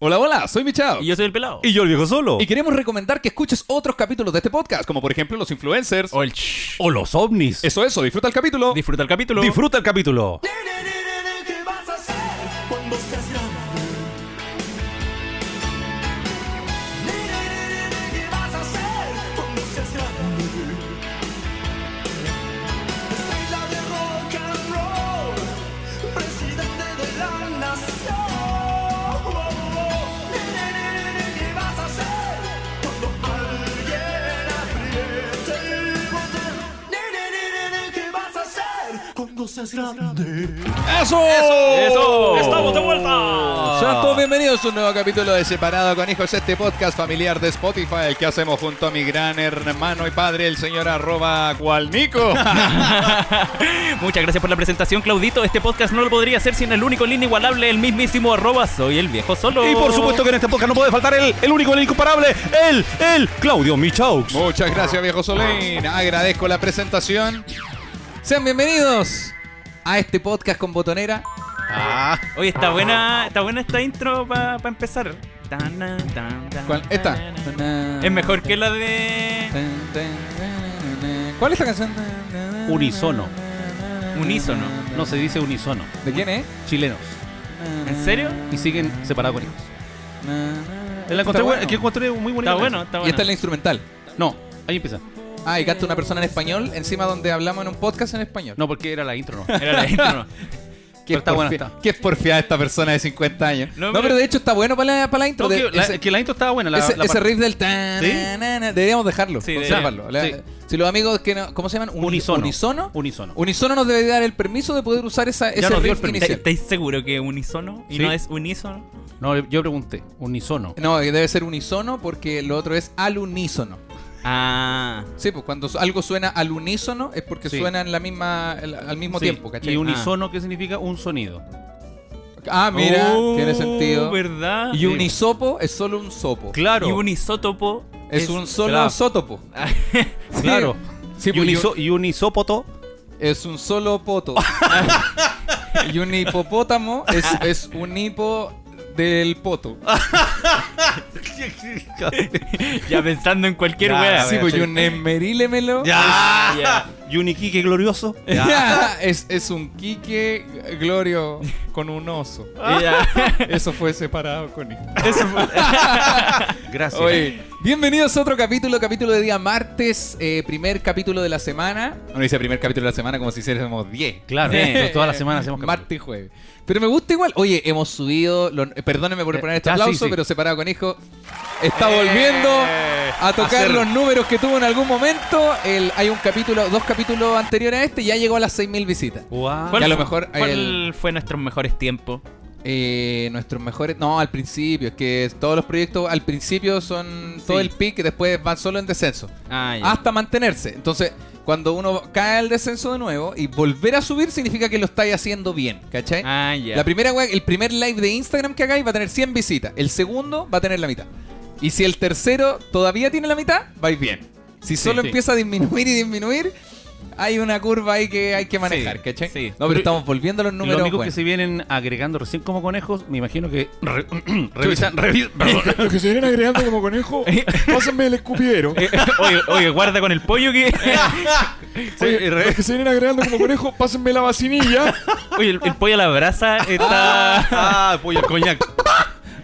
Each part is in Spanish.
Hola, hola, soy Michao. Y yo soy el pelado. Y yo el viejo solo. Y queremos recomendar que escuches otros capítulos de este podcast, como por ejemplo los influencers. O el ch- O los ovnis. Eso, eso, disfruta el capítulo. Disfruta el capítulo. Disfruta el capítulo. ¿Qué vas a hacer cuando seas grande? ¿Qué vas a hacer cuando seas grande? Estrella de rock and roll, presidente de la nación. ¿Qué vas a hacer cuando alguien apriete el botón? ¿Qué vas a hacer cuando seas grande? ¡Eso! ¡Eso! ¡Oh! ¡Estamos Ah. de vuelta! Sean todos bienvenidos a un nuevo capítulo de Separado con Hijos, este podcast familiar de Spotify, el que hacemos junto a mi gran hermano y padre, el señor arroba cualmico. Muchas gracias por la presentación, Claudito. Este podcast no lo podría hacer sin el único, el inigualable, el mismísimo arroba soy el viejo solo. Y por supuesto que en este podcast no puede faltar el, el único, el incomparable, el, el Claudio Michaux. Muchas gracias, viejo Solín. Agradezco la presentación. Sean bienvenidos a este podcast con botonera. Ah, Oye, está buena, está buena esta intro para empezar. Tan, na, tan, tan, ¿Cuál? Esta. na, na. Es mejor que la de ¿Cuál es esta canción? Unisono. Unísono. No se dice unisono. ¿De quién es? Chilenos. ¿En serio? Y siguen separados con hijos. La Está encontré, bueno. que encontré muy bonita. Está bueno, Y esta está bueno. es la instrumental. No, ahí empieza. Ah, y canta una persona en español, encima donde hablamos en un podcast en español. No, porque era la intro, ¿no? Era la intro. ¿Qué Pero está buena, porfia- está. qué es porfiada esta persona de 50 años. No, No, pero pero- de hecho está bueno para la, para la intro. No, de- que, la, ese que la intro estaba buena. La, ese- la ese parte- riff del tan, ¿Sí? na, na, deberíamos dejarlo, Sí, conservarlo. debería. La- Sí. Si los amigos que no- ¿cómo se llaman? Uni- Unisono. Unisono. Unisono. Unisono nos debe dar el permiso de poder usar esa, ese nos dio el riff permiso. ¿Estáis- inicial. ¿Estáis seguro que unísono y Sí. no es unísono? No, yo pregunté. Unisono. No, que debe ser unisono porque lo otro es al unísono. Ah. Sí, pues cuando su- algo suena al unísono es porque Sí. suena en la misma, el- al mismo Sí, tiempo, ¿cachai? Y unisono, ¿qué significa? Un sonido. Ah, mira, Oh, tiene sentido. ¿Verdad? Y un hisopo es solo un sopo. Claro. Y un isótopo Es, un solo claro. sótopo. Sí. Claro. Sí, y, pues, un yo- iso- y un isópoto. es un solo poto. y un hipopótamo es, es un hipo del poto. Ah, ya pensando en cualquier Ya, wea. a sí, ver, pues, y sí. un esmerilémelo ¡Ya! Ya. Ah. Y un iquique glorioso. es, es un quique glorio con un oso. Ah. Eso fue separado con él. Gracias. Oye, bienvenidos a otro capítulo, capítulo de día martes, eh, primer capítulo de la semana. No dice primer capítulo de la semana como si hiciéramos 10. Claro, Sí. nosotros todas las semanas hacemos capítulo. Martes y jueves. Pero me gusta igual. Oye, hemos subido. lo- eh, perdónenme por Eh, poner este ya, sí, aplauso, sí. pero separado con hijo. Está volviendo a tocar hacer- los números que tuvo en algún momento. El, hay un capítulo, dos capítulos anteriores a este, y ya llegó a las 6.000 visitas. Guau. Que a ¿Cuál, lo fu- mejor hay ¿cuál el- fue nuestros mejores tiempos? Eh, nuestros mejores. No, al principio. Es que todos los proyectos al principio son todo Sí. el pic y después van solo en descenso. Ah, ya. Hasta mantenerse. Entonces, cuando uno cae al descenso de nuevo y volver a subir, significa que lo estáis haciendo bien. ¿Cachai? Ah, ya. La primera wea- el primer live de Instagram que hagáis va a tener 100 visitas. El segundo va a tener la mitad. Y si el tercero todavía tiene la mitad, vais bien. Si solo sí. empieza a disminuir y disminuir, hay una curva ahí que hay que manejar, Sí, ¿cachai? sí. No, pero estamos volviendo a los Los números. amigos que buenos. se vienen agregando recién como conejos, me imagino que re- revisan, revisan, Los que se vienen agregando como conejo, pásenme el escupidero. Eh, oye, oye, guarda con el pollo que. Oye, los que se vienen agregando como conejo, pásenme la vacinilla. oye, el, el pollo a la brasa está. ah, pollo al coñac.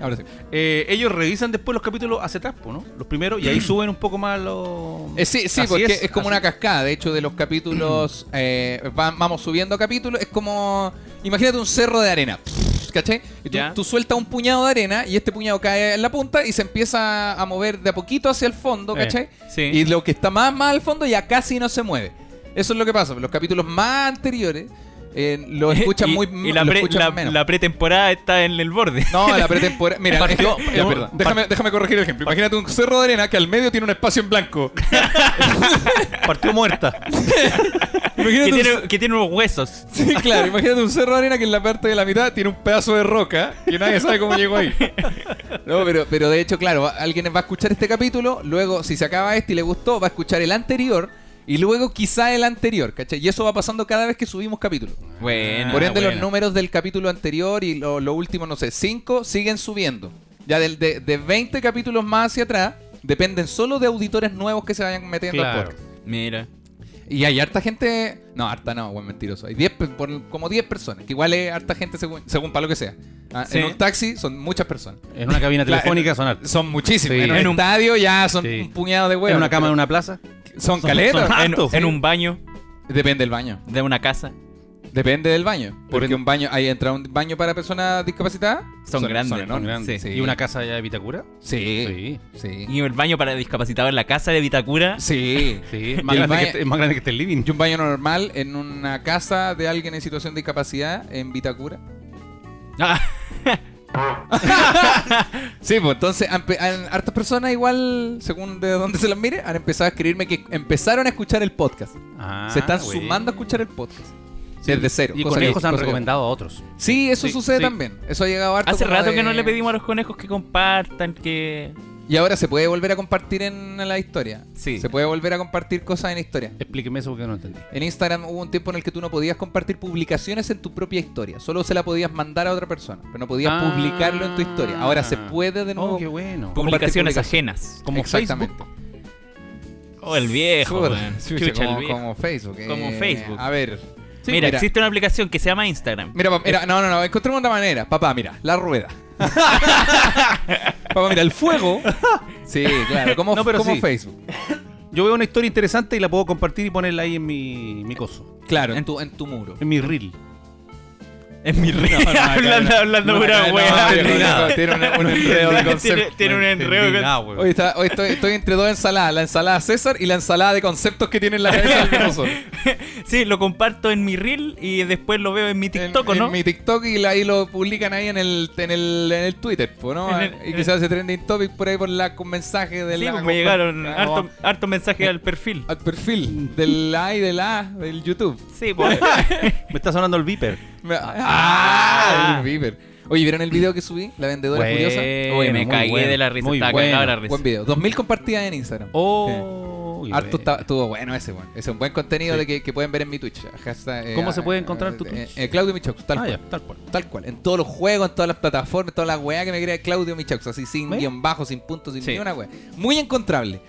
Ahora sí. Eh, ellos revisan después los capítulos hace tapo, ¿no? Los primeros, y ahí suben un poco más los. Eh, sí, sí, Así porque es, como así- una cascada. De hecho, de los capítulos, eh, va- vamos subiendo capítulos. Es como. Imagínate un cerro de arena. ¿Cachai? Y tú, Ya. tú sueltas un puñado de arena y este puñado cae en la punta y se empieza a mover de a poquito hacia el fondo, Eh, ¿cachai? sí. Y lo que está más, más al fondo ya casi no se mueve. Eso es lo que pasa. Los capítulos más anteriores eh, lo escuchan y, muy y la, lo pre- escuchan la- menos. la pretemporada está en el borde. No, la pretemporada. Mira, Partió- es que- ya, perdón. déjame, déjame corregir el ejemplo. Imagínate un cerro de arena que al medio tiene un espacio en blanco. Partió muerta. Imagínate Que un tiene, que tiene unos huesos. Sí, claro, imagínate un cerro de arena que en la parte de la mitad tiene un pedazo de roca que nadie sabe cómo llegó ahí. No, pero, pero de hecho, claro, alguien va a escuchar este capítulo, luego si se acaba este y le gustó, va a escuchar el anterior y luego quizá el anterior, ¿cachai? Y eso va pasando cada vez que subimos capítulos. Bueno. Por ende, bueno. los números del capítulo anterior y lo, lo último, no sé, cinco, siguen subiendo. Ya del- de, de 20 capítulos más hacia atrás, dependen solo de auditores nuevos que se vayan metiendo al Claro. podcast. Mira. Y hay harta gente. No, harta no, buen mentiroso. Hay 10, pe- por- como 10 personas, que igual es harta gente según, según para lo que sea. Ah, Sí. En un taxi son muchas personas. En una cabina Claro, telefónica sonar. Son muchísimas. Sí. En un En un- estadio ya son Sí. un puñado de huevos. En una cama, en una plaza. Son Son- caletas. son hartos. En- en en un baño un- Depende del baño. de una casa. Depende del baño. Porque un baño, ahí entra un baño para personas discapacitadas. Son grandes, Son enormes. grande. Sí. ¿Y una casa allá de Vitacura? Sí. Sí. Y el baño para discapacitados en la casa de Vitacura. Sí. Sí, Y más el grande, baño- que, este- más grande que este living. Y un baño normal en una casa de alguien en situación de discapacidad en Vitacura. Ah, Sí, pues entonces han pe- han- hartas personas igual, según de dónde se las mire, han empezado a escribirme que empezaron a escuchar el podcast. Ah, se están güey. sumando a escuchar el podcast. Sí, Desde cero. Y cosa que- conejos han cosa que- recomendado a otros. Sí, eso Sí, sucede sí. también. Eso ha llegado harto. Hace como rato de- que no le pedimos a los conejos que compartan, que... Y ahora se puede volver a compartir en la historia. Sí. Se puede volver a compartir cosas en historia. Explíqueme eso porque no entendí. En Instagram hubo un tiempo en el que tú no podías compartir publicaciones en tu propia historia. Solo se la podías mandar a otra persona. Pero no podías Ah. publicarlo en tu historia. Ahora se puede de nuevo. Oh, qué bueno. Compartir Publicaciones publicaciones. ajenas. Como Exactamente. Facebook. Oh, el viejo, Chuta, weón. chucha, Chucha, el como, viejo. como Facebook. eh. Como Facebook. A ver. mira, mira. existe una aplicación que se llama Instagram. Mira, papá, mira, no, no, no, encontremos una manera. Papá, mira, la rueda. papá, mira, el fuego. Sí, claro, como, No, pero como sí. Facebook. Yo veo una historia interesante y la puedo compartir y ponerla ahí en mi, mi coso. Claro, en tu, en tu muro. En mi reel. Es mi rey. hablando hablando pura no, weá. no, no, no, Tiene un, un enredo de Tiene- conceptos. tiene un enredo Entendí con- nada, güey. Hoy, está- hoy estoy, estoy entre dos ensaladas, la ensalada César y la ensalada de conceptos que tiene en la cabeza del famoso. Sí, lo comparto en mi reel y después lo veo en mi TikTok, en, ¿o en ¿no? mi TikTok y la- ahí lo publican ahí en el, en el, en el Twitter, po, ¿no? En el- eh. y quizás se trending topic por ahí por la con mensaje de Sí, la- Oh. pues me llegaron como- harto, harto mensaje al perfil. al perfil del A y del A del YouTube. Sí, pues. Me está sonando el Viper. Me- ¡Ah! Ah. el Bieber. Oye, ¿vieron el video que subí? La vendedora Bueno, furiosa. Oye, me muy cagué bueno, de la risa. muy Estaba bueno. cagado de la risa. Buen video. 2000 compartidas en Instagram. Oh, qué Harto bueno. está- estuvo bueno ese, weón. Ese es un buen contenido de que, que pueden ver en mi Twitch. Hashtag, eh, ¿Cómo ah, se puede eh, encontrar tu eh, Twitch? eh, Claudio Michaux, tal Ah, cual. ya, tal cual. Tal cual. En todos los juegos, en todas las plataformas, en todas las weas que me crea Claudio Michaux. Así sin ¿Ve? guión bajo, sin puntos, sin Sí. ni una wea. Muy encontrable.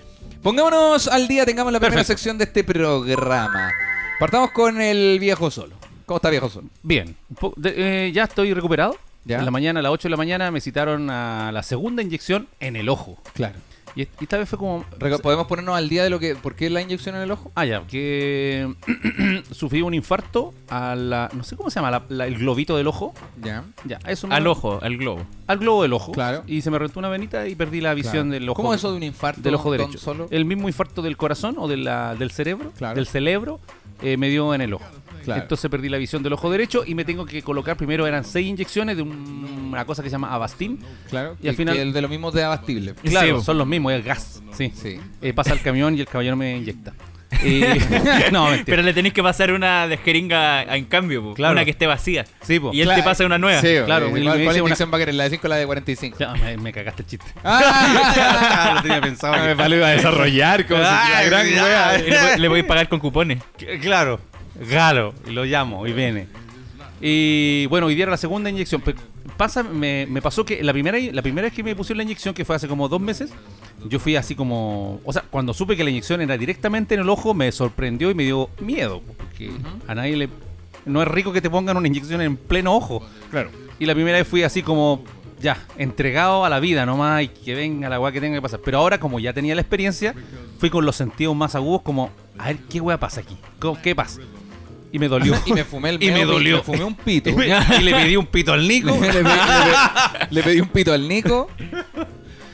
Pongámonos al día, tengamos la primera Perfecto. sección de este programa. Partamos con el viejo solo. ¿Cómo está viejo solo? Bien. Un po- de- eh, ya estoy recuperado. Ya. En la mañana, a las 8 de la mañana, me citaron a la segunda inyección en el ojo. Claro. Y es- y esta vez fue como... ¿Podemos ponernos al día de lo que. ¿Por qué la inyección en el ojo? Ah, ya, que sufrí un infarto a la... No sé cómo se llama, la- la- el globito del ojo. Ya. Ya, a eso me- Al ojo, al globo. Al globo del ojo. Claro. Y se me reventó una venita y perdí la visión Claro. del ojo. ¿Cómo eso de un infarto? del ojo don derecho. Eh, Solo? El mismo infarto del corazón o de la- del cerebro, Claro. del cerebro, eh, me dio en el ojo. Claro. Entonces perdí la visión del ojo derecho y me tengo que colocar primero, eran seis inyecciones de un- una cosa que se llama Avastin. Claro. Y al que- final- que el de lo mismo de abastible. Claro, Sí. son los mismos, es gas. Sí. Sí. Eh, pasa el camión y el caballero me inyecta. Y- no, mentira. Pero le tenés que pasar una de jeringa en cambio, po. Claro. una que esté vacía. Sí, po. Y él Claro. te pasa una nueva. Sí, Claro, claro. y me ¿Cuál, dice cuál una- inyección va a querer? ¿La de 5 o la de 45? Ya, me, me cagaste el chiste. ¡Ah! lo tenía pensado. Ah, me vale, iba a desarrollar como si fuera Ay, gran ya. wea. Ah, Le voy- Le voy a pagar con cupones. C- Claro, Galo, y lo llamo y viene. Y bueno, hoy día era la segunda inyección. Pe- Pasa, me, me pasó que la primera, la primera vez que me pusieron la inyección, que fue hace como dos meses, yo fui así como. O sea, cuando supe que la inyección era directamente en el ojo, me sorprendió y me dio miedo. Porque a nadie le. No es rico que te pongan una inyección en pleno ojo. Claro. Y la primera vez fui así como, ya, entregado a la vida nomás y que venga la weá que tenga que pasar. Pero ahora, como ya tenía la experiencia, fui con los sentidos más agudos, como, a ver qué weá pasa aquí, ¿Cómo- qué pasa. Y me dolió. Y me fumé el Y me meo, dolió. Me fumé un pito. Y me- y le pedí un pito al Nico. le, pedí, le pedí- le pedí un pito al Nico.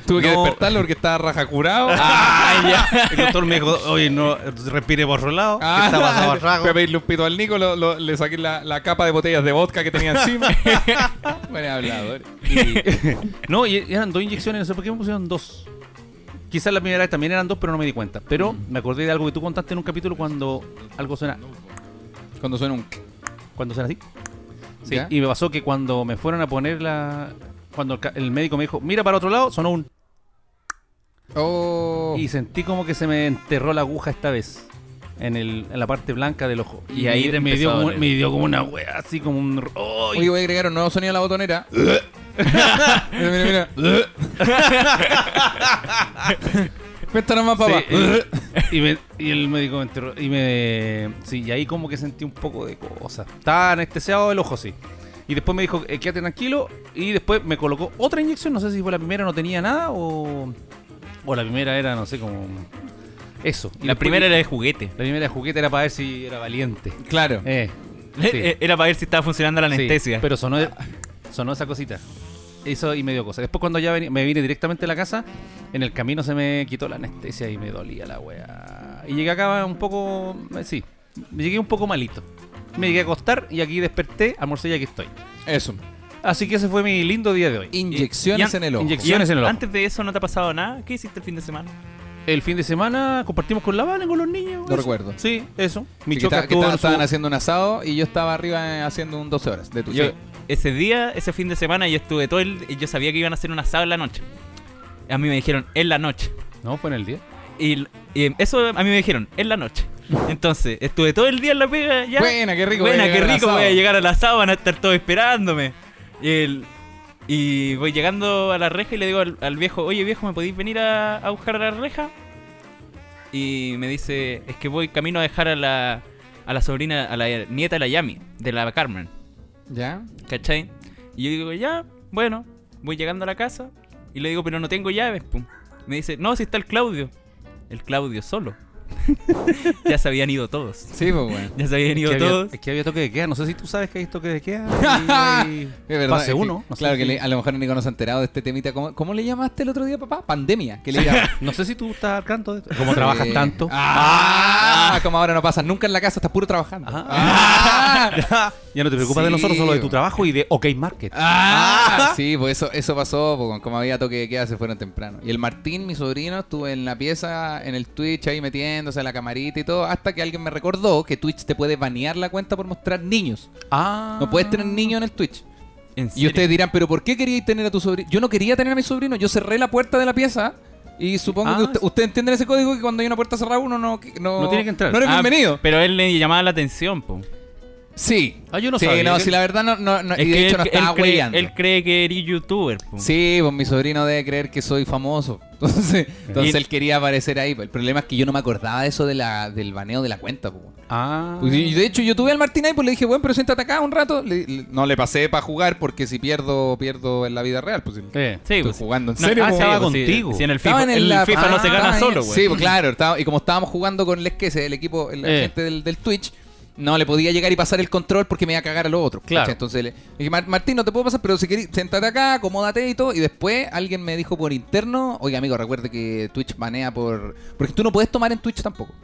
Tuve que No. Ah, despertarlo porque estaba rajacurado. Ay, ya. El doctor me dijo, oye, no, respire por otro lado. ¿Qué está pasando, Ah. Fui a rago? pedirle un pito al Nico, lo- lo- le saqué la, la capa de botellas de vodka que tenía encima. bueno, hablador. No, y eran dos inyecciones, no sé por qué me pusieron dos. Quizás la primera vez también eran dos, pero no me di cuenta. Pero me acordé de algo que tú contaste en un capítulo cuando algo suena Cuando suena un... cuando suena así. Sí, ¿Ya? y me pasó que cuando me fueron a poner la. Cuando el, ca- el médico me dijo, mira para otro lado, sonó un. Oh. Y sentí como que se me enterró la aguja esta vez. En, el, en la parte blanca del ojo. Y ahí me, te me empezó dio a como, doler. me dio como una wea, así como un. ¡Ay! Hoy voy a agregar un nuevo sonido a la botonera. mira, mira, mira. Cuéntanos más, papá. Sí, eh. y, y me- y el médico me enterró. Y me. Sí, y ahí como que sentí un poco de cosas. Estaba anestesiado el ojo, sí. Y después me dijo, eh, quédate tranquilo. Y después me colocó otra inyección. No sé si fue la primera, no tenía nada. O. O la primera era, no sé, como. Eso. Y La después- primera era de juguete. La primera juguete era para ver si era valiente. Claro. Eh. sí. Eh, Era para ver si estaba funcionando la Sí, anestesia. pero sonó, sonó esa cosita. Eso y medio cosa. Después cuando ya veni- me vine directamente a la casa, en el camino se me quitó la anestesia y me dolía la wea. Y llegué acá un poco... eh, Sí, llegué un poco malito. Me llegué a acostar y aquí desperté, almorcé y aquí estoy. Eso. Así que ese fue mi lindo día de hoy. Inyecciones y- en el ojo. inyec- Y an- en el ojo. antes de eso no te ha pasado nada. ¿Qué hiciste el fin de semana? El fin de semana compartimos con la Vale, con los niños. No eso. recuerdo. Sí, eso. Sí, Mi que choca ta- que estuvo ta- en su- estaban haciendo un asado y yo estaba arriba eh, haciendo un 12 horas de tu Yo, ese día, ese fin de semana, yo estuve todo el. Yo sabía que iban a hacer un asado en la noche. A mí me dijeron, en la noche. No, fue en el día. Y, y eso a mí me dijeron, en la noche. Entonces, estuve todo el día en la pega ya. Buena, qué rico. Buena, voy a qué llegar rico, al voy a asado. llegar al asado, van a estar todos esperándome. Y, el- y voy llegando a la reja y le digo al, al viejo, oye viejo, ¿me podéis venir a, a buscar a la reja? Y me dice, es que voy camino a dejar a la, a la sobrina, a la nieta de la Yami, de la Carmen. ¿Ya? ¿Cachai? Y yo digo, ya, bueno, voy llegando a la casa y le digo, pero no tengo llaves, pum. Me dice, no, si está el Claudio. El Claudio solo. ya se habían ido todos. Sí, pues bueno. Ya se habían Es ido que, había, todos. es que había toque de queda. No sé si tú sabes que hay toque de queda. y hay Es verdad, Pase es que- uno. no sé claro si- que le- a lo mejor Nico no se ha enterado de este temita. ¿Cómo, cómo le llamaste el otro día, papá? Pandemia. ¿Qué le llamas? No sé si tú estás al canto de esto. Como trabajas Sí. tanto. Ah, como ahora no pasas nunca en la casa, estás puro trabajando. Ajá. Ah. Ya no te preocupas de Sí. nosotros, solo de tu trabajo y de OK Market. Ah, sí, pues eso, eso pasó, pues, como había toque de queda se fueron temprano. Y el Martín, mi sobrino, estuvo en la pieza, en el Twitch ahí metiéndose a la camarita y todo, hasta que alguien me recordó que Twitch te puede banear la cuenta por mostrar niños. Ah. No puedes tener niños en el Twitch. ¿En Y serio? ustedes dirán, pero ¿por qué queríais tener a tu sobrino? Yo no quería tener a mi sobrino, yo cerré la puerta de la pieza. Y supongo Ah, que usted, sí. ustedes entienden ese código que cuando hay una puerta cerrada uno no... No, No tiene que entrar. No eres Ah, bienvenido. Pero él le llamaba la atención, po. Sí. Ah, yo no sí, sabía no, que- sí, la verdad no... no, no- Es y de que hecho no él, él estaba cree, huellando. él cree que eres youtuber, po. Sí, pues mi sobrino debe creer que soy famoso. Entonces, entonces Y- él quería aparecer ahí. El problema es que yo no me acordaba de eso de la, del baneo de la cuenta. pues, weón. Ah. Pues, y de hecho, yo tuve al Martín ahí, pues le dije, bueno, pero siéntate acá un rato. Le- le- no le pasé para jugar porque si pierdo, pierdo en la vida real. Pues, Eh. Sí, Estoy pues, sí. jugando en No, serio. ah, po. sí, estaba pues, sí. contigo. Sí, en el Estaban FIFA, en el la- FIFA no ah, se gana estaban- solo, güey. Sí, pues claro. estaba- y como estábamos jugando con el que se, el equipo, la Eh. gente del, del Twitch, no le podía llegar y pasar el control porque me iba a cagar a los otros. Claro. ¿cachai? Entonces le le dije, "Mar- Martín, no te puedo pasar, pero si querés, sentate acá, acomódate y todo. Y después alguien me dijo por interno, oiga amigo, recuerde que Twitch banea por... Porque tú no puedes tomar en Twitch tampoco.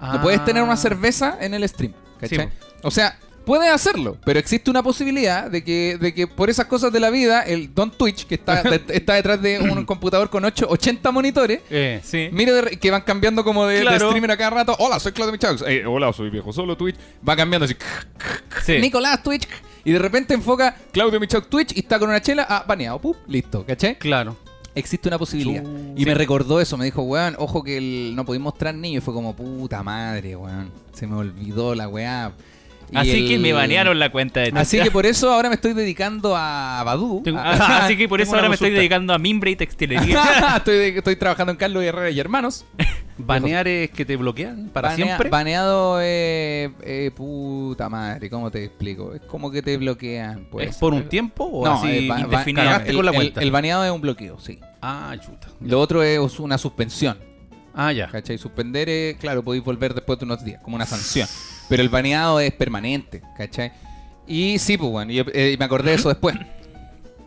Ah. No puedes tener una cerveza en el stream. ¿cachai? Sí, o sea, puedes hacerlo, pero existe una posibilidad de que, de que por esas cosas de la vida, el Don Twitch, que está, de- está detrás de un computador con 8, 80 monitores, Eh. Sí. mire de re- que van cambiando como de, de Claro. streamer a cada rato. Hola, soy Claudio Michaux. Eh, hola, soy viejo solo Twitch. va cambiando así. Sí. Nicolás Twitch. Y de repente enfoca Claudio Michaux Twitch y está con una chela. Ah, baneado. Pup, listo, ¿cachai? Claro. existe una posibilidad. Chu. Y me recordó eso, me dijo, weón, ojo que el- no podéis mostrar niños. Y fue como, puta madre, weón. Se me olvidó la weá. Y Así el- Ah, que me banearon la cuenta de Twitch. Así que por eso ahora me estoy dedicando a Badu. Tengo- Ah, Así que por eso Tengo una ahora me estoy consulta. dedicando a mimbre y textilería. estoy, de- estoy trabajando en Carlos Herrera y Hermanos. Banear es que te bloquean para Banea- siempre. Baneado, eh, eh, puta madre, ¿cómo te explico? Es como que te bloquean, pues. ¿Es por un tiempo o No, así eh, ba- ba- indefinidamente? cagaste con la el- cuenta. el baneado es un bloqueo, sí. Ah, chuta. Lo otro es una suspensión. Ah, ya. ¿Cachai? Suspender, es, claro, podéis volver después de unos días, como una sanción. Pero el baneado es permanente, ¿cachai? Y sí, pues, bueno, y eh, me acordé de eso después.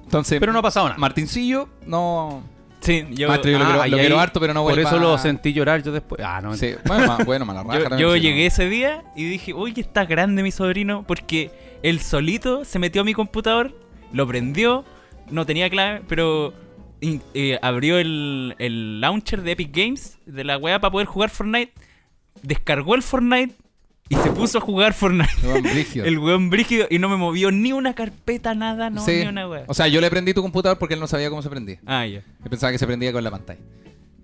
Entonces, Pero no ha pasado nada. Martincillo, no. Sí, yo, Ah, Maestro, yo lo quiero- Ah, y lo quiero ahí- harto, pero no Por vuelva- eso lo sentí llorar yo después. Ah, no. sí, bueno, ma- bueno, mala raja. yo- también, yo sí, llegué no. ese día y dije, uy, que está grande mi sobrino, porque él solito se metió a mi computador, lo prendió, no tenía clave, pero in- eh, abrió el, el launcher de Epic Games de la wea para poder jugar Fortnite, descargó el Fortnite y se puso a jugar Fortnite. Weón, brígido. El weón brígido y no me movió ni una carpeta, nada, no, Sí. ni una wea. O sea, yo le prendí tu computador porque él no sabía cómo se prendía. ah, ya. Yo pensaba que se prendía con la pantalla.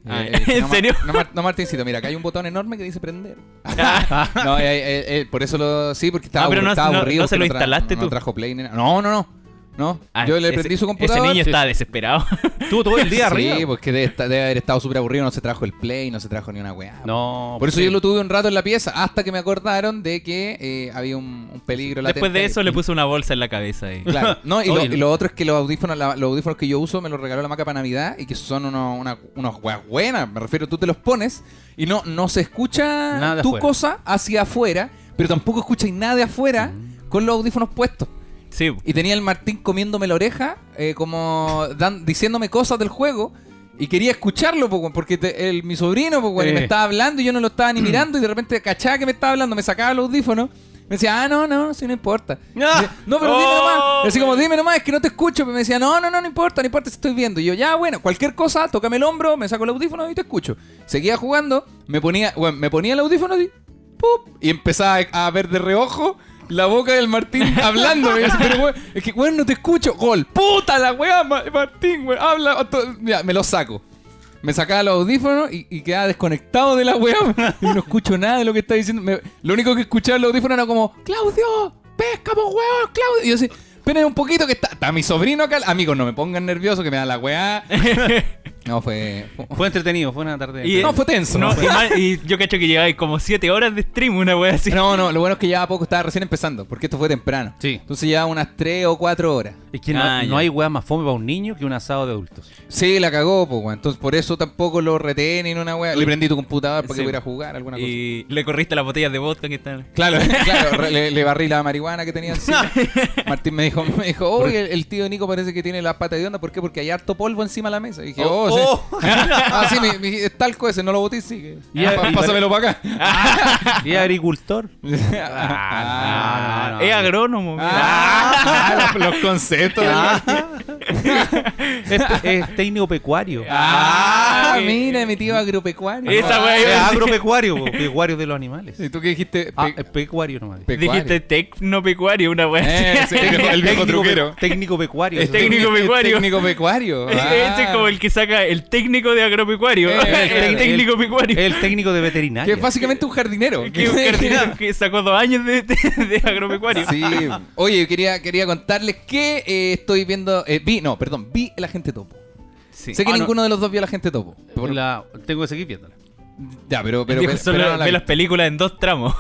Ah, Eh, eh, ¿en no, Mar- serio? No, Mar- no, Martincito, mira, acá hay un botón enorme que dice prender. no, eh, eh, eh, por eso lo. Sí, porque estaba, Ah, pero aburri- no- estaba no- aburrido. no se porque lo tra- instalaste no tú. trajo Play ni nada. No, no, no. ¿no? Ah, Yo le ese- prendí su computadora. Ese niño estaba desesperado. Estuvo todo el día arriba. Sí, porque debe, estar- debe haber estado súper aburrido, no se trajo el play, no se trajo ni una weá. No, Por eso sí. yo lo tuve un rato en la pieza, hasta que me acordaron de que eh, había un, un peligro latente. Después de eso le Y- puse una bolsa en la cabeza. ahí. Claro, no, y, lo, Oye, y lo otro es que los audífonos, la- los audífonos que yo uso me los regaló la maca para Navidad y que son unos, una- unos weas buenas, me refiero, tú te los pones y no, no se escucha Nada tu afuera. cosa hacia afuera, pero tampoco escuchas nada de afuera Mm. con los audífonos puestos. Sí. Y tenía el Martín comiéndome la oreja, eh, como dan- diciéndome cosas del juego. Y quería escucharlo, po, weón, porque te- el- mi sobrino po, weón, y me Eh. estaba hablando y yo no lo estaba ni mirando. Y de repente cachaba que me estaba hablando, me sacaba los audífonos. Me decía, ah, no, no, sí, no importa. Y Ah. decía, no, pero dime Oh, nomás. Y Así como, weón. dime nomás, es que no te escucho. Pero me decía, no, no, no, no importa, no importa, si estoy viendo. Y yo, ya, bueno, cualquier cosa, tócame el hombro, me saco el audífono y te escucho. Seguía jugando, me ponía, bueno, me ponía el audífono así, ¡pup! y empezaba a, a ver de reojo la boca del Martín hablando. Y yo, pero, weón, es que, weón, no te escucho. Gol, puta la weá, Ma- Martín, weón, habla. to- Ya, me lo saco. Me sacaba los audífonos y, y quedaba desconectado de la weá. Y no escucho nada de lo que está diciendo. Me- lo único que escuchaba en los audífonos era como, Claudio, pesca, po, weón, Claudio. Y yo así, esperen un poquito que está, está mi sobrino acá. Amigos, no me pongan nervioso que me da la weá. No, fue... fue- Fue entretenido, fue una tarde. Y, No, eh, fue tenso. no, y, más- y yo cacho que llevaba como 7 horas de stream, una wea así. No, no, lo bueno es que ya poco estaba recién empezando, porque esto fue temprano. Sí. Entonces ya unas 3 o 4 horas. Es que no, Ah, no ya. hay weá más fome para un niño que un asado de adultos. Sí, la cagó, pues, Entonces por eso tampoco lo reten en una wea. Le prendí tu computador para Sí. que pudiera jugar alguna cosa. Y le corriste las botellas de vodka que están. Claro, claro, re- le, le barrí la marihuana que tenía encima. Martín me dijo, me dijo, oye, el, el tío Nico parece que tiene la pata de onda, ¿por qué? Porque hay harto polvo encima de la mesa. Y dije, oh, sí. Ah, sí, mi, mi- es talco ese, no lo botís, sí. que- Y- Ah, pa- y- pásamelo para acá. Y agricultor. Ah, no, es agrónomo. Ah, los, los conceptos. del- Ah. Es, es técnico pecuario. Ah, Ah, mira, mi tío agropecuario. Esa Ah, wea iba es a decir. agropecuario, po, pecuario de los animales. ¿Y tú qué dijiste? Ah, Pe- es pecuario nomás. pecuario. Dijiste tecnopecuario, una wea Eh, así. sí, el viejo- el viejo Técnico pe- truquero. Técnico pecuario. Es técnico- pecuario. Este Técnico pecuario. Ese- Ese es Ah. como el que saca el técnico de agropecuario. Eh, claro. el técnico pecuario. El técnico de Que veterinaria. es básicamente un jardinero. que, un jardinero que sacó dos años de, de- de agropecuario. Sí. Oye, yo quería, quería contarles que eh, estoy viendo. eh, vi, no, perdón, vi el agente topo. Sí. Sé que Ah, no. ninguno de los dos vio el agente topo. Por- La- tengo que seguir viéndola. Ya, pero. pero, Dijo, pero- solo pero no la ve vi. las películas en dos tramos.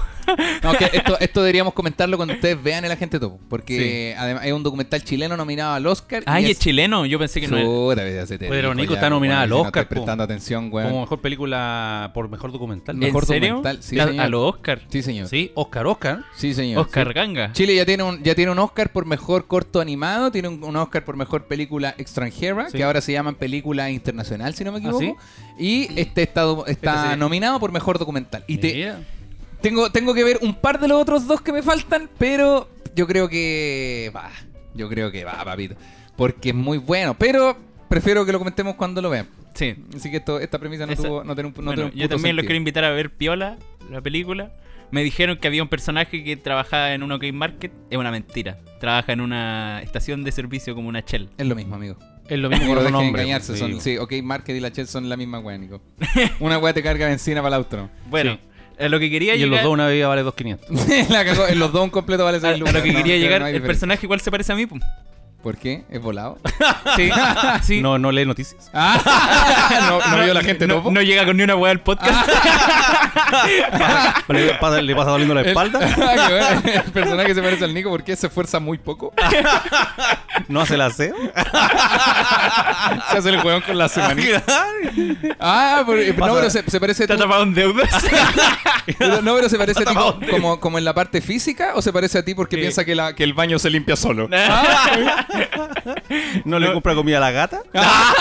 No, que esto, esto deberíamos comentarlo cuando ustedes vean el agente topo. Porque además es un documental chileno nominado al Oscar. y Ay, es- es chileno. Yo pensé que no era. Puta, ya se te Pero dijo, Nico ya, está nominada weón, al si no Oscar, estás prestando po. atención, Como weón. mejor película por mejor documental. mejor ¿En serio? documental, sí, La- señor. a los Oscar. Sí, señor. Sí, Oscar, Oscar. Sí, señor. Oscar Ganga. Chile ya tiene un ya tiene un Oscar por mejor corto animado, tiene un, un Oscar por mejor película extranjera, Sí. que ahora se llaman película internacional, si no me ¿Ah, equivoco. sí? Y este está, do- Esta está serie. nominado por mejor documental. Y te, Mira. tengo, tengo que ver un par de los otros dos que me faltan, pero yo creo que va. Yo creo que va, papito. Porque es muy bueno, pero prefiero que lo comentemos cuando lo vean. Sí. Así que esto, esta premisa no, Esa- tuvo, no tiene un, no Bueno, tiene un yo puto también los sentido. quiero invitar a ver Piola, la película. Me dijeron que había un personaje que trabajaba en un OK Market. Es una mentira. Trabaja en una estación de servicio como una Shell. Es lo mismo, amigo. Es lo mismo No con los dejen nombres. pues, engañarse, sí. son, sí, ok, Market y la Shell son la misma weá, Nico. Una weá te carga bencina para el auto, ¿no? Bueno, Sí. a lo que Y quería en los llegar. dos una bebida vale 2.500. la cagó, en los dos un completo vale a, a 6 lo lucas. que no, quería no, llegar, no hay el diferencia. personaje igual se parece a mí. pum. ¿Por qué? ¿Es volado? Sí, sí. No, no lee noticias. Ah, no, no vio la gente, no, ¿no? po? no llega con ni una hueá al podcast. Ah. Le pasa, le pasa doliendo la El- espalda. Ah, qué bueno. El personaje se parece al Nico porque se esfuerza muy poco. No hace el aseo. Se hace el weón con la semanita. Ah, por- no, pero se, se parece Está tú- tapado en deudas. No, pero se parece a ti co- como, como en la parte física o se parece a ti porque Sí. piensa que, la, que el baño se limpia solo. No le compra comida a la gata. Ah,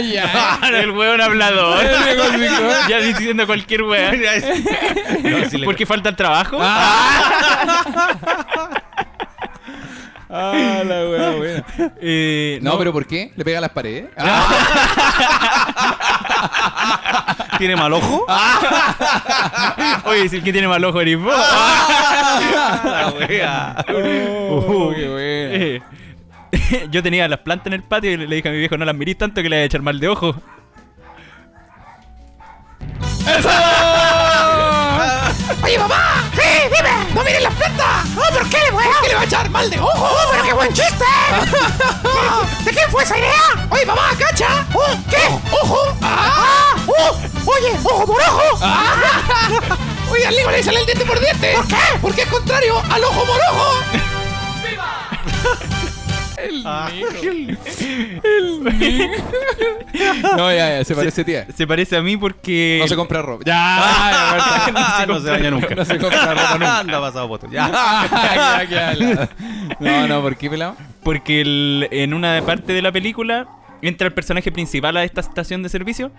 ya. el hueón hablador. El hueón hablador. ya diciendo cualquier hueá. No, sí le- ¿Por qué falta el trabajo? Ah, la wea, buena. Eh, No, pero ¿por qué? ¿Le pega a las paredes? Ah, ¿Tiene mal ojo? Oye, si el que tiene mal ojo eres vos. La wea. Oh, qué buena. Uh, Eh, Yo tenía las plantas en el patio y le le dije a mi viejo, no las mirís tanto que le voy a echar mal de ojo. ¡Oye, papá! ¡Sí! dime! ¡No miren las plantas! ¡Oh, por qué, weón! ¿Por qué le va a echar mal de ojo? ¡Oh, pero qué buen chiste! ¿De quién fue esa idea? ¡Oye, mamá, cacha! ¡Oh, qué! ¡Ojo! ¡Ah! ¡Oh! ¡Oye, ojo por ojo! ¡Ah! Oye, al Lego le sale el diente por diente. ¿Por qué? Porque es contrario al ojo por ojo. Ah. No, ya, ya, se parece tía. Se parece a mí porque. No se compra ropa. Ya, ya, Ah, no se baña nunca. No se compra ropa nunca. Anda pasado voto. Ya. Ya, ya, ya. No, no, ¿por qué pelado? Porque el- en una parte de la película entra el personaje principal a esta estación de servicio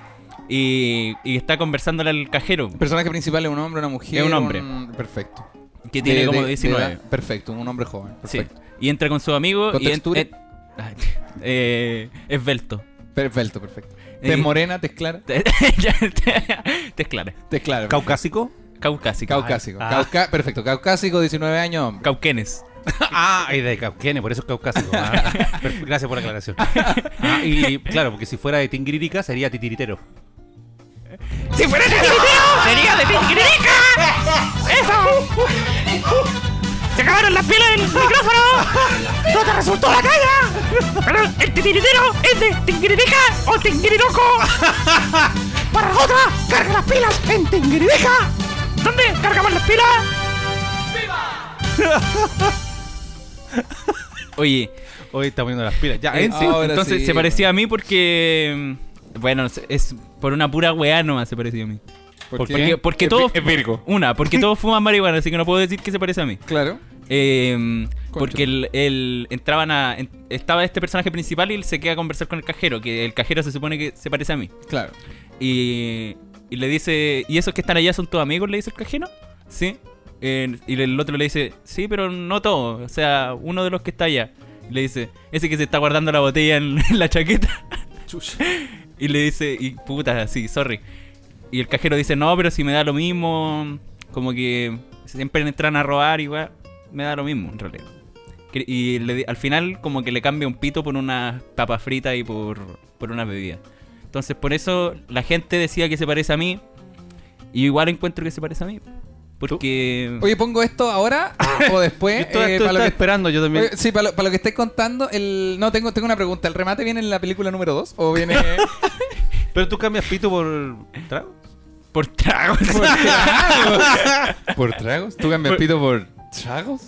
y, y está conversándole al cajero El personaje principal es un hombre, una mujer. Es un hombre. Perfecto. que De- tiene de- como de 19. edad. perfecto, un hombre joven. Sí. Perfecto. Y entra con su amigo ¿Con y en- textura? en- Ay, eh, esbelto. Perfecto, perfecto. Te Eh, es morena, te es clara. Te, ya, te- te es clara. Te es clara. ¿Caucásico? Caucásico. Caucásico. Ah. Cauca- perfecto, caucásico, 19 años, hombre. Cauquenes. Ah, es de Cauquenes, por eso es caucásico. Ah, per- gracias por la aclaración. Ah, y claro, porque si fuera de Tingirica sería titiritero. Si fuera de sería de Tingirica. ¡Eso! ¡Se acabaron las pilas del micrófono! ¡No te resultó la talla! Pero el titiritero es de Tingirica o Tingiriroco. Para la otra, carga las pilas en Tingirica. ¿Dónde cargamos las pilas? Oye, Hoy está poniendo las pilas. Ya, eh, en sí. ahora entonces Ah, sí, se bueno. parecía a mí porque. mm, Bueno, se- es por una pura weá nomás se parecía a mí. ¿Por qué? Porque, porque Es todos. vi- es Virgo. Una, porque todos fuman marihuana, así que no puedo decir que se parece a mí. Claro. Eh, porque el, el- entraban a, en- estaba este personaje principal y él se queda a conversar con el cajero, que el cajero se supone que se parece a mí. Claro. Y, y le dice, ¿y esos que están allá son tus amigos? Le dice el cajero. Sí. Eh, y el otro le dice, sí, pero no todos. O sea, uno de los que está allá. Y le dice, ese que se está guardando la botella en, en la chaqueta. Y le dice, y puta, sí, sorry. Y el cajero dice, no, pero si me da lo mismo, como que siempre entran a robar y weá, me da lo mismo en realidad. Que- Y le di- al final como que le cambia un pito por unas papas fritas y por, por unas bebidas. Entonces por eso la gente decía que se parece a mí. Y igual encuentro que se parece a mí. Porque... Oye, pongo esto ahora o Yo después. esto- eh, para esto lo estaba que- esperando yo también. Oye, sí, para lo, para lo que estáis contando, el... no, tengo, tengo una pregunta. ¿El remate viene en la película número 2 o viene...? Pero tú cambias pito por trago. Por tragos. ¿Por tragos? ¿Tú cambias pito por tragos?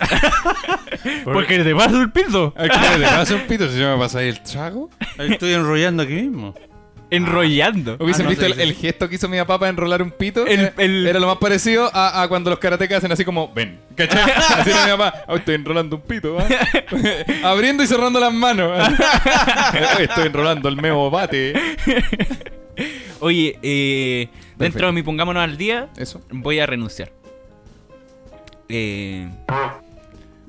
Porque te vas el pito. Ah. ¿A qué le pasa un pito si yo me pasa ahí el trago? Estoy enrollando aquí mismo. Enrollando. ¿Hubiesen Ah, no, visto sí, el, sí. el gesto que hizo mi papá para enrolar un pito? El- Era- el- Era lo más parecido a, a cuando los karatecas hacen así como, ven, ¿cachai? Así era mi papá, "Ah, estoy enrolando un pito, ¿ah? ¿va?" Abriendo y cerrando las manos. Eh, estoy enrolando el memo bate. Oye, eh, dentro Perfecto. de mi pongámonos al día, Eso. voy a renunciar. Eh,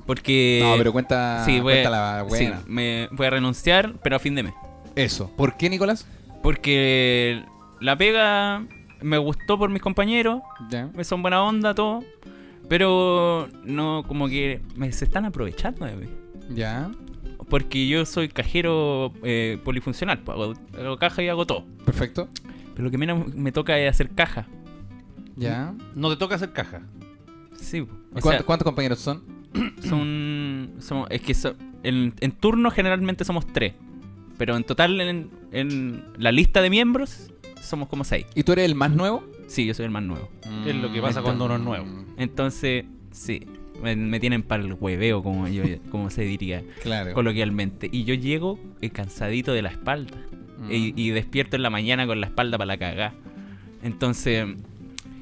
porque... No, pero cuenta, Eh, Sí, voy, cuenta la buena. sí, me voy a renunciar, pero a fin de mes. Eso. ¿Por qué, Nicolás? Porque la pega me gustó por mis compañeros, Ya. me son buena onda, todo. Pero no, como que me se están aprovechando de mí. Ya. Porque yo soy cajero eh, polifuncional, pues, hago, hago caja y hago todo. Perfecto. Pero lo que menos me toca es hacer caja. Ya. No te toca hacer caja. Sí, po. ¿Y o cuánto- sea, ¿Cuántos compañeros son? son, somos- es que so- en, en turno generalmente somos tres. Pero en total, en, en la lista de miembros, somos como seis. ¿Y tú eres el más nuevo? Sí, yo soy el más nuevo. Es lo que pasa cuando uno es nuevo. Entonces, sí, me, me tienen para el hueveo, como, yo, como se diría Claro. coloquialmente. Y yo llego eh, cansadito de la espalda. Mm. Y, y despierto en la mañana con la espalda para la cagá. Entonces,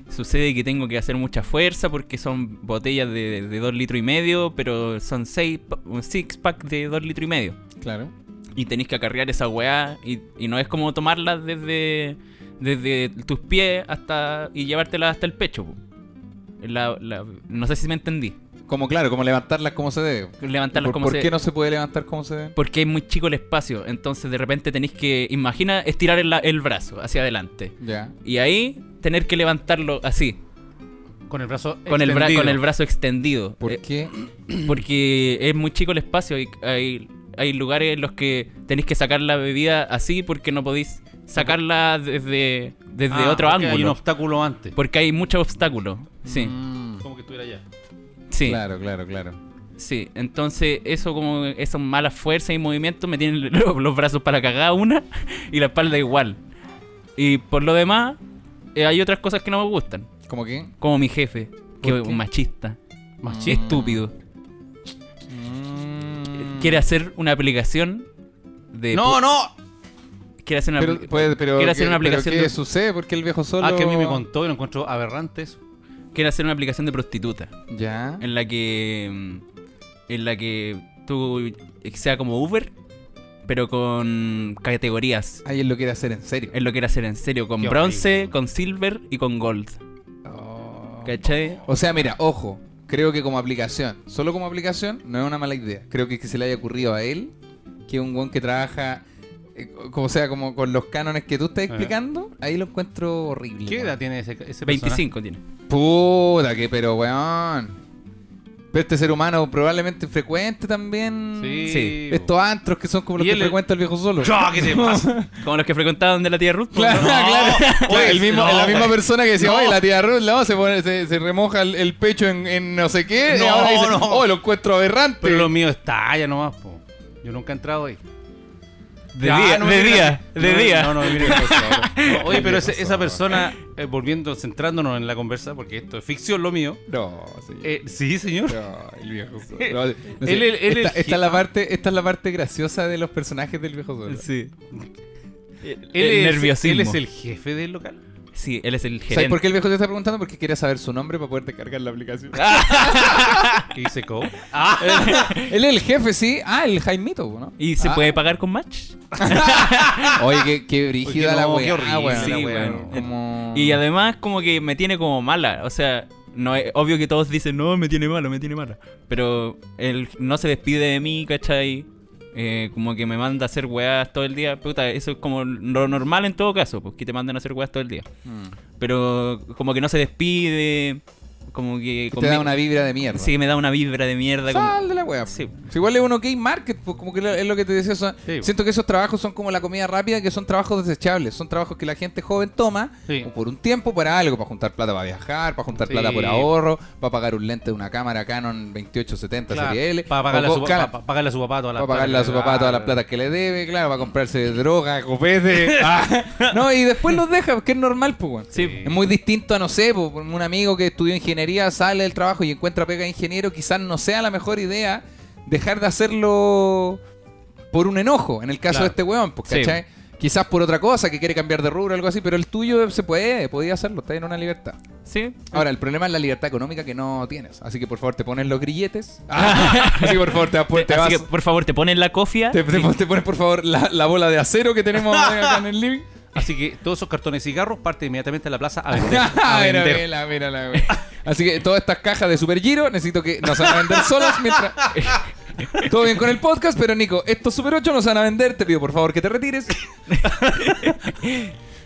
sucede que tengo que hacer mucha fuerza porque son botellas de, de dos litros y medio, pero son seis, pa- un six pack de dos litros y medio. Claro. Y tenéis que acarrear esa weá. Y, y no es como tomarlas desde, desde tus pies hasta y llevártelas hasta el pecho. po. La- la- no sé si me entendí. Como claro, como levantarlas como se debe. Levantarlas ¿Por, como por se- qué no se puede levantar como se debe? Porque es muy chico el espacio. Entonces de repente tenéis que. Imagina estirar el, la- el brazo hacia adelante. Ya. Y ahí tener que levantarlo así. Con el brazo Con el, bra- extendido. con el brazo extendido. ¿Por Eh, qué? porque es muy chico el espacio. Y hay, hay lugares en los que tenéis que sacar la bebida así porque no podéis sacarla desde, desde Ah, otro porque ángulo. Hay un obstáculo antes. Porque hay muchos obstáculos. Sí. Mm. Como que estuviera allá. Sí, Claro, claro, claro. sí. Entonces, eso como esas malas fuerzas y movimientos me tienen lo- los brazos para cagar una y la espalda igual. Y por lo demás, eh, hay otras cosas que no me gustan. ¿Cómo que? Como mi jefe, que ¿Por es qué? machista, Machista. Mm. estúpido. Mm. Quiere hacer una aplicación de. No, no. Quiere hacer una Pero, apli- pues, pero, quiere hacer ¿qué- una pero aplicación ¿Qué de- sucede? ¿Por qué el viejo solo...? Ah, que a mí me contó y lo encuentro aberrante eso. quiere hacer una aplicación de prostituta. Ya. En la que. mm, En la que tú eh, sea como Uber, pero con categorías. Ahí él lo quiere hacer en serio. Es lo que era hacer en serio, con Qué bronce, horrible. con silver y con gold. Oh. ¿Cachai? O sea, mira, ojo. Creo que como aplicación, solo como aplicación, no es una mala idea. Creo que, que se le haya ocurrido a él, que es un buen que trabaja, eh, co- o sea, como con los cánones que tú estás explicando, ahí lo encuentro horrible. Eh. ¿Qué weón. edad tiene ese, ese 25 tiene. Puta, que pero, weón. Pero este ser humano probablemente frecuente también. Sí, Sí. po. Estos antros que son como los Y que él- frecuenta el viejo solo. personaje? ¡Ah, ¿Qué te pasa? Como los que frecuentaban de la tía Ruth. Claro, ¿no? claro. oye, el mismo, Pues, no, la misma oye. persona que decía, No. oye, la tía Ruth, no, se, pone, se, se remoja el, el pecho en, en no sé qué. y No, ahora dice, no. oh, lo encuentro aberrante. Pero lo mío está allá nomás, po. Yo nunca he entrado ahí. De Ah, día, no me de viene- día, no de me- día. No, no, me viene el peso ahora. No, Oye, pero ese- esa persona, eh, volviendo, centrándonos en la conversa, porque esto es ficción lo mío. No, sí. Eh, sí, señor. No, el viejo solo. No, no sé. Él- él- él- esta, el- esta es la parte, esta es la parte graciosa de los personajes del viejo solo. Sí. El, Él es, nerviosismo. Él es el jefe del local. Sí, él es el gerente. ¿Sabes por qué el viejo te está preguntando? Porque quería saber su nombre para poderte cargar la aplicación. Ah. Y dice, ¿cómo? Él es el jefe, sí. Ah, el Jaimito, ¿no? ¿Y se Ah. puede pagar con match? Oye, qué, qué brígida Oye, la no, weá, qué horrible weón. Ah, la Sí, weá, weón, no. como- Y además como que me tiene como mala. O sea, no es obvio que todos dicen, no, me tiene mala, me tiene mala. Pero él no se despide de mí, ¿cachai? Eh, como que me manda a hacer weas todo el día. Puta, eso es como lo normal en todo caso, pues que te manden a hacer weas todo el día. Mm. Pero como que no se despide, como que... Te da conmigo- una vibra de mierda. Sí, me da una vibra de mierda. como- Sal de la wea. Sí. Si Igual es uno gay market, pues como que lo- es lo que te decía. son- Sí. Siento que esos trabajos son como la comida rápida, que son trabajos desechables. Son trabajos que la gente joven toma Sí. o por un tiempo para algo, para juntar plata para viajar, para juntar Sí. plata por ahorro, para pagar un lente de una cámara Canon 2870 Claro, serie L, Para pagarle a o su, co- claro, pa- pa- pagarle a su papá toda la para pagarle a su papá todas las plata que le debe, claro, para comprarse droga, copete. Ah, no, y después los deja, porque es normal, pues, weón. Sí. Es muy distinto a, no sé, po, un amigo que estudió ingeniería sale del trabajo y encuentra pega de ingeniero, quizás no sea la mejor idea dejar de hacerlo por un enojo, en el caso Claro. de este weón, pues, Sí. ¿cachai? Quizás por otra cosa, que quiere cambiar de rubro o algo así, pero el tuyo eh, se puede, podía hacerlo, está en una libertad. Sí. Ahora, el problema es la libertad económica que no tienes. Así que por favor te pones los grilletes. así que por favor te, te vas. Así que por favor, te ponen la cofia. Te, te- te pones por favor la, la bola de acero que tenemos acá en el living. Así que todos esos cartones de cigarros parte inmediatamente a la plaza a vender. a Ah, mira, vender. mira, mira, la wea. Así que todas estas cajas de Super Giro necesito que nos van a vender solas mientras. Todo bien con el podcast, pero Nico, estos Super 8 nos van a vender. Te pido por favor que te retires.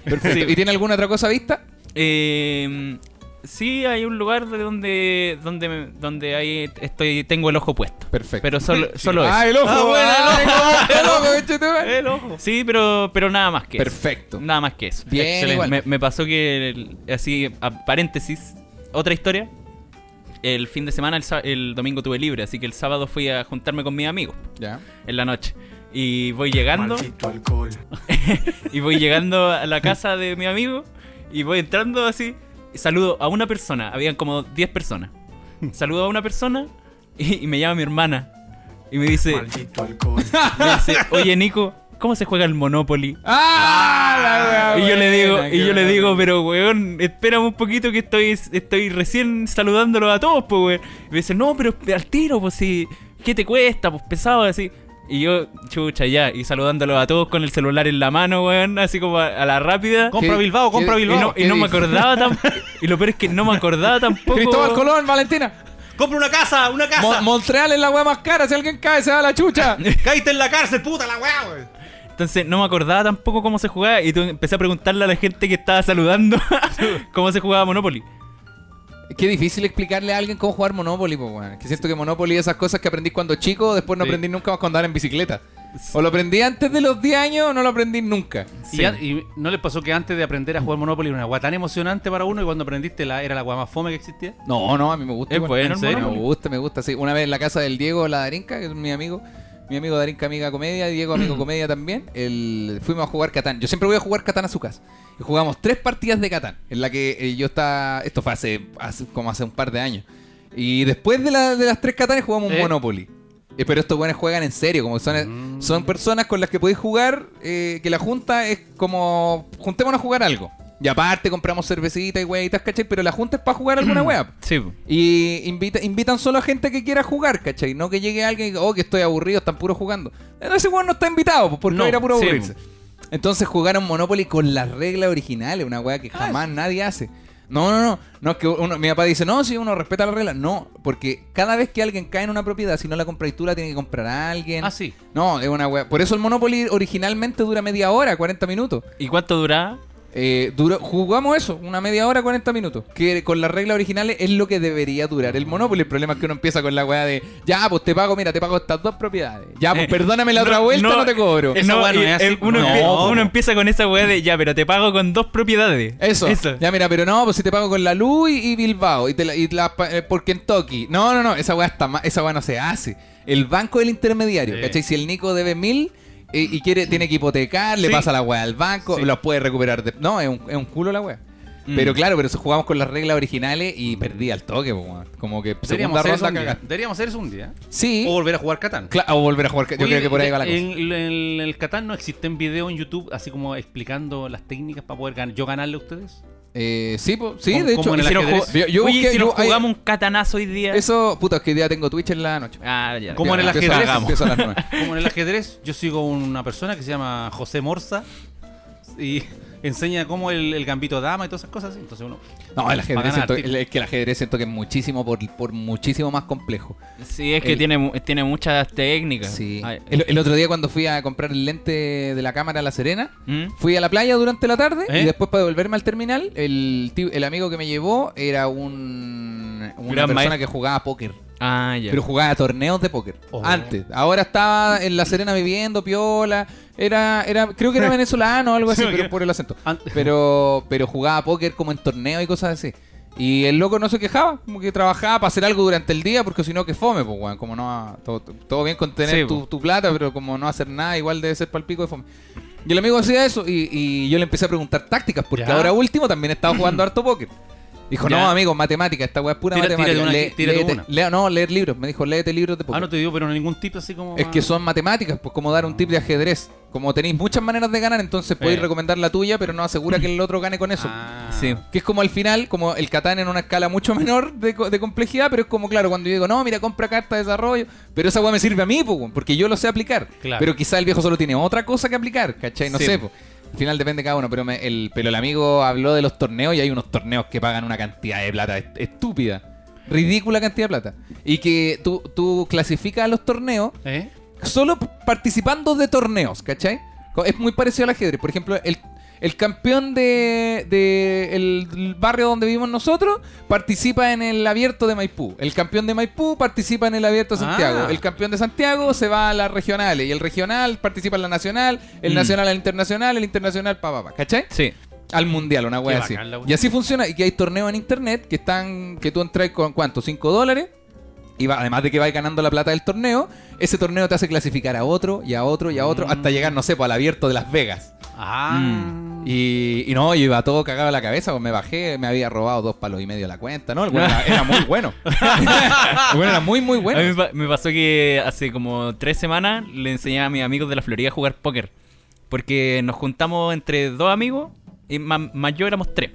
Perfecto. ¿Y tiene alguna otra cosa a vista? Eh, sí, hay un lugar de donde donde me- donde ahí estoy tengo el ojo puesto. Perfecto. Pero solo solo ah, eso. el ojo. Ah, bueno, el ah, el ojo, coche tu madre. El ojo. Sí, pero pero nada más que Perfecto. eso. Nada más que eso. Bien, Excelente. igual. Me, me pasó que el- así a paréntesis otra historia. El fin de semana el, sa- el domingo tuve libre, así que el sábado fui a juntarme con mis amigos Ya. en la noche. Y voy llegando Maldito alcohol. y voy llegando a la casa de mi amigo y voy entrando así. y Saludo a una persona, habían como 10 personas. Saludo a una persona y, y me llama mi hermana y me dice, Maldito alcohol. me dice, oye Nico, ¿cómo se juega el Monopoly? Ah, la wea Y yo le digo, buena, y qué yo le buena. digo, pero weón, espérame un poquito que estoy, estoy recién saludándolo a todos, pues weón. Y me dice, no, pero al tiro, pues si, ¿qué te cuesta? Pues pesado, así. Y yo, chucha, ya, y saludándolo a todos con el celular en la mano, weón, así como a, a la rápida. Compra ¿Qué- Bilbao, qué- compra qué Y Bilbao. no, y ¿Qué no me dijo? acordaba tampoco. Y lo peor es que no me acordaba tampoco. Cristóbal Colón, Valentina. Compra una casa, una Mo- casa. Montreal es la weá más cara. Si alguien cae, se va a la chucha. Caíste en la cárcel, puta la weá, wey. Entonces no me acordaba tampoco cómo se jugaba. Y tu- empecé a preguntarle a la gente que estaba saludando cómo se jugaba Monopoly. Qué difícil explicarle a alguien cómo jugar Monopoly, po, weón. Que siento que Monopoly es esas cosas que aprendís cuando chico, después no Sí. aprendís nunca más cuando andar en bicicleta. O lo aprendí antes de los 10 años o no lo aprendí nunca. Y, a- y no les pasó que antes de aprender a jugar Monopoly era una agua tan emocionante para uno y cuando aprendiste la, era la agua más fome que existía? No, no, a mí me gusta. Es igual. bueno, ¿En serio? Me gusta, me gusta. Sí, una vez en la casa del Diego la Darinka, que es mi amigo, mi amigo Darinka, amiga comedia, Diego, amigo comedia también, el, fuimos a jugar Catán. Yo siempre voy a jugar Catán a su casa. Y jugamos tres partidas de Catán, en la que eh, yo estaba. Esto fue hace, hace- como hace un par de años. Y después de, la- de las tres Catanes jugamos un Eh. Monopoly. Eh, Pero estos buenos juegan en serio, como son, eh, son personas con las que podéis jugar, eh, que la junta es como, juntémonos a jugar algo. Y aparte compramos cervecita y huevitas, ¿cachai? Pero la junta es para jugar alguna wea. Sí, po. Y invita- invitan solo a gente que quiera jugar, ¿cachai? No que llegue alguien y diga, oh, que estoy aburrido, están puro jugando. No, ese weón no está invitado, pues, porque No, era puro sí, aburrirse. Entonces jugaron Monopoly con las reglas originales, una weá que jamás nadie hace. No, no, no. No es que uno, mi papá dice, no, si uno respeta las reglas. No, porque cada vez que alguien cae en una propiedad, si no la compras tú, la tiene que comprar a alguien. Ah, sí. No, es una weá. Por eso el Monopoly originalmente dura media hora, 40 minutos. ¿Y cuánto duraba? Eh, duró- jugamos eso, una media hora, 40 minutos. Que con las reglas originales es lo que debería durar el Monopoly. El problema es que uno empieza con la weá de, ya, pues te pago, mira, te pago estas dos propiedades. Ya, pues Eh, perdóname la otra vuelta, no, te cobro. Esa no, weá no y- es así, eh, Uno, no, empie- po. uno empieza con esa weá de ya, pero te pago con dos propiedades. Eso. Ya, mira, pero no, pues si te pago con la luz y, y Bilbao, y, te la, y la pa- eh, por Kentucky. No, no, no, esa weá, está ma- esa weá no se hace. El banco del intermediario, Sí. ¿cachai? Si el Nico debe mil eh, y quiere, tiene que hipotecar, le Sí. pasa la weá al banco, Sí. Mm. los puede recuperar. de- no, es un, es un culo la weá. Pero claro, pero eso jugamos con las reglas originales y perdí al toque, po, weón. como que segunda Deberíamos hacer, eso ronda un día. cagaste. Deberíamos hacer eso un día. Sí, O volver a jugar Catán. cla- o volver a jugar. Yo Oye, creo que por ahí de- va la cosa. En, en el Catán no existen videos en YouTube así como explicando las técnicas para poder gan- yo ganarle a ustedes. Eh, sí, po, sí, Como- de como hecho. en el si nos ajedrez. ju- yo- yo Oye, busqué- si nos yo- ay, jugamos un catanazo hoy día. Eso, puta, es que ya tengo Twitch en la noche. Ah, ya. Como en el Ya, empiezo- ajedrez. empiezo a las nueve. Como en el ajedrez, yo sigo una persona que se llama José Morza y enseña cómo el, el gambito dama y todas esas cosas. Entonces uno. No, el va a ajedrez ganar, siento, tipo. es que el ajedrez siento que es muchísimo por, por muchísimo más complejo. Sí, es que El- tiene, mu- tiene muchas técnicas. Sí. Ay, El, el otro día cuando fui a comprar el lente de la cámara a La Serena, ¿Mm? fui a la playa durante la tarde ¿Eh? y después para devolverme al terminal, el, ti- el amigo que me llevó era un una Gran persona maest- que jugaba póker. Ah, ya. Pero jugaba a torneos de póker. Oh. Antes. Ahora estaba en La Serena viviendo, piola. Era, era, creo que era venezolano o algo así, Sí, pero porque- por el acento. Antes- Pero, pero jugaba póker como en torneos y cosas así. Y el loco no se quejaba, como que trabajaba para hacer algo durante el día, porque si no, que fome, pues, weón. Como no. Todo, todo bien con tener Sí, tu, pues. po. tu plata, pero como no hacer nada, igual debe ser pal pico de fome. Y el amigo hacía eso, y, y yo le empecé a preguntar tácticas, porque Ya. ahora último también estaba jugando harto póker. Dijo, Ya. no, amigo, matemática, esta weá es pura Tira- matemática. tírate una Lee- aquí, tírate léete- una. lea- no, leer libros. Me dijo, léete libros de póker. Ah, no te digo, pero ningún tip así como. Es que son matemáticas, pues como dar un tip de ajedrez. Como tenéis muchas maneras de ganar, entonces podéis Eh. recomendar la tuya, pero no asegura que el otro gane con eso. Ah. Sí. Que es como al final, como el Catán en una escala mucho menor de, co- de complejidad, pero es como, claro, cuando yo digo, no, mira, compra carta de desarrollo, pero esa weá me sirve a mí, po, weón, porque yo lo sé aplicar. Claro. Pero quizá el viejo solo tiene otra cosa que aplicar, ¿cachai? No Sí. sé, po. Al final depende de cada uno, pero, me- el, pero el amigo habló de los torneos y hay unos torneos que pagan una cantidad de plata est- estúpida, ridícula cantidad de plata. Y que tú, tú clasificas a los torneos ¿Eh? solo p- participando de torneos, ¿cachai? Co- Es muy parecido al ajedrez. Por ejemplo, el, el campeón de, de el, del barrio donde vivimos nosotros participa en el abierto de Maipú. El campeón de Maipú participa en el abierto de Santiago. Ah. El campeón de Santiago se va a las regionales. Y el regional participa en la nacional, el Mm. nacional al internacional, el internacional pa, pa, pa, ¿cachai? Sí. Al mundial, una wea Qué así. bacán la wea. Y así funciona. Y que hay torneos en internet que están. que tú entras con cuánto, 5 dólares. Y va- además de que vais ganando la plata del torneo, ese torneo te hace clasificar a otro y a otro y a otro hasta llegar, no sé, pues, al abierto de Las Vegas. Ah. Mm. Y, y no, yo iba todo cagado a la cabeza, pues me bajé, me había robado dos palos y medio de la cuenta, ¿no? El güey era, era muy bueno. El güey era muy, muy A mí bueno. me pa- me pasó que hace como tres semanas le enseñé a mis amigos de la Florida a jugar póker. Porque nos juntamos entre dos amigos y ma- más, yo éramos tres.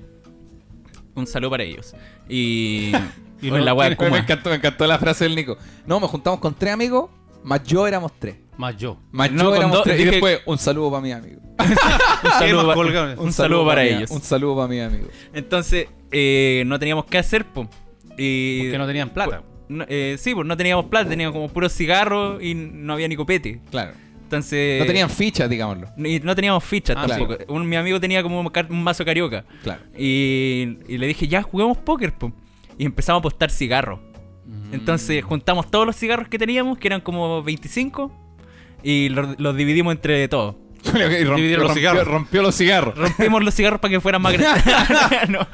Un saludo para ellos. Y. Y Con no- la wea del me Kuma. encantó, me encantó la frase del Nico. No, me juntamos con tres amigos, más yo éramos tres. Más yo. Más No, yo con éramos dos- tres. Y dije- después, un saludo para mi amigo. Un saludo, más pa- colgado. un saludo para mi- ellos. Un saludo para mi amigo. Entonces, eh, no teníamos qué hacer, po. Y- Porque no tenían plata. No, eh, sí, pues no teníamos plata, teníamos como puros cigarros y no había ni copete. Claro. Entonces. No tenían fichas, digámoslo. Y no teníamos fichas Ah, tampoco. Un, mi amigo tenía como un car- un vaso carioca. Claro. Y, y le dije, ya juguemos póker, po. Y empezamos a apostar cigarros. Entonces juntamos todos los cigarros que teníamos, que eran como 25. y lo- los dividimos entre todos. y rompió, Dividieron los rompió- cigarros. rompió los cigarros. Rompimos los cigarros para que fueran más grandes. No.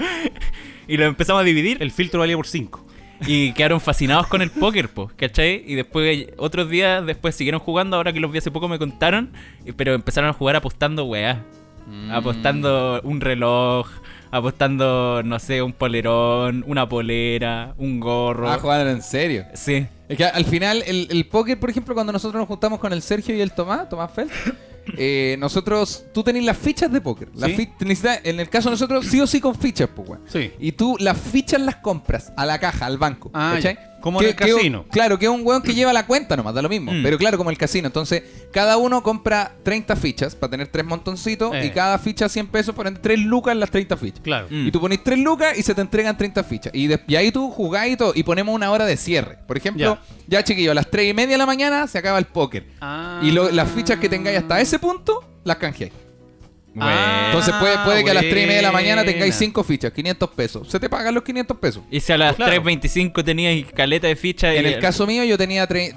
Y los empezamos a dividir. El filtro valía por 5. Y quedaron fascinados con el póker, po, ¿cachai? Y después, otros días después siguieron jugando, ahora que los vi hace poco me contaron, y- pero empezaron a jugar apostando weá. Mm. Apostando un reloj, apostando, no sé, un polerón, una polera, un gorro. Ah, jugaron en serio. sí. Es que al final, el, el póker, por ejemplo, cuando nosotros nos juntamos con el Sergio y el Tomás, Tomás Feld, eh, nosotros, tú tenés las fichas de póker. Las Sí. fi- te necesitas- en el caso de nosotros, sí o sí con fichas, pues, weón. Sí. Y tú las fichas las compras a la caja, al banco. Ah, ¿cachai? ya. Como en el casino. claro, que es un weón que lleva la cuenta nomás, da lo mismo. Mm. Pero claro, como el casino. Entonces, cada uno compra 30 fichas para tener tres montoncitos Eh. y cada ficha 100 pesos, ponen 3 lucas en las 30 fichas. Claro. Mm. Y tú pones 3 lucas y se te entregan 30 fichas. Y, de- y ahí tú jugás y todo. Y ponemos una hora de cierre. Por ejemplo, ya, chiquillo, a las 3 y media de la mañana se acaba el póker. Ah. Y lo- las fichas que tengáis hasta ese punto, las canjeáis. Ah, Entonces puede, puede que a las 3 y media de la mañana tengáis buena. 5 fichas, 500 pesos. Se te pagan los 500 pesos. Y si a las Claro. 3.25 tenías caleta de ficha y En el caso mío yo tenía tre-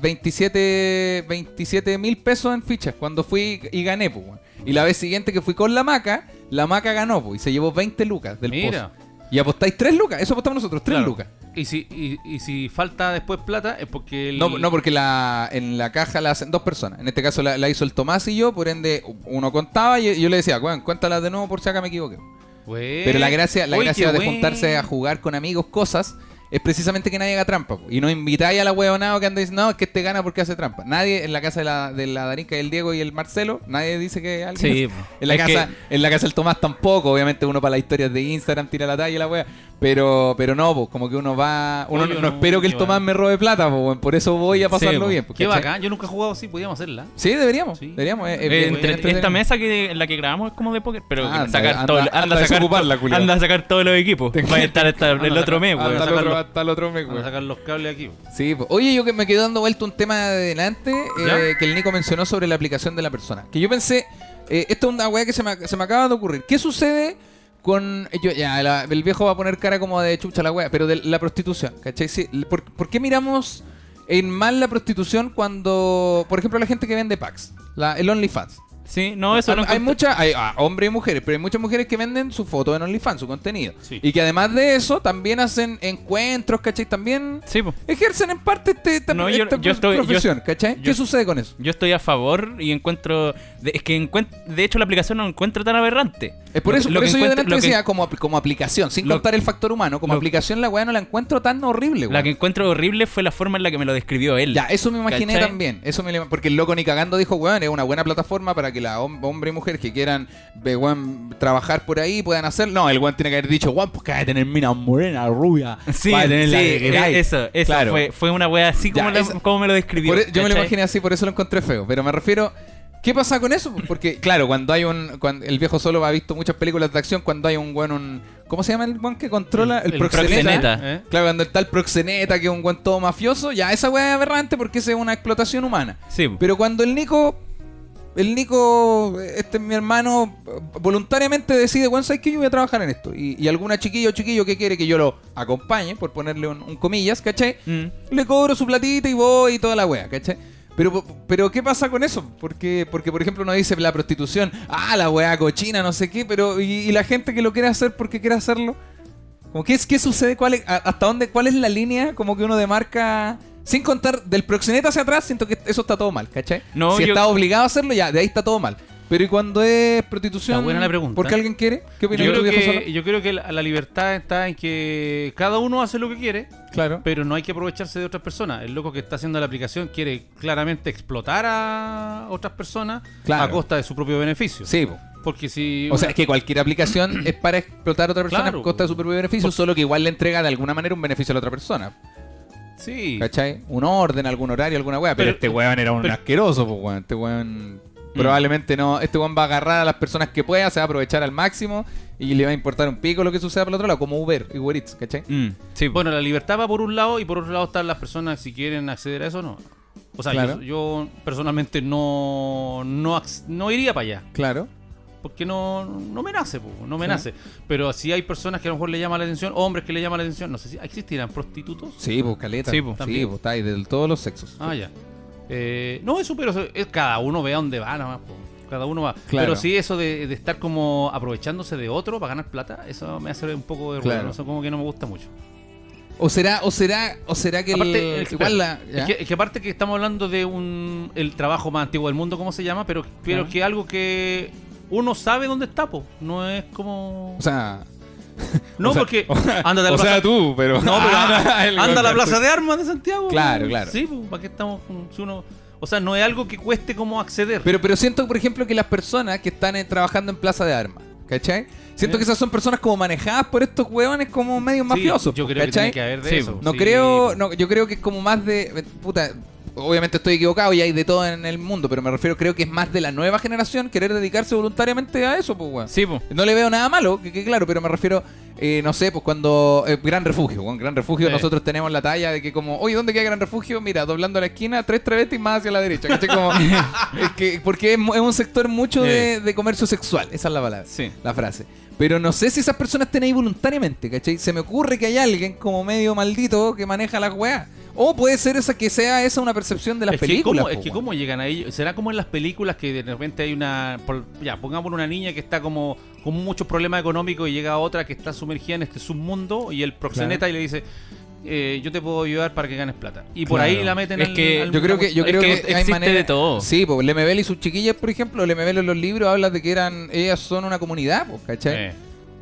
27 27 mil pesos en fichas cuando fui y gané. po, weón. y la vez siguiente que fui con la maca, la maca ganó po, y se llevó 20 lucas del Mira. pozo. Y apostáis 3 lucas, eso apostamos nosotros, 3 Claro. lucas. Y si, y, y si falta después plata es porque el- No, no, porque la, en la caja la hacen dos personas. En este caso la, la hizo el Tomás y yo, por ende uno contaba y yo le decía, bueno, cuéntala de nuevo por si acá me equivoqué. Güey. Pero la gracia, la Uy, gracia Eh, qué de juntarse buen. a jugar con amigos cosas es precisamente que nadie haga trampa. po. Y no invitáis a la huevonada que andáis, no, es que este gana porque hace trampa. Nadie en la casa de la, de la Darinka, el Diego y el Marcelo, nadie dice que alguien. Sí, hace- po. en, la Es casa, en la casa del Tomás tampoco, obviamente uno para las historias de Instagram tira la talla y la wea. Pero, pero no, po, como que uno va. Uno, Oye, no, no, espero que el qué Tomás bacán. me robe plata, po, weón, por eso voy a pasarlo po. bien. po, Qué ¿cachai? bacán, yo nunca he jugado así, podíamos hacerla. Sí, deberíamos. Sí. Deberíamos. es- es Eh, bien- entre- bien entretenido. esta mesa que en la que grabamos es como de póker, pero Ah, anda, sacar anda, todo, anda, anda a sacar desocuparla, to- culiao. anda a sacar todos los equipos. Va a estar hasta el otro mes, Ah, weón. Hasta el otro, eh, sacarlo. hasta el otro mes, Vamos a weón. sacar los cables aquí. Sí, po. oye, yo que me quedo dando vuelta un tema de delante eh, que el Nico mencionó sobre la aplicación de la persona. Que yo pensé, eh, esto es una weá que se me, se me acaba de ocurrir. ¿Qué sucede con. eh, yo- ya, la- el viejo va a poner cara como de chucha la weá, pero de la prostitución, ¿cachai? Sí, ¿por, por qué miramos en mal la prostitución cuando. Por ejemplo, la gente que vende packs, la, el OnlyFans. Sí, no, eso hay, no hay muchas, hay ah, hombres y mujeres, pero hay muchas mujeres que venden su foto en OnlyFans, su contenido. Sí. Y que además de eso, también hacen encuentros, ¿cachai? También Sí, po. ejercen en parte este, esta, No, yo- esta yo estoy- profesión, yo- ¿cachai? yo- ¿Qué sucede con eso? Yo estoy a favor y encuentro. de- es que encuent- de hecho la aplicación no la encuentro tan aberrante. Es por Lo- eso, lo por que eso yo encuentro- delante lo que- decía como, apl- como aplicación, sin lo- contar el factor humano, como lo- aplicación la weá no la encuentro tan horrible, La weón. que encuentro horrible fue la forma en la que me lo describió él. Ya, eso me imaginé ¿Cachai? también. Eso me, lo- porque el loco ni cagando dijo, weón, es una buena plataforma para que la hom- hombre y mujer que quieran ve, weón, trabajar por ahí puedan hacer. No, el weón tiene que haber dicho, weón, pues que ha de tener mina morena, rubia. Sí, va a tener la sí, de Grey". eh, eso, eso Claro. fue, fue una wea así Ya, como, la- esa- como me lo describió. Por e- yo me lo ¿cachai? imaginé así, por eso lo encontré feo. Pero me refiero, ¿qué pasa con eso? Pues, Porque, claro, cuando hay un. Cuando el viejo solo ha visto muchas películas de acción, cuando hay un buen. Un, ¿Cómo se llama el buen que controla? El, el proxeneta. proxeneta. ¿Eh? Claro, cuando está el proxeneta, que es un buen todo mafioso, ya esa weá es aberrante porque esa es una explotación humana. Sí, pues. po. Pero cuando el Nico. El Nico, este mi hermano, voluntariamente decide, bueno, ¿sabes qué? Yo voy a trabajar en esto. Y, y alguna chiquilla o chiquillo que quiere que yo lo acompañe, por ponerle un, un comillas, ¿cachai? Mm. le cobro su platita y voy y toda la wea, ¿cachai? Pero, pero ¿qué pasa con eso? Porque, porque, por ejemplo, uno dice la prostitución, ah, la wea cochina, no sé qué, pero y, y la gente que lo quiere hacer porque quiere hacerlo, como que es, ¿qué sucede? ¿Cuál es- a- ¿Hasta dónde? ¿Cuál es la línea como que uno demarca? Sin contar del proxeneta hacia atrás, siento que eso está todo mal, ¿cachai? No, si yo- está obligado a hacerlo, ya, de ahí está todo mal. Pero ¿y cuando es prostitución? Está buena la pregunta. ¿Porque alguien quiere? ¿Qué Yo opinas creo, tú, viejo que, Solo? yo creo que la, la libertad está en que cada uno hace lo que quiere, Claro. pero no hay que aprovecharse de otras personas. El loco que está haciendo la aplicación quiere claramente explotar a otras personas Claro. a costa de su propio beneficio. Sí, po. Porque si... O sea, es que cualquier aplicación es para explotar a otra persona Claro, a costa de su propio beneficio, solo que igual le entrega de alguna manera un beneficio a la otra persona. sí. ¿Cachai? Un orden, algún horario, alguna weá. Pero, Pero- este weón era un pero- asqueroso, pues weón. Este weón. Probablemente no. Este weón va a agarrar a las personas que pueda, se va a aprovechar al máximo y le va a importar un pico lo que suceda por el otro lado, como Uber y Uber Eats, ¿cachai? Mm, sí, po. Bueno, la libertad va por un lado y por otro lado están las personas si quieren acceder a eso o no. O sea, Claro. yo, yo personalmente no, no, ac- no iría para allá. Claro. Porque no, no me nace, po, no me nace. Pero si hay personas que a lo mejor le llama la atención, hombres que le llama la atención, no sé si existirán prostitutos. Sí, pues caleta. Sí, po. Sí, pues está ahí de todos los sexos. Ah, ya. Eh, no, eso, pero eso- es, cada uno ve a dónde va, nada más. po. Cada uno va. Claro. Pero sí, eso de, de estar como aprovechándose de otro para ganar plata, eso me hace un poco de ruido. Claro. ¿no? Eso como que no me gusta mucho. O será, o será, o será que el- Aparte, es que- igual la. es ya. que, es que aparte que estamos hablando de un el trabajo más antiguo del mundo, ¿cómo se llama? Pero, pero Claro. que algo que uno sabe dónde está, po. No es como... O sea. no, o sea- porque... ándate a la O sea, plaza- tú, pero. No, pero Ah, el- anda a la Plaza de Armas de Santiago. Claro, po. claro. Sí, po, ¿para qué estamos? con- si uno- o sea, no es algo que cueste como acceder. Pero, pero siento, por ejemplo, que las personas que están eh, trabajando en Plaza de Armas, ¿cachai? Siento Sí. que esas son personas como manejadas por estos hueones como medio Eh. Sí, mafiosos. yo po, creo que ¿cachai? tiene que haber de Sí, eso, po. No sí, creo, po. no, yo creo que es como más de. eh, Puta, obviamente estoy equivocado y hay de todo en el mundo, pero me refiero, creo que es más de la nueva generación querer dedicarse voluntariamente a eso, pues, weón. Sí, po. No le veo nada malo, que, que claro, pero me refiero, eh, no sé, pues cuando. eh, Gran Refugio, con Gran Refugio Sí. nosotros tenemos la talla de que, como, oye, ¿dónde queda Gran Refugio? Mira, doblando la esquina, tres trevetes y más hacia la derecha. ¿cachai? Como, es que, porque es, mu- es un sector mucho de, de comercio sexual, esa es la palabra, Sí. la frase. Pero no sé si esas personas estén ahí voluntariamente, ¿cachai? Se me ocurre que hay alguien como medio maldito que maneja las weas. O puede ser esa que sea esa una percepción de las es películas. Que cómo, po, es que weón. cómo llegan a ellos. ¿Será como en las películas que de repente hay una... por- ya, pongamos una niña que está como con muchos problemas económicos y llega a otra que está sumergida en este submundo y el proxeneta y le dice... eh, yo te puedo ayudar para que ganes plata. Y por ahí Claro. la meten Es al- que al- Yo creo que, yo Es creo que que, hay existe manera de todo. Sí, pues Lemebel y sus chiquillas, por ejemplo, Lemebel en los libros habla de que eran ellas son una comunidad, pues, ¿cachai? Eh,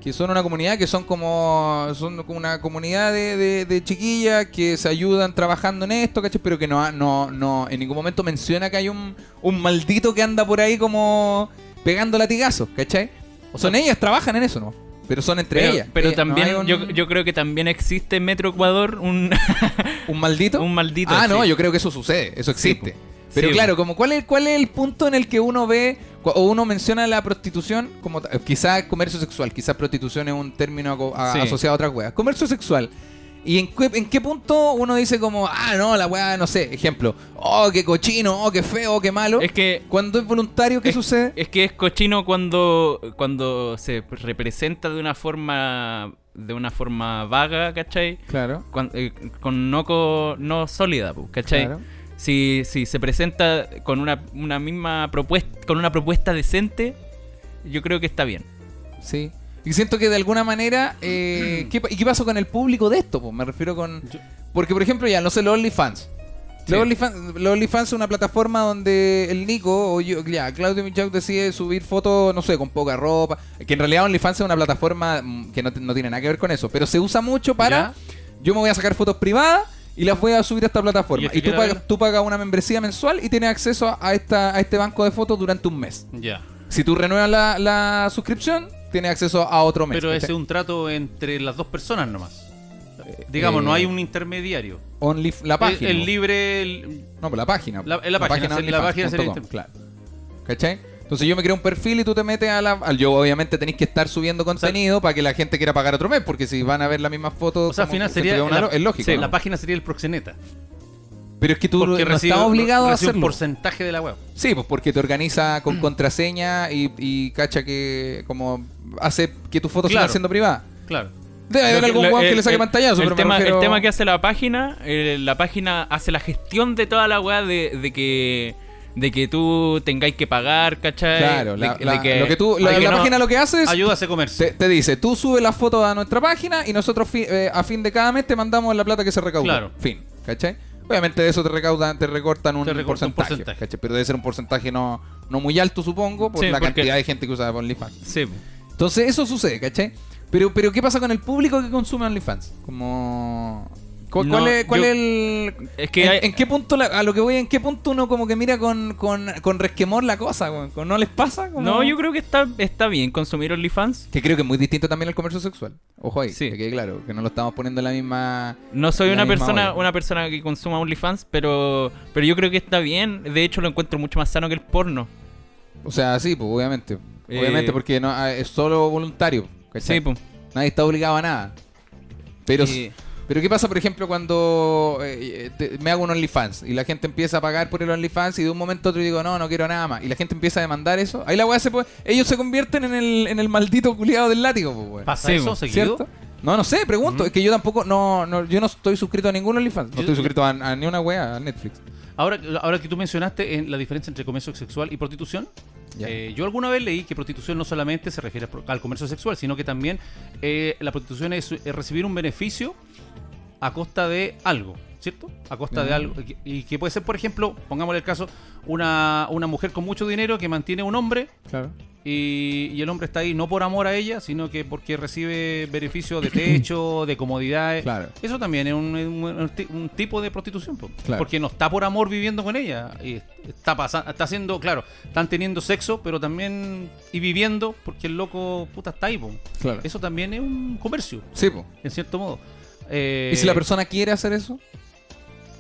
Que son una comunidad que son como son como una comunidad de, de- de chiquillas que se ayudan trabajando en esto, ¿cachai? Pero que no ha- no no en ningún momento menciona que hay un, un maldito que anda por ahí como pegando latigazos, ¿cachai? O son ellas trabajan en eso, ¿no? Pero son entre Pero, ellas. pero Ellas- no también, hay un- yo, yo creo que también existe en Metro Ecuador un, ¿Un maldito? un maldito. Ah, no, sí. yo creo que eso sucede, eso existe. po. Pero Sí, claro, como cuál es, cuál es el punto en el que uno ve cu- o uno menciona la prostitución como ta- quizá comercio sexual, quizá prostitución es un término aco- a- Sí. asociado a otras weas. Comercio sexual. ¿Y en qué, en qué punto uno dice como, ah, no, la wea, no sé, ejemplo, oh, qué cochino, oh, qué feo, qué malo? Es que Cuando es voluntario, ¿qué es- sucede? Es que es cochino cuando, cuando se representa de una forma de una forma vaga, ¿cachai? claro. Cuan- eh, Con, no, co- no sólida, pu, ¿cachai? Claro. Si, si se presenta con una, una misma propuesta, con una propuesta decente, yo creo que está bien. Sí. Y siento que de alguna manera. eh, ¿qué, pa- ¿Y qué pasó con el público de esto? po? Me refiero con. Porque, por ejemplo, ya, no sé, los OnlyFans. Los OnlyFans los OnlyFans es una plataforma donde el Nico o yo, ya, Claudio Michaud decide subir fotos, no sé, con poca ropa. Que en realidad OnlyFans es una plataforma mm, que no, te- no tiene nada que ver con eso, pero se usa mucho para. Ya. Yo me voy a sacar fotos privadas y las voy a subir a esta ¿Y plataforma. el que Y, tú, quiera pagas, verla? tú pagas una membresía mensual y tienes acceso a- a, esta, a este banco de fotos durante un mes. Ya. Si tú renuevas la, la suscripción, tienes acceso a otro mes. Pero ese ¿cachai? es un trato entre las dos personas nomás. Digamos, eh, no hay un intermediario. Only- la página. El, el libre... el- no, pues la página. La- en la página, sí, la página sería OnlyFans.com, inter- Claro. ¿Cachai? Entonces yo me creo un perfil y tú te metes a la... al- yo obviamente tenés que estar subiendo contenido para que la gente quiera pagar otro mes, porque si van a ver las mismas fotos... o sea, al como final que se sería... te da una la- lo- es lógico. sí, ¿no? la página sería el proxeneta. Pero es que tú no Porque recibe- estás obligado a recibe hacerlo. un porcentaje de la web. Sí, pues porque te organiza con contraseña y, y cacha que como hace que tus fotos Claro. sigan siendo privadas. Claro. Debe haber Lo que- algún lo- weón que el- le saque el- pantallazo, el pero me tema, refiero- el tema que hace la página, eh, la página hace la gestión de toda la weá de, de que de que tú tengáis que pagar, ¿cachai? Claro, De- la, de la- lo que tú, de la, que la no- página lo que hace es Ayuda a ese comercio. Te, te dice, tú subes las fotos a nuestra página y nosotros fi- eh, a fin de cada mes te mandamos la plata que se recauda. Claro. Fin. ¿Cachai? Obviamente de eso te recaudan, te recortan un Te recorta un porcentaje. porcentaje. ¿cachai? Pero debe ser un porcentaje no, no muy alto, supongo, por Sí, la porque- cantidad de gente que usa OnlyFans. Sí, po. Entonces, eso sucede, ¿cachai? Pero, pero ¿qué pasa con el público que consume OnlyFans? Como. ¿Cuál, No, cuál es, cuál yo- es el.? es que en, hay- en qué punto, la- a lo que voy, en qué punto uno como que mira con, con, con resquemor la cosa? weón? ¿No les pasa? Como- No, yo creo que está, está bien consumir OnlyFans. que creo que es muy distinto también al comercio sexual. Ojo ahí, Sí. que quede claro, que no lo estamos poniendo en la misma... No soy en la una misma persona, olla. una persona que consuma OnlyFans, pero, pero yo creo que está bien. De hecho, lo encuentro mucho más sano que el porno. O sea, sí, pues obviamente. Eh. Obviamente porque no, ah, es solo voluntario. ¿cachai? Sí, pues. po. Nadie está obligado a nada. Pero, Eh. pero ¿qué pasa, por ejemplo, cuando eh, eh, te- me hago un OnlyFans y la gente empieza a pagar por el OnlyFans y de un momento a otro digo, no, no quiero nada más? Y la gente empieza a demandar eso. Ahí la weá se puede... Ellos se convierten en el, en el maldito culiado del látigo, pues, weón. ¿Pasa Sí, eso po. seguido? ¿Cierto? No, no sé, pregunto. Es que yo tampoco, no, no, yo no estoy suscrito a ningún OnlyFans. No Yo- estoy suscrito a, a ni una wea, a Netflix. Ahora, ahora que tú mencionaste en la diferencia entre comercio sexual y prostitución, Ya. eh, yo alguna vez leí que prostitución no solamente se refiere pro- al comercio sexual, sino que también eh, la prostitución es, es recibir un beneficio a costa de algo, ¿cierto? A costa de algo. Y que- Y que puede ser, por ejemplo, pongámosle el caso, una, una mujer con mucho dinero que mantiene a un hombre Claro. y, y el hombre está ahí no por amor a ella, sino que porque recibe beneficio de techo, de comodidades. Claro. Eso también es un, un- un ti- un tipo de prostitución, po. Claro. porque no está por amor viviendo con ella. Y está pasando, está haciendo, claro, están teniendo sexo, pero también y viviendo porque el loco puta está ahí. po. Claro. Eso también es un comercio, Sí, po. en cierto modo. Eh, ¿Y si la persona quiere hacer eso?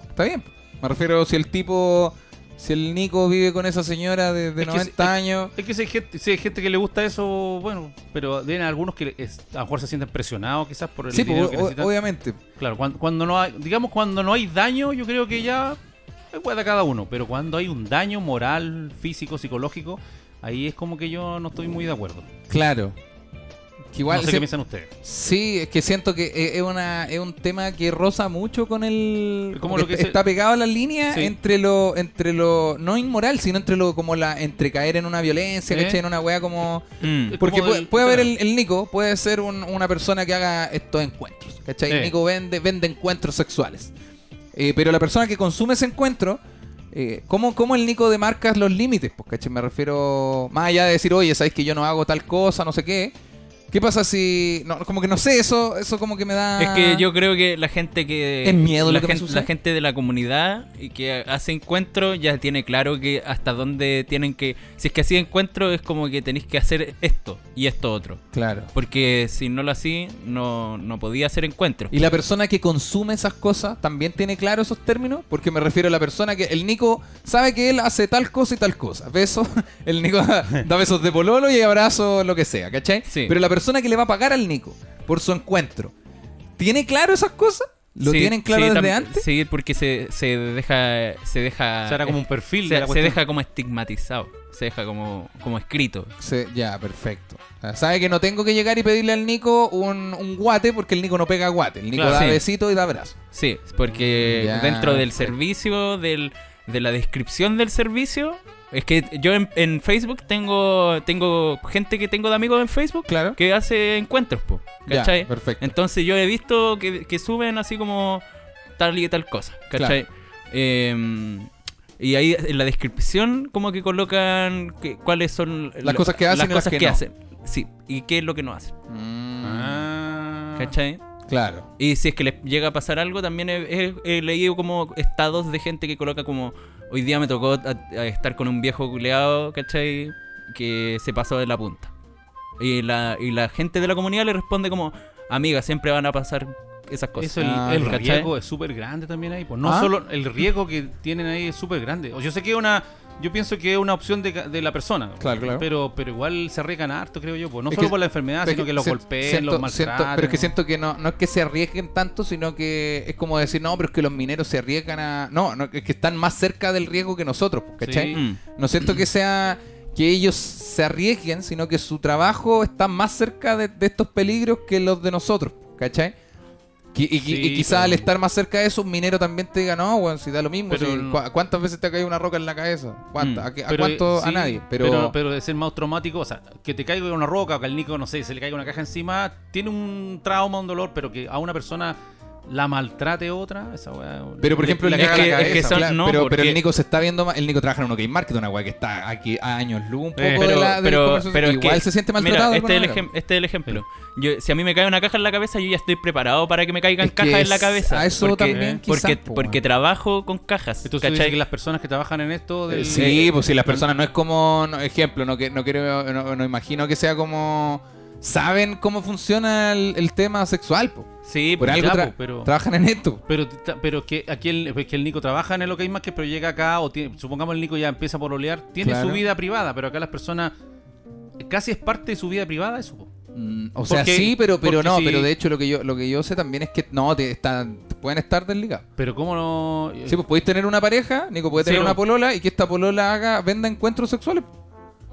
Está bien. Me refiero si el tipo, si el Nico vive con esa señora de, de Es que 90 es- años. Es que si hay, gente, si hay gente que le gusta eso, bueno, pero tienen algunos que es- a lo mejor se sienten presionados quizás por el Sí, po, dinero que o- necesitan. obviamente. Claro, cuan- cuando, no hay, digamos cuando no hay daño, yo creo que ya es weá de cada uno, pero cuando hay un daño moral, físico, psicológico, ahí es como que yo no estoy muy de acuerdo. Claro. Que igual no sé se- qué piensan ustedes. Sí, es que siento que e, es- es, una, es un tema que roza mucho con el... Es como lo est- que se- está pegado a la línea Sí. entre lo... entre lo No inmoral, sino entre lo como la... Entre caer en una violencia, ¿Eh? ¿cachai? En una wea como... Mm. Es Porque como puede, del- puede haber claro. el, el Nico, puede ser un- una persona que haga estos encuentros, ¿cachai? Sí. Nico vende, vende encuentros sexuales. Eh, pero la persona que consume ese encuentro... eh, ¿cómo, cómo el Nico demarca los límites? Pues, ¿cachai? Me refiero... Más allá de decir, oye, ¿sabes que yo no hago tal cosa, no sé qué? ¿Qué pasa si.? No, como que no sé, eso eso como que me da. Es que yo creo que la gente que. Ah. Es miedo la, lo que me gen- sucede. la gente de la comunidad y que hace encuentros ya tiene claro que hasta dónde tienen que. Si es que así encuentro es como que tenéis que hacer esto y esto otro. Claro. Porque si no lo hacía, no, no podía hacer encuentros. Y la persona que consume esas cosas también tiene claro esos términos, porque me refiero a la persona que. El Nico sabe que él hace tal cosa y tal cosa. Besos. El Nico da besos de pololo y abrazo, lo que sea, ¿cachai? Sí. Pero la persona que le va a pagar al Nico por su encuentro, ¿tiene claro esas cosas? ¿Lo Sí, tienen claro sí, desde tam- antes? Sí, porque se, se deja. Se deja. O sea, era como un perfil de se, la se cuestión. deja como estigmatizado. Se deja como, como escrito. Sí, ya, perfecto. O sea, Sabe que no tengo que llegar y pedirle al Nico un, un guate porque el Nico no pega guate. El Nico Claro, da sí. besito y da abrazo. Sí, porque Mm, Ya, dentro del perfecto. servicio, del, de la descripción del servicio, es que yo en, en Facebook tengo tengo gente que tengo de amigos en Facebook Claro. que hace encuentros, po, Ya, ¿cachai? perfecto. Entonces yo he visto que, que suben así como tal y tal cosa, ¿cachai? Em, y ahí en la descripción como que colocan que- cuáles son Las cosas que hacen y las que no. hacen. Sí, y qué es lo que no hacen, Ah. ¿cachai? Mm, Claro. Y si es que les llega a pasar algo, también he, he- he leído como estados de gente que coloca como hoy día me tocó a- a estar con un viejo culeado, ¿cachai? Que se pasó de la punta. Y la, y la gente de la comunidad le responde como, amiga, siempre van a pasar esas cosas. Eso, el, Ah, el ¿cachai? riesgo es súper grande también ahí. Pues no ¿Ah? solo el riesgo que tienen ahí es súper grande. O Yo sé que es una. Yo pienso que es una opción de, ca- de la persona. Claro, claro. Pero, pero igual se arriesgan harto, creo yo. Pues. No Es solo que- por la enfermedad, Es sino que, los siento- golpeen, siento- los siento- maltratan. Pero es que ¿no? siento que no, no es que se arriesguen tanto, sino que es como decir, no, pero es que los mineros se arriesgan a. No, no, es que están más cerca del riesgo que nosotros, ¿cachai? Sí. Mm. No siento que sea que ellos se arriesguen, sino que su trabajo está más cerca de, de estos peligros que los de nosotros, ¿cachai? Qui- Y, qui- y Sí, quizá pero- al estar más cerca de eso, un minero también te diga, no, weón, si da lo mismo. Pero si- no- ¿cu- ¿Cuántas veces te ha caído una roca en la cabeza? ¿Cuántas? Mm. ¿A, qué- a Pero, cuánto? sí, a nadie. Pero, Pero, pero de ser más traumático, o sea, que te caiga una roca o que al Nico, no sé, se le caiga una caja encima, tiene un trauma, un dolor, pero que a una persona la maltrate otra, esa weá. Pero por le- ejemplo, le le es caga que- la es cabeza. que son- claro, no, pero, porque- pero el Nico se está viendo más. El Nico trabaja en un OK Market, una weá que está aquí a años luz un poco Eh, de pero, la, del pero, comercio, pero es Igual que- se siente mira, maltratado. de este, es el alguna manera. ejem- este es el ejemplo. Yo, si a mí me cae una caja en la cabeza, yo ya estoy preparado para que me caigan Es que cajas en la es- cabeza. a eso porque, también quizás, porque, po, porque weón. trabajo con cajas. Entonces ¿cachai? dice que las personas que trabajan en esto... Eh, del- Sí, pues si las personas no es como. no, ejemplo, no, que, no, quiero, no, no imagino que sea como. Saben cómo funciona el, el tema sexual, po. Sí, pues, Por po. algo pues, ya, tra- po, pero- trabajan en esto. Pero, ta- pero que aquí el, pues que el Nico trabaja en el OK Market, pero llega acá, o tiene- supongamos el Nico ya empieza por olear, tiene Claro. su vida privada, pero acá las personas... Casi es parte de su vida privada eso. po. Mm, O sea, Porque- sí, pero, pero porque no, si- pero de hecho lo que yo lo que yo sé también es que no, te están, pueden estar desligados. Pero cómo no... eh, Sí, pues podéis tener una pareja, Nico puede Sí, tener po. una polola y que esta polola haga, venda encuentros sexuales.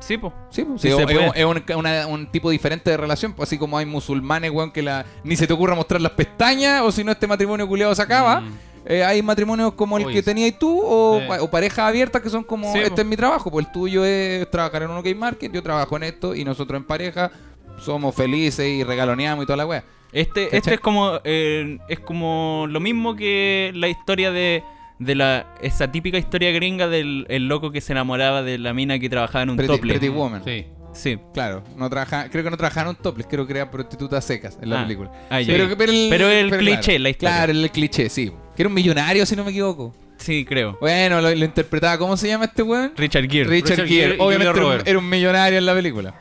Sí, po. Sí, pues, Sí es, se es puede. un- es un, una- un tipo diferente de relación, pues, así Mm. como hay musulmanes, weón, que la, ni se te ocurra mostrar las pestañas, o si no este matrimonio culiado se acaba. eh, hay matrimonios como el Oye, que sí. tenías tú o, Sí. pa- o parejas abiertas que son como, Sí, este po. es mi trabajo, pues el tuyo es trabajar en un OK Market, yo trabajo en esto y nosotros en pareja somos felices y regaloneamos y toda la wea. Este, ¿Cachai? este es como eh, es como lo mismo que la historia de, de la esa típica historia gringa del el loco que se enamoraba de la mina que trabajaba en un Pretty, tople. Pretty Woman. Sí. Sí. Claro, no trabaja, creo que no trabajaron toples, creo que eran prostitutas secas en la Ah, película. ah, ya. pero, el, Pero el claro. cliché, la historia. Claro, el cliché, sí. Que era un millonario, si no me equivoco. Sí, creo. Bueno, lo, lo interpretaba, ¿cómo se llama este weón? Richard Gere. Richard Richard Gere. Gere y Obviamente Julia era un, Roberts. era un millonario en la película.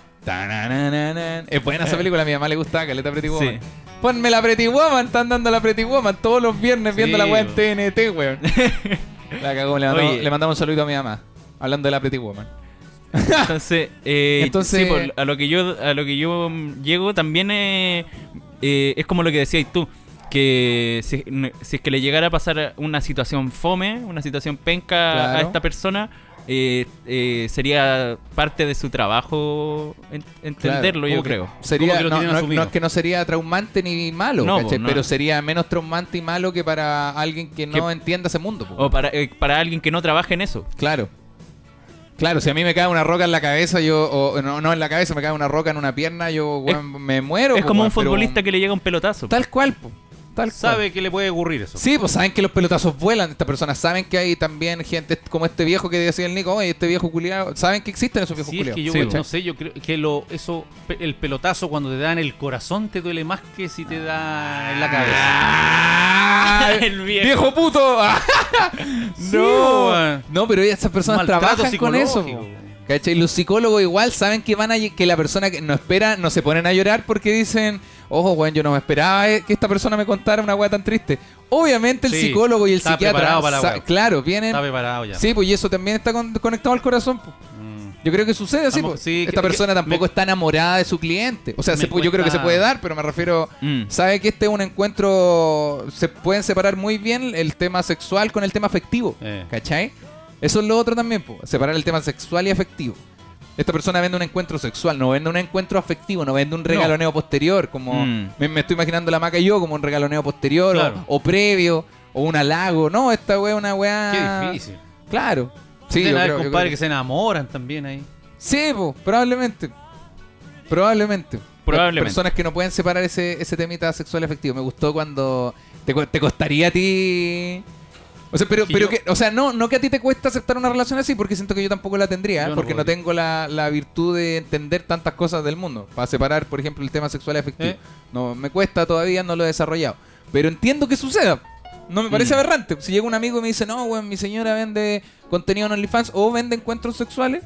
Tananananan. Es buena esa película, a mi mamá le gustaba Caleta Pretty Woman. Sí. Ponme la Pretty Woman, están dando la Pretty Woman todos los viernes viendo Sí, la weá en weón. TNT, weón. La cagó, le mandamos, Oye. le mandamos un saludo a mi mamá. Hablando de la Pretty Woman. Entonces, eh, Entonces- sí, por- a lo que yo a lo que yo mm, llego también eh, eh, es como lo que decías tú, que si, n- si es que le llegara a pasar una situación fome, una situación penca a Claro. esta persona, eh, eh, sería parte de su trabajo en- entenderlo, Claro, yo como que creo. Sería, Como que lo no, tienen no- asumido. no es que no sería traumante ni malo, No, ¿cachai? po, no. pero sería menos traumante y malo que para alguien que no Que- entienda ese mundo. po. O para, eh, para alguien que no trabaje en eso. Claro. Claro, si a mí me cae una roca en la cabeza, yo. O, no, no en la cabeza, me cae una roca en una pierna, yo Es- weón, me muero. es po, como un weón, pero- futbolista que le llega un pelotazo. Tal cual, po, Tal cual. Sabe que le puede ocurrir eso. Sí, pues saben que los pelotazos vuelan. Estas personas saben que hay también gente como este viejo que decía el Nico, oye, este viejo culiado. Saben que existen esos viejos Sí, es culiados. que yo Sí, güey, po. no sé, yo creo que lo, eso, pe- el pelotazo cuando te dan el corazón te duele más que si te da en la cabeza. Ah, El viejo. viejo puto. no, weón. no, pero esas personas Maltrato trabajan con eso. psicológico, po. weón. ¿Cachai? Los psicólogos igual saben que van a lle- que la persona que no espera no se ponen a llorar porque dicen, ojo, weón, yo no me esperaba eh, que esta persona me contara una weá tan triste. Obviamente el Sí, psicólogo y el está psiquiatra, preparado para la sa- weá. claro, vienen. Está preparado ya. Mm. Sí, pues y eso también está con- conectado al corazón. po. Yo creo que sucede así. Estamos- po. sí, Esta que- persona que- tampoco me- está enamorada de su cliente. O sea, Me se pu- yo creo que se cuesta- puede dar, pero me refiero. Mm. Sabe que este es un encuentro. Se pueden separar muy bien el tema sexual con el tema afectivo. Eh. ¿Cachai? Eso es lo otro también, po, separar el tema sexual y afectivo. Esta persona vende un encuentro sexual, no vende un encuentro afectivo, no vende un regaloneo posterior, como Mm. me, me estoy imaginando la maca y yo, como un regaloneo posterior o- Claro. o, previo, o un halago. No, esta wea es una wea. Qué difícil. Claro. Sí, Sí, yo Deben haber creo- yo compadres creo que... se enamoran también ahí. Sí, po, probablemente. Probablemente. Probablemente. Personas que no pueden separar ese, ese temita sexual efectivo. Me gustó cuando te, cu- te costaría a ti... O sea, pero, Que pero yo- que, o sea, no, no que a ti te cuesta aceptar una relación así, porque siento que yo tampoco la tendría, Yo no porque no, podría. tengo la, la virtud de entender tantas cosas del mundo. Para separar, por ejemplo, el tema sexual afectivo. ¿Eh? No, me cuesta todavía, no lo he desarrollado. Pero entiendo que suceda. No me Mm. parece aberrante. Si llega un amigo y me dice, no, weón, mi señora vende contenido en OnlyFans o vende encuentros sexuales,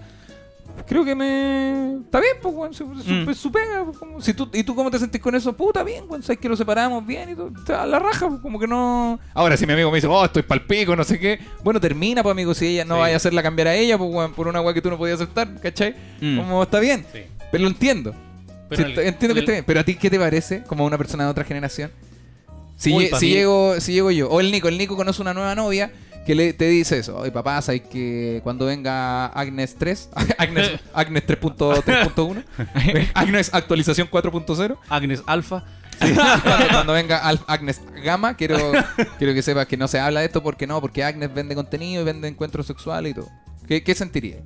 creo que me. Está bien, pues, weón. Su, su- Mm. su pega. pues, como- si tú, ¿Y tú cómo te sentís con eso? Puta, bien, weón. Sabes que lo separamos bien y todo. está a la raja, pues, como que no. Ahora, si mi amigo me dice, oh, estoy pal pico, no sé qué. Bueno, termina, pues, amigo. Si ella no Sí. vaya a hacerla cambiar a ella, pues, weón, por una weá que tú no podías aceptar, ¿cachai? Mm. Como está bien. Sí. Pero lo entiendo. Pero Sí, el- te- entiendo que el- esté bien. Pero a ti, ¿qué te parece? Como una persona de otra generación. Si, Uy, lle- pa' si mí- llego, si llego yo. O el Nico. El Nico conoce una nueva novia que le, te dice eso. Oye, papá, sabes que cuando venga Agnes 3, Agnes, Agnes 3.3.1, Agnes actualización 4.0, Agnes Alfa. cuando, cuando venga Al- Agnes Gama, quiero, quiero que sepas que no se habla de esto porque no, porque Agnes vende contenido y vende encuentros sexuales y todo. ¿Qué, qué sentiría?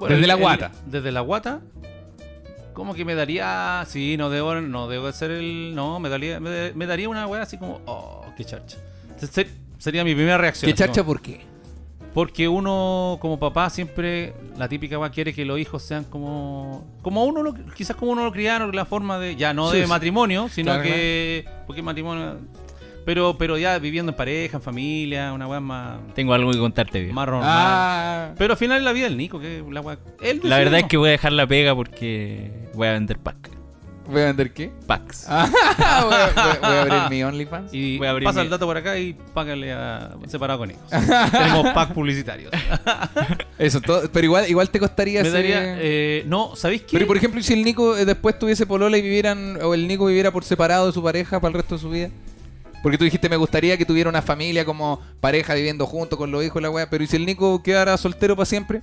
Desde el- la el- guata. desde la guata. Como que me daría. Sí, no debo, no debo hacer el. No, me daría, me, da- me daría una weá así como. Oh, qué charcha. Se- se- sería mi primera reacción. ¿Qué así chacha como- por qué? porque uno, como papá, siempre. La típica weá quiere que los hijos sean como. Como uno lo. Quizás como uno lo criaron, la forma de. Ya no Sí, de sí. matrimonio, sino Claro, que. Porque matrimonio. Pero, pero ya viviendo en pareja, en familia, una weá más. Tengo algo que contarte, viejo. Más normal. Ah, Pero al final la vida del Nico, que la weá. él La decidió, verdad es ¿no? que voy a dejar la pega porque voy a vender pack. ¿voy a vender qué? packs. Ah, voy, a, voy a- voy a abrir mi OnlyFans. Y Voy a abrir pasa mi- el dato por acá y págale a separado con hijos. Tenemos pack publicitarios. Eso, todo- pero igual, igual te costaría Me hacer- daría, eh, no, ¿sabéis qué? Pero por ejemplo, si el Nico eh, después tuviese polola y vivieran, o el Nico viviera por separado de su pareja para el resto de su vida. Porque tú dijiste, me gustaría que tuviera una familia como pareja viviendo junto con los hijos y la weá. Pero ¿y si el Nico quedara soltero para siempre?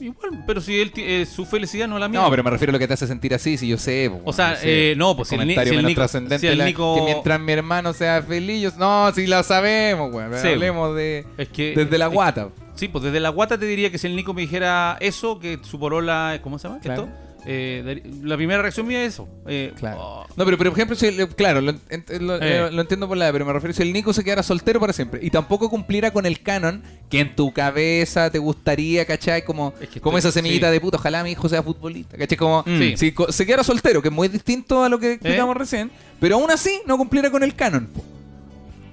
Igual, pero si él ti- eh, su felicidad no es la mía. No, pero me refiero a lo que te hace sentir así, si yo sé. po, O sea, no sé, eh, no, pues, si el Ni- comentario si el menos Nico- trascendente si el la- Nico- que mientras mi hermano sea feliz, yo- no, si la sabemos, güey. Sí, hablemos de Es que- desde la es- guata. Sí, pues desde la guata te diría que si el Nico me dijera eso, que su porola, ¿cómo se llama? Claro. Esto, eh, dar- la primera reacción mía es eso. Eh, Claro. oh, No, pero, pero, por ejemplo, si el- claro, lo, ent- lo- Eh. lo entiendo por la, pero me refiero si el Nico se quedara soltero para siempre y tampoco cumpliera con el canon que en tu cabeza te gustaría, ¿cachai? Como, Es que como estoy- esa semillita sí. de puta, ojalá mi hijo sea futbolista, ¿cachai? Como mm, Sí. si co- se quedara soltero, que es muy distinto a lo Eh. que explicamos recién, pero aún así no cumpliera con el canon. po.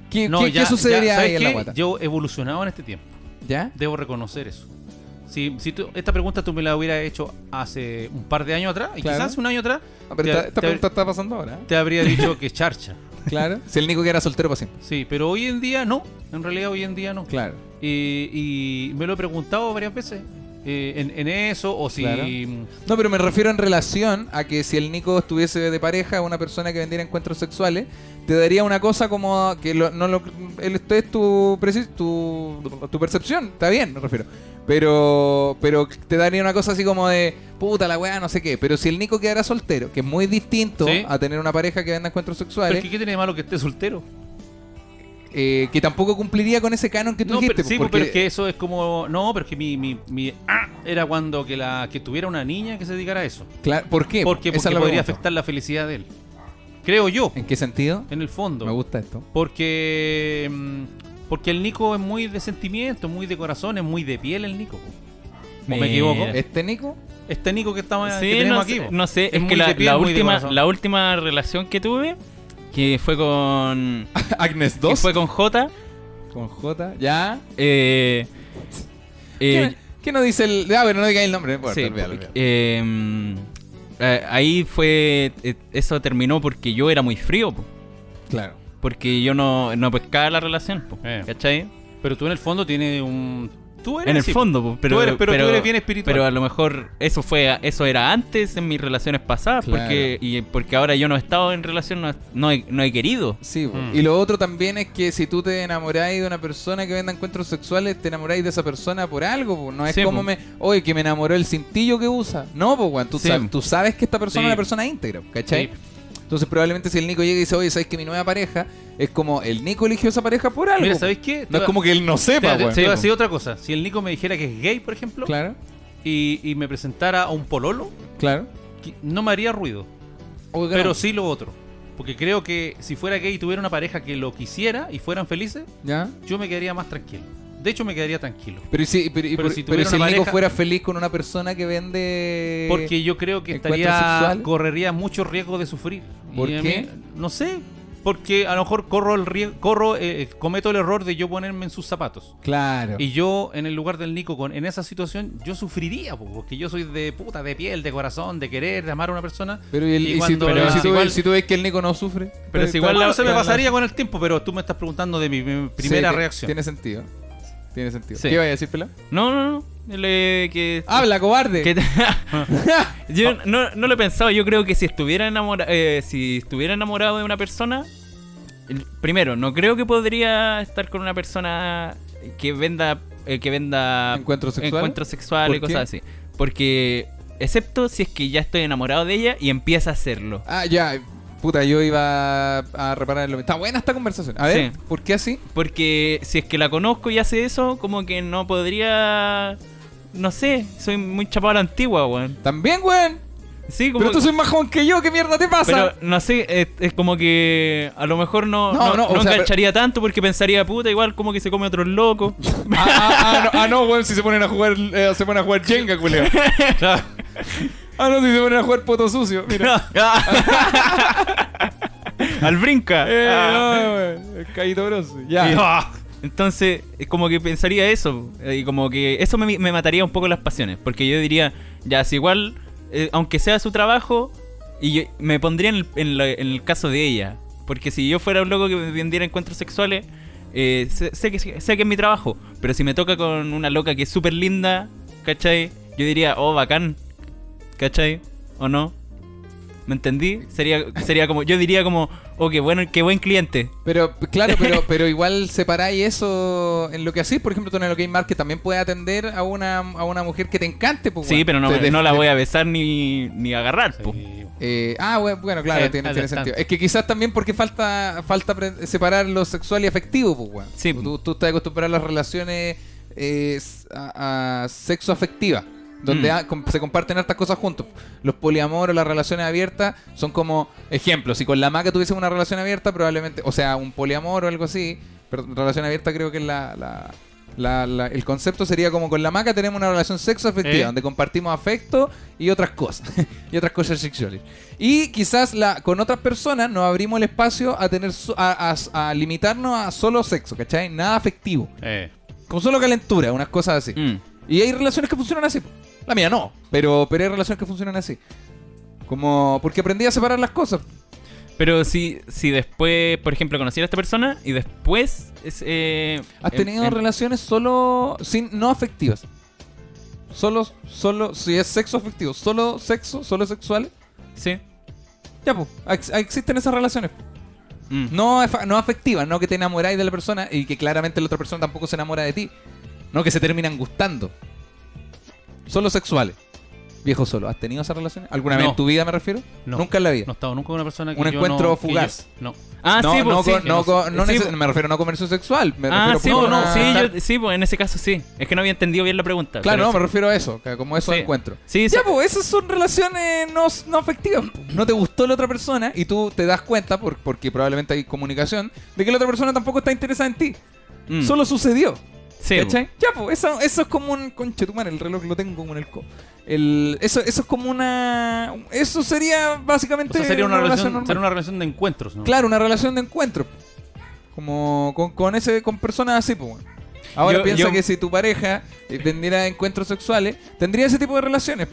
¿Qué, no, qué- ya- qué sucedería ya, ¿sabes ahí en la qué? guata? Yo he evolucionado en este tiempo. ¿Ya? Debo reconocer eso. Si, si tú- esta pregunta tú me la hubieras hecho hace un par de años atrás, y Claro. quizás un año atrás, Ah, pero te, esta, esta te- pregunta está pasando ahora. ¿eh? te habría dicho que charcha. Claro. si el Nico quedara soltero para siempre. Sí, pero hoy en día no. En realidad hoy en día no. Claro. Y, y me lo he preguntado varias veces eh, en, en eso, o si... mm, Claro. No, pero me refiero en relación a que si el Nico estuviese de pareja, una persona que vendiera encuentros sexuales, te daría una cosa como que lo- no lo, el- esto es tu, precis- tu, tu percepción, está bien, me refiero. Pero, pero te daría una cosa así como de puta la weá, no sé qué. Pero si el Nico quedara soltero, que es muy distinto Sí. a tener una pareja que venda encuentros ¿Pero sexuales, qué tiene de malo que esté soltero? eh, que tampoco cumpliría con ese canon que tú No, dijiste. pero, sí, porque- pero es que eso es como. No, pero es que mi. mi, mi- ah, era cuando que la que tuviera una niña que se dedicara a eso. Claro, ¿Por qué? Porque, Esa es porque la podría pregunta. afectar la felicidad de él. Creo yo, ¿En qué sentido? en el fondo. Me gusta esto. Porque. mm, Porque el Nico es muy de sentimiento, muy de corazón, es muy de piel el Nico. ¿O me Mira. equivoco? ¿Este Nico? Este Nico que, estamos, que Sí, tenemos no aquí. sé, po. no sé, es muy que de la, piel, la muy de última, corazón. la última relación que tuve, que fue con. Agnes que fue con J, Con J. Ya. eh, eh, ¿Qué, qué no dice el.? Ah, pero no diga el nombre. no importa, sí, olvídalo, pues, olvídalo. eh, mm, eh, ahí fue. eh, eso terminó porque yo era muy frío, po, Claro. porque yo no, no pescaba la relación, po, Eh. ¿cachai? Pero tú en el fondo tienes un. Tú eres En el así, po. fondo, po, pero, Tú eres- pero tú eres bien espiritual. Pero a lo mejor eso fue eso era antes en mis relaciones pasadas, Claro. porque y porque ahora yo no he estado en relación, no, no he, no he querido. Sí, po. Mm. y lo otro también es que si tú te enamoráis de una persona que venda encuentros sexuales, te enamoráis de esa persona por algo, po. no es Sí, como po. pues. me, oye, que me enamoró el cintillo que usa. No, pues, weón, tú, Sí. sab- tú sabes que esta persona Sí. es una persona íntegra, ¿cachai? Sí. Entonces, probablemente si el Nico llega y dice, oye, sabes que mi nueva pareja es como el Nico eligió esa pareja por algo. Mira, po. ¿sabes qué? No es como que él no sepa, Te, te- weón. te iba a decir otra cosa. Si el Nico me dijera que es gay, por ejemplo, Claro, y, y me presentara a un pololo, claro. que- no me haría ruido. Oiga, Pero sí lo otro. Porque creo que si fuera gay y tuviera una pareja que lo quisiera y fueran felices, ¿Ya? yo me quedaría más tranquilo. De hecho, me quedaría tranquilo. Pero, y si, pero, y Pero por- si pero tuviera si el una Nico pareja- fuera feliz con una persona que vende... Porque yo creo que ¿encuentros estaría sexuales? correría mucho riesgo de sufrir. ¿Por Y a qué? no sé. Porque a lo mejor corro el riesgo, corro, eh, cometo el error de yo ponerme en sus zapatos. Claro. Y yo, en el lugar del Nico, con, en esa situación, yo sufriría, po, porque yo soy de puta, de piel, de corazón, de querer, de amar a una persona. Pero y el- y si, cuando- tú, pero si es tú- igual- si tú ves que el Nico no sufre. pues, Pero es está- igual Bueno, la- se me la- pasaría con el tiempo, pero tú me estás preguntando de mi, mi pues, Sí, primera ti- reacción. Tiene sentido. Tiene sentido. Sí. ¿Qué iba a decir, Pela? No, no, no. le- que, ¡Habla, cobarde! que- Ah. yo no, no lo he pensado. Yo creo que si estuviera enamorado, si estuviera enamorado de una persona, el- primero, no creo que podría estar con una persona que venda, eh, que venda ¿Encuentro sexual? encuentros sexuales y ¿Por qué? cosas así, porque excepto si es que ya estoy enamorado de ella y empieza a hacerlo. Ah, ya. Puta, yo iba a reparar lo Está buena esta conversación. A ver, Sí. ¿por qué así? Porque si es que la conozco y hace eso, como que no podría. No sé, soy muy chapado a la antigua, weón. También, weón. Sí, como Pero tú soy más joven que yo, ¿qué mierda te Pero pasa? no sé, es, es como que a lo mejor no, No, no, no, o no sea, engancharía tanto porque pensaría, puta, igual como que se come otros locos. Ah, ah, ah, no, ah, no, weón, si se ponen a jugar, eh, se ponen a jugar Jenga, culeo. ah, no, si se ponen a jugar poto sucio. Mira. Ah. Al brinca. Eh, Ah. no, weón, el Caído Bronce. Ya. Entonces, es como que pensaría eso. eh, Y como que eso me, me mataría un poco las pasiones. Porque yo diría, ya, si igual, eh, aunque sea su trabajo, y yo- me pondría en el, en la- en el caso de ella. Porque si yo fuera un loco que vendiera encuentros sexuales, eh, sé, sé que, sé que es mi trabajo. Pero si me toca con una loca que es súper linda, ¿cachai? Yo diría, oh, bacán. ¿Cachai? ¿O no? ¿Me entendí? Sería, sería como, yo diría como, oh, qué, bueno, qué buen cliente. Pero, claro, pero, pero igual separáis eso en lo que hacís. Por ejemplo, tú en el OK Market también puedes atender a una, a una mujer que te encante. Pues, Sí, weón. pero no, Te def- no la voy a besar ni, ni agarrar. po. Eh, ah, we- bueno, claro, Eh, tiene, al tiene instante. sentido. Es que quizás también porque falta falta pre- separar lo sexual y afectivo, pues, weón. Sí. Tú, tú estás acostumbrado a las relaciones eh, s- a, sexo afectiva, donde Mm. ah, com- se comparten hartas cosas juntos. Los poliamoros, las relaciones abiertas, son como ejemplos. Si con la maca tuviésemos una relación abierta, probablemente, o sea, un poliamor o algo así, pero relación abierta creo que es la... la- la- la- el concepto sería como con la maca tenemos una relación sexo afectiva, Eh. donde compartimos afecto y otras cosas, y otras cosas sexuales. Y quizás la, con otras personas nos abrimos el espacio a tener so- a, a- a limitarnos a solo sexo, ¿cachai? Nada afectivo, Eh, con solo calentura, unas cosas así. Mm. Y hay relaciones que funcionan así. La mía no, pero, pero hay relaciones que funcionan así. Como porque aprendí a separar las cosas. Pero si, si después, por ejemplo, conociera a esta persona y después... Es, eh, ¿Has em- tenido em- relaciones solo sin no afectivas? Solo solo si es sexo afectivo, solo sexo, solo sexuales. Sí. Ya, pues, ex- existen esas relaciones. Mm. No, afa- no afectivas, no que te enamoráis de la persona y que claramente la otra persona tampoco se enamora de ti. No que se terminan gustando. Solo sexuales. Viejo solo, ¿has tenido esas relaciones? ¿Alguna vez No. en tu vida me refiero? No. Nunca en la vida. no he estado nunca con una persona que Un yo encuentro no- que fugaz. yo- no. Ah, no, sí, pues, no, sí. con- no con- no Sí, neces- pues. me refiero no a comercio sexual. Me Ah, refiero sí, como pues, no, una- sí, yo- sí, pues en ese caso sí. Es que no había entendido bien la pregunta. Claro, pero no, sí. me refiero a eso, que como eso Sí. encuentro. Sí, sí. Ya, pues, esas son relaciones no, no afectivas. po. No te gustó la otra persona y tú te das cuenta, por- porque probablemente hay comunicación, de que la otra persona tampoco está interesada en ti. Mm. Solo sucedió. Sí, ¿Cachai? Ya, pues, eso, eso es como un. Conche, tu madre, el reloj lo tengo como en el co. El, eso, eso es como una. Eso sería O básicamente. sea, sería una, relación, normal. sería una relación de encuentros, ¿no? Claro, una relación de encuentro. Como con, con ese con personas así, pues. bueno. Ahora Yo- piensa yo- que si tu pareja eh, tendiera encuentros sexuales, tendría ese tipo de relaciones.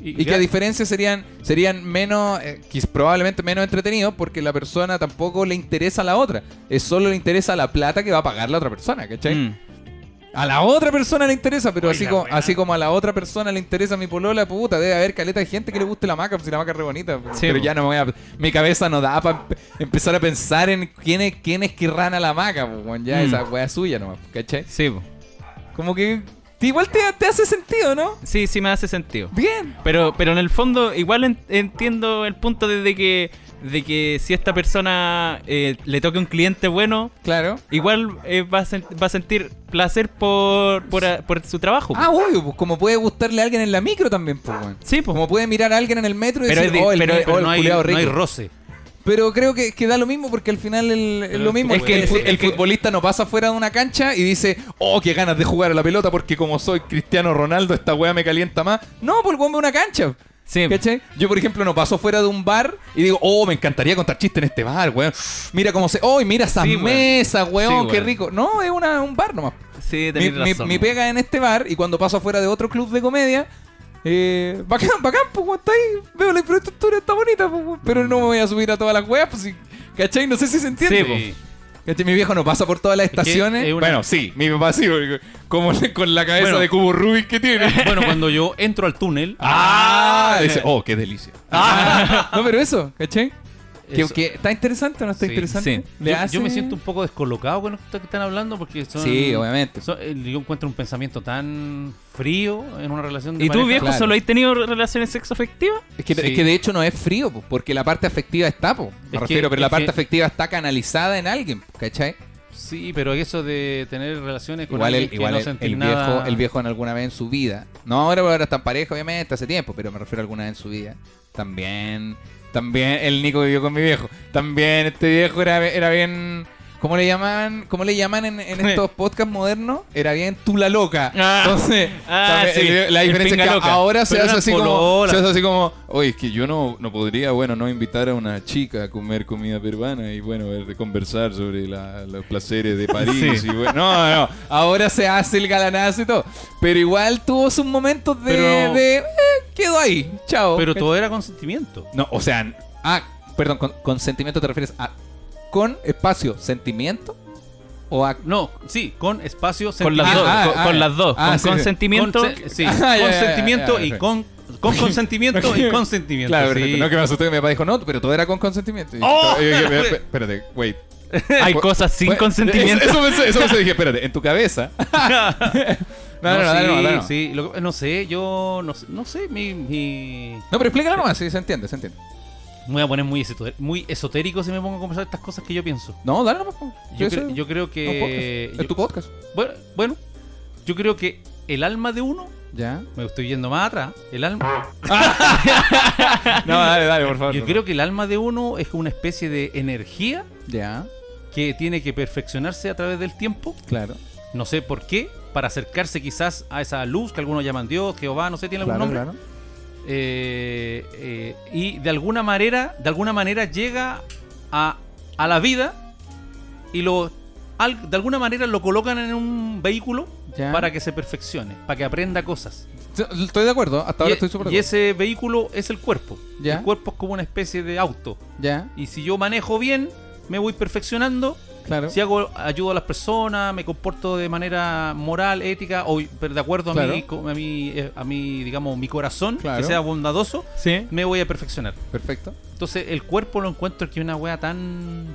Y que a ya- diferencia serían serían menos, eh, quiz- probablemente menos entretenidos porque la persona tampoco le interesa a la otra. Es solo le interesa la plata que va a pagar la otra persona, ¿cachai? Mm. A la otra persona le interesa, pero así como, así como a la otra persona le interesa mi polola, puta, debe haber caleta de gente que le guste la maca, pues, si la maca es re bonita. Sí, pues. pero po. ya no me voy a... Mi cabeza no da para empezar a pensar en quiénes, quiénes querrán a la maca, po, weón. ya Mm. esa wea suya nomás, ¿cachai? Sí, pues. Como que igual te, te hace sentido, ¿no? sí, sí me hace sentido. Bien. Pero, pero en el fondo, igual en- entiendo el punto desde que, de que si esta persona eh, le toca un cliente bueno, Claro. igual eh, va, a sen- va a sentir placer por, por, a- por su trabajo. Ah, obvio, pues como puede gustarle a alguien en la micro también, pues, weón. sí, pues. Como puede mirar a alguien en el metro y Pero decir, es di- oh, el, pero- mi- Pero oh, el no, hay, culiao rico. no hay roce. Pero creo que, que da lo mismo porque al final el- es lo mismo. es porque que- el, fu- es el que- futbolista no pasa fuera de una cancha y dice, oh, qué ganas de jugar a la pelota porque como soy Cristiano Ronaldo, esta weá me calienta más. No, por el weón ve una cancha. Sí. ¿Cachai? Yo, por ejemplo, no paso fuera de un bar y digo, oh, me encantaría contar chistes en este bar, weón. Mira cómo se. Oh, mira esas Sí, weón. mesas, weón, Sí, weón. qué rico. No, es una, un bar nomás. Sí, Mi, tenés mi- razón. mi pega en este bar y cuando paso afuera de otro club de comedia. Eh, bacán, bacán, pues, weón, está ahí. Veo la infraestructura, está bonita, pues, weón, pero no me voy a subir a todas las weas, pues, si- ¿cachai? No sé si se entiende. Sí, Sí. ¿Cachai? Mi viejo no pasa por todas las que estaciones. pues. es una- Bueno, sí, mi papá sí, porque como con la cabeza Bueno. de cubo Rubik que tiene. Bueno, cuando yo entro al túnel, ¡Ah! Dice, oh, qué delicia. Ah. No, pero eso, ¿cachai? Que, Eso. que- ¿Está interesante o no está Sí, interesante? sí. ¿Le yo, hace? yo me siento un poco descolocado con esto que están hablando porque son, Sí, obviamente. son- eh, yo encuentro un pensamiento tan frío en una relación de ¿Y tú, pareja. viejo, Claro. solo has tenido relaciones sexo afectivas? Es que, Sí. es que de hecho no es frío, po, porque la parte afectiva está, po. Me Es que- refiero, pero la es parte que- afectiva está canalizada en alguien, po, ¿cachai? Sí, pero eso de tener relaciones con Igual, el, alguien que igual no el- sentir el viejo, nada- el viejo en alguna vez en su vida, no ahora, porque ahora está en pareja, obviamente, hace tiempo, pero me refiero a alguna vez en su vida. También, también, el Nico vivió con mi viejo. También este viejo era, era bien. ¿Cómo le llamaban? ¿Cómo le llaman en, en estos podcasts modernos? Era bien tula loca. Ah. Entonces, Ah, también sí, el- la el diferencia es pinga que loca. ahora se Pero hace eran así como. pololas. Se hace así como. Oye, es que yo no, no podría, bueno, no invitar a una chica a comer comida peruana y bueno, ver- conversar sobre la- los placeres de París. y bueno- no, no. Ahora se hace el galanazo y todo. Pero igual tuvo sus momentos de. Pero- de, eh, quedó ahí. Chao. Pero todo era consentimiento. No, o sea. n- Ah, perdón, con, con sentimiento te refieres a. Con espacio, sentimiento. O a. No, sí, con espacio, Con las Ah, dos. ah, con, ah, con las dos. ah, con sí, sí. consentimiento. Con, se- sí, Ah, ya, ya, consentimiento ya, ya, y ya. con Con consentimiento y consentimiento. Claro, pero sí. no que me asusté que mi papá dijo, no, pero todo era con consentimiento. Y ¡Oh! y dije, "Espera, eh, espérate, wait. Hay cosas sin Bueno, consentimiento. Eso, eso pensé, eso pensé, dije, espérate, en tu cabeza. no, no, no, sí, dale nomás, dale nomás. sí, lo que- no sé, yo no sé, no sé, mi, mi- No, pero explícalo nomás, sí, se entiende, se entiende. Me voy a poner muy, esoter- muy esotérico si me pongo a conversar estas cosas que yo pienso. No, dale nomás. po. Yo, Sí, cre- sí. yo creo No, que... podcast. yo- Es tu podcast. bueno, bueno, yo creo que el alma de uno... Ya. Me estoy yendo más atrás. El Ah, alma, No, dale, dale, por favor. yo creo que el alma de uno es una especie de energía Ya, que tiene que perfeccionarse a través del tiempo. claro. No sé por qué. Para acercarse quizás a esa luz que algunos llaman Dios, Jehová, no sé, tiene algún Claro, claro. nombre. Eh, eh, y de alguna manera, de alguna manera llega a, a la vida y lo al- de alguna manera lo colocan en un vehículo Ya. para que se perfeccione, para que aprenda cosas. Sí, Estoy de acuerdo, hasta y, ahora estoy súper y de acuerdo. ese vehículo es el cuerpo. Ya. El cuerpo es como una especie de auto. Ya, Y si yo manejo bien, me voy perfeccionando. claro. Si hago ayudo a las personas, me comporto de manera moral, ética, o pero de acuerdo a, Claro. mi, co- a, mi, eh, a mi, digamos, mi corazón, Claro. que sea bondadoso, Sí. me voy a perfeccionar. Perfecto. Entonces el cuerpo lo encuentro que una wea tan...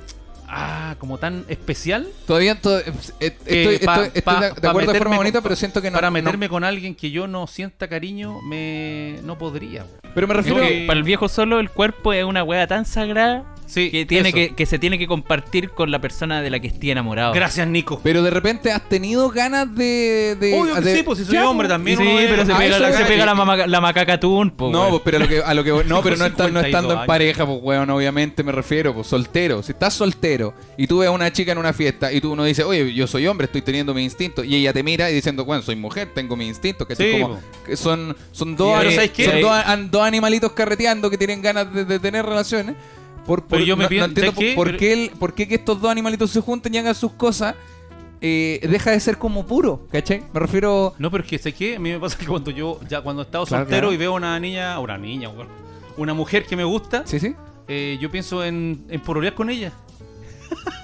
Ah, como tan especial Todavía to- eh, eh, que estoy, pa- estoy- estoy pa- de- de pa acuerdo de meterme forma bonita, con- pero siento que no. para no- meterme con alguien que yo no sienta cariño me no podría. wea. Pero me refiero. que- Para el viejo solo, el cuerpo es una wea tan sagrada Sí, que, tiene eso. que, que se tiene que compartir con la persona de la que esté enamorado. Gracias Nico. Pero de repente has tenido ganas de. de Obvio que de- sí, pues si soy Ya, hombre Sí, también. uno es- pero se Ah, pega, eso la, se es- pega la, mama- la macaca tún, po, No, weón. pues, pero lo que, a lo que voy- no, pero no, está- no 52 estando en años. pareja, pues weón, obviamente me refiero, pues soltero. Si estás soltero y tú ves a una chica en una fiesta y tú uno dice, oye, yo soy hombre, estoy teniendo mi instinto, y ella te mira y diciendo, bueno, soy mujer, tengo mi instinto, que Sí, como po. que son, son Y dos, ahí- eh, ¿sabes qué? son Ahí- dos, an- dos animalitos carreteando que tienen ganas de, de tener relaciones. Por, por- Pero yo me no- pien- no entiendo por, ¿sabes qué? por Pero- qué el- por qué que estos dos animalitos se junten y hagan sus cosas. eh, deja de ser como puro, ¿cachai? Me refiero. No, pero es que sé que a mí me pasa que cuando yo ya cuando he estado Claro, soltero claro. y veo una niña, una niña, weón, una mujer que me gusta, Sí, sí. eh, yo pienso en, en pololear con ella.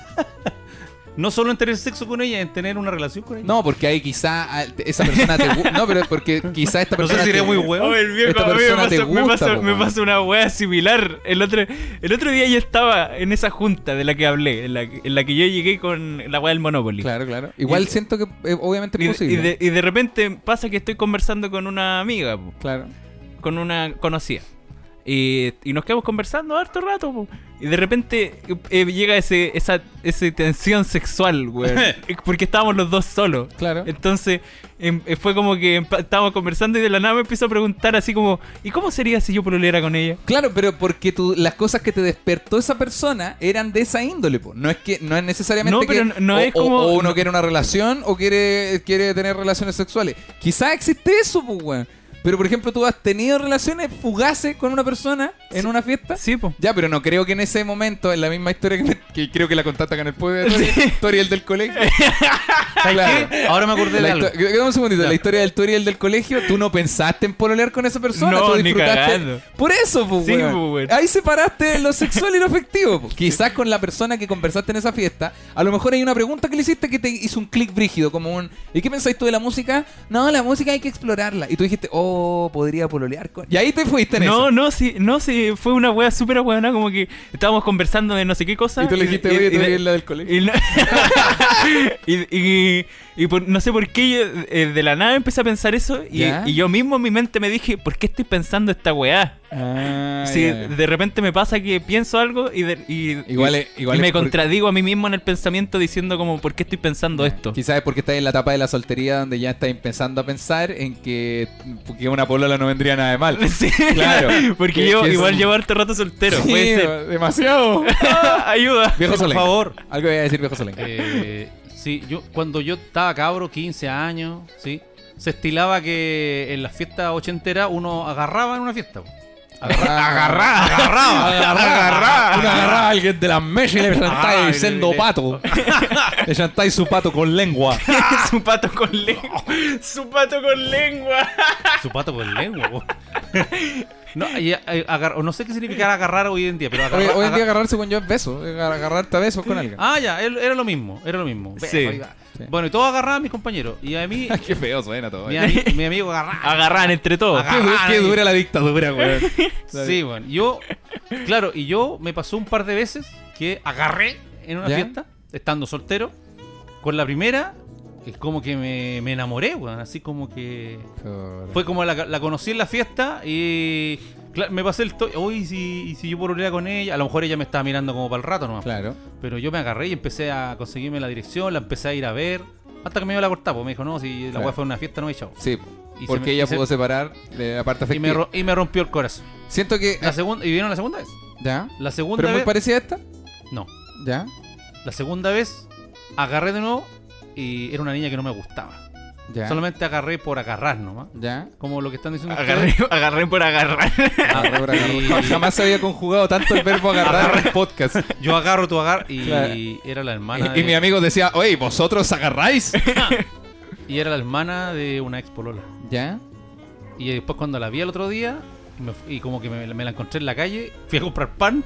no solo en tener sexo con ella, en tener una relación con ella. No, porque ahí quizá al- esa persona te gu- No, pero porque quizá esta No sé persona. si sería te- muy huevo. Oye, el viejo, Esta a mí me persona pasó- te me gusta, pasó- po, me weón. pasó una wea similar. El otro, el otro día yo estaba en esa junta de la que hablé, en la, en la que yo llegué con la wea del Monopoly. Claro, claro. Igual Y- siento que eh, obviamente es Y, y posible. de, y de repente pasa que estoy conversando con una amiga, po, Claro. con una conocida. Y, y nos quedamos conversando harto rato, po. y de repente eh, llega ese, esa, esa tensión sexual, weón. Porque estábamos los dos solos. Claro. Entonces em- eh, fue como que empa- estábamos conversando y de la nada me empiezo a preguntar así como, ¿y cómo sería si yo pololeara con ella? Claro, pero porque tú, las cosas que te despertó esa persona eran de esa índole, po. No es que no es necesariamente No, que pero no o, es o- como- o uno no- quiere una relación o quiere quiere tener relaciones sexuales. Quizá existe eso, pues, weón. Pero por ejemplo, tú has tenido relaciones fugaces con una persona en una fiesta. Sí, po. Ya, pero no creo que en ese momento, en la misma historia que, me- que creo que la contaste acá en el pueblo, Tori, el del colegio. Claro. Ahora me acordé de La algo. histo- Dame un segundito, la historia del Tori y el del colegio, tú no pensaste en pololear con esa persona, No, tú ni disfrutaste. cagando. Por eso, pues, Sí, weón. pues, weón. Ahí separaste lo sexual y lo afectivo. pues. Quizás con la persona que conversaste en esa fiesta, a lo mejor hay una pregunta que le hiciste que te hizo un clic brígido, como un ¿Y qué pensáis tú de la música? No, la música hay que explorarla. Y tú dijiste, oh, podría pololear con. Y ahí te fuiste en No, eso. no, sí, no, sí, fue una wea súper buena, como que estábamos conversando de no sé qué cosa. Y tú le dijiste, oye, y- Tori, es la del colegio. Y, no- y- y- y por- no sé por qué yo, eh, de la nada empecé a pensar eso y, ¿Ya? y yo mismo en mi mente me dije, ¿por qué estoy pensando esta weá? Ah, si ya, ya. de repente me pasa que pienso algo y, de- y- Igual y- es- igual y es me por- contradigo a mí mismo en el pensamiento diciendo como, ¿por qué estoy pensando esto? Quizás es porque estás en la etapa de la soltería donde ya estás empezando a pensar en que, que una polola no vendría nada de mal. Sí, Claro. porque Que- yo que es igual un- llevo harto rato soltero, Sí, puede ser. Ah, demasiado. Ayuda. viejo Por Solenga. favor. Algo voy a decir, viejo Solenga. Eh, sí, yo cuando yo estaba cabro, 15 años, sí, se estilaba que en las fiestas ochenteras uno agarraba en una fiesta. po. Agarraba. agarraba, agarraba, agarraba. Uno agarraba a alguien de las mesas y le Ah, chantáis diciendo le- pato. Le chantáis su pato con lengua. Su pato con lengua. Su pato con lengua. Su pato con lengua. po. No, y, eh, agar- o no sé qué significará agarrar hoy en día, pero agarrar. Hoy, hoy en día agar- agarrarse con yo es beso. es agar- Agarrarte a besos con alguien. Ah, ya, él- era lo mismo, era lo mismo. Sí. Sí. Bueno, y todos agarraban a mis compañeros. Y a mí, Qué feo suena todo. eh. mi, Qué, ami- mi amigo agarraba. Agarran entre todos. Agarra- du- ah, qué ahí. dura la dictadura, weón. Sí, bueno, yo, claro, y yo me pasó un par de veces que agarré en una ¿Ya? fiesta, estando soltero, con la primera, es como que me, me enamoré, weón, así como que... Fue como la, la conocí en la fiesta y claro, me pasé el to Uy, ¿y si, y si yo pololeaba con ella, a lo mejor ella me estaba mirando como para el rato nomás. Claro. Pero yo me agarré y empecé a conseguirme la dirección, la empecé a ir a ver, hasta que me dio la cortada, porque me dijo, no, si la Claro. weá fue una fiesta, no he echado. Sí. Y Porque se me- ella y se- pudo separar de la parte Y me, afectiva. ro- y me rompió el corazón. Siento que. ah, La segunda, ¿Y vieron la segunda vez? Ya. La segunda Pero muy vez... parecida a esta. No. Ya. La segunda vez agarré de nuevo y era una niña que no me gustaba. Ya. Solamente agarré por agarrar nomás. Ya. Ah, Como lo que están diciendo Agarré, ustedes. agarré por agarrar. Agarró por agarró. Jamás se había conjugado tanto el verbo agarrar en un podcast. Yo agarro, tú agarras. Y Claro. era la hermana. eh. Y, y de- mi amigo decía, oye, ¿vosotros agarráis? y era la hermana de una ex polola. ya. Y después cuando la vi el otro día, me fu- y como que me, me la encontré en la calle, fui a comprar pan.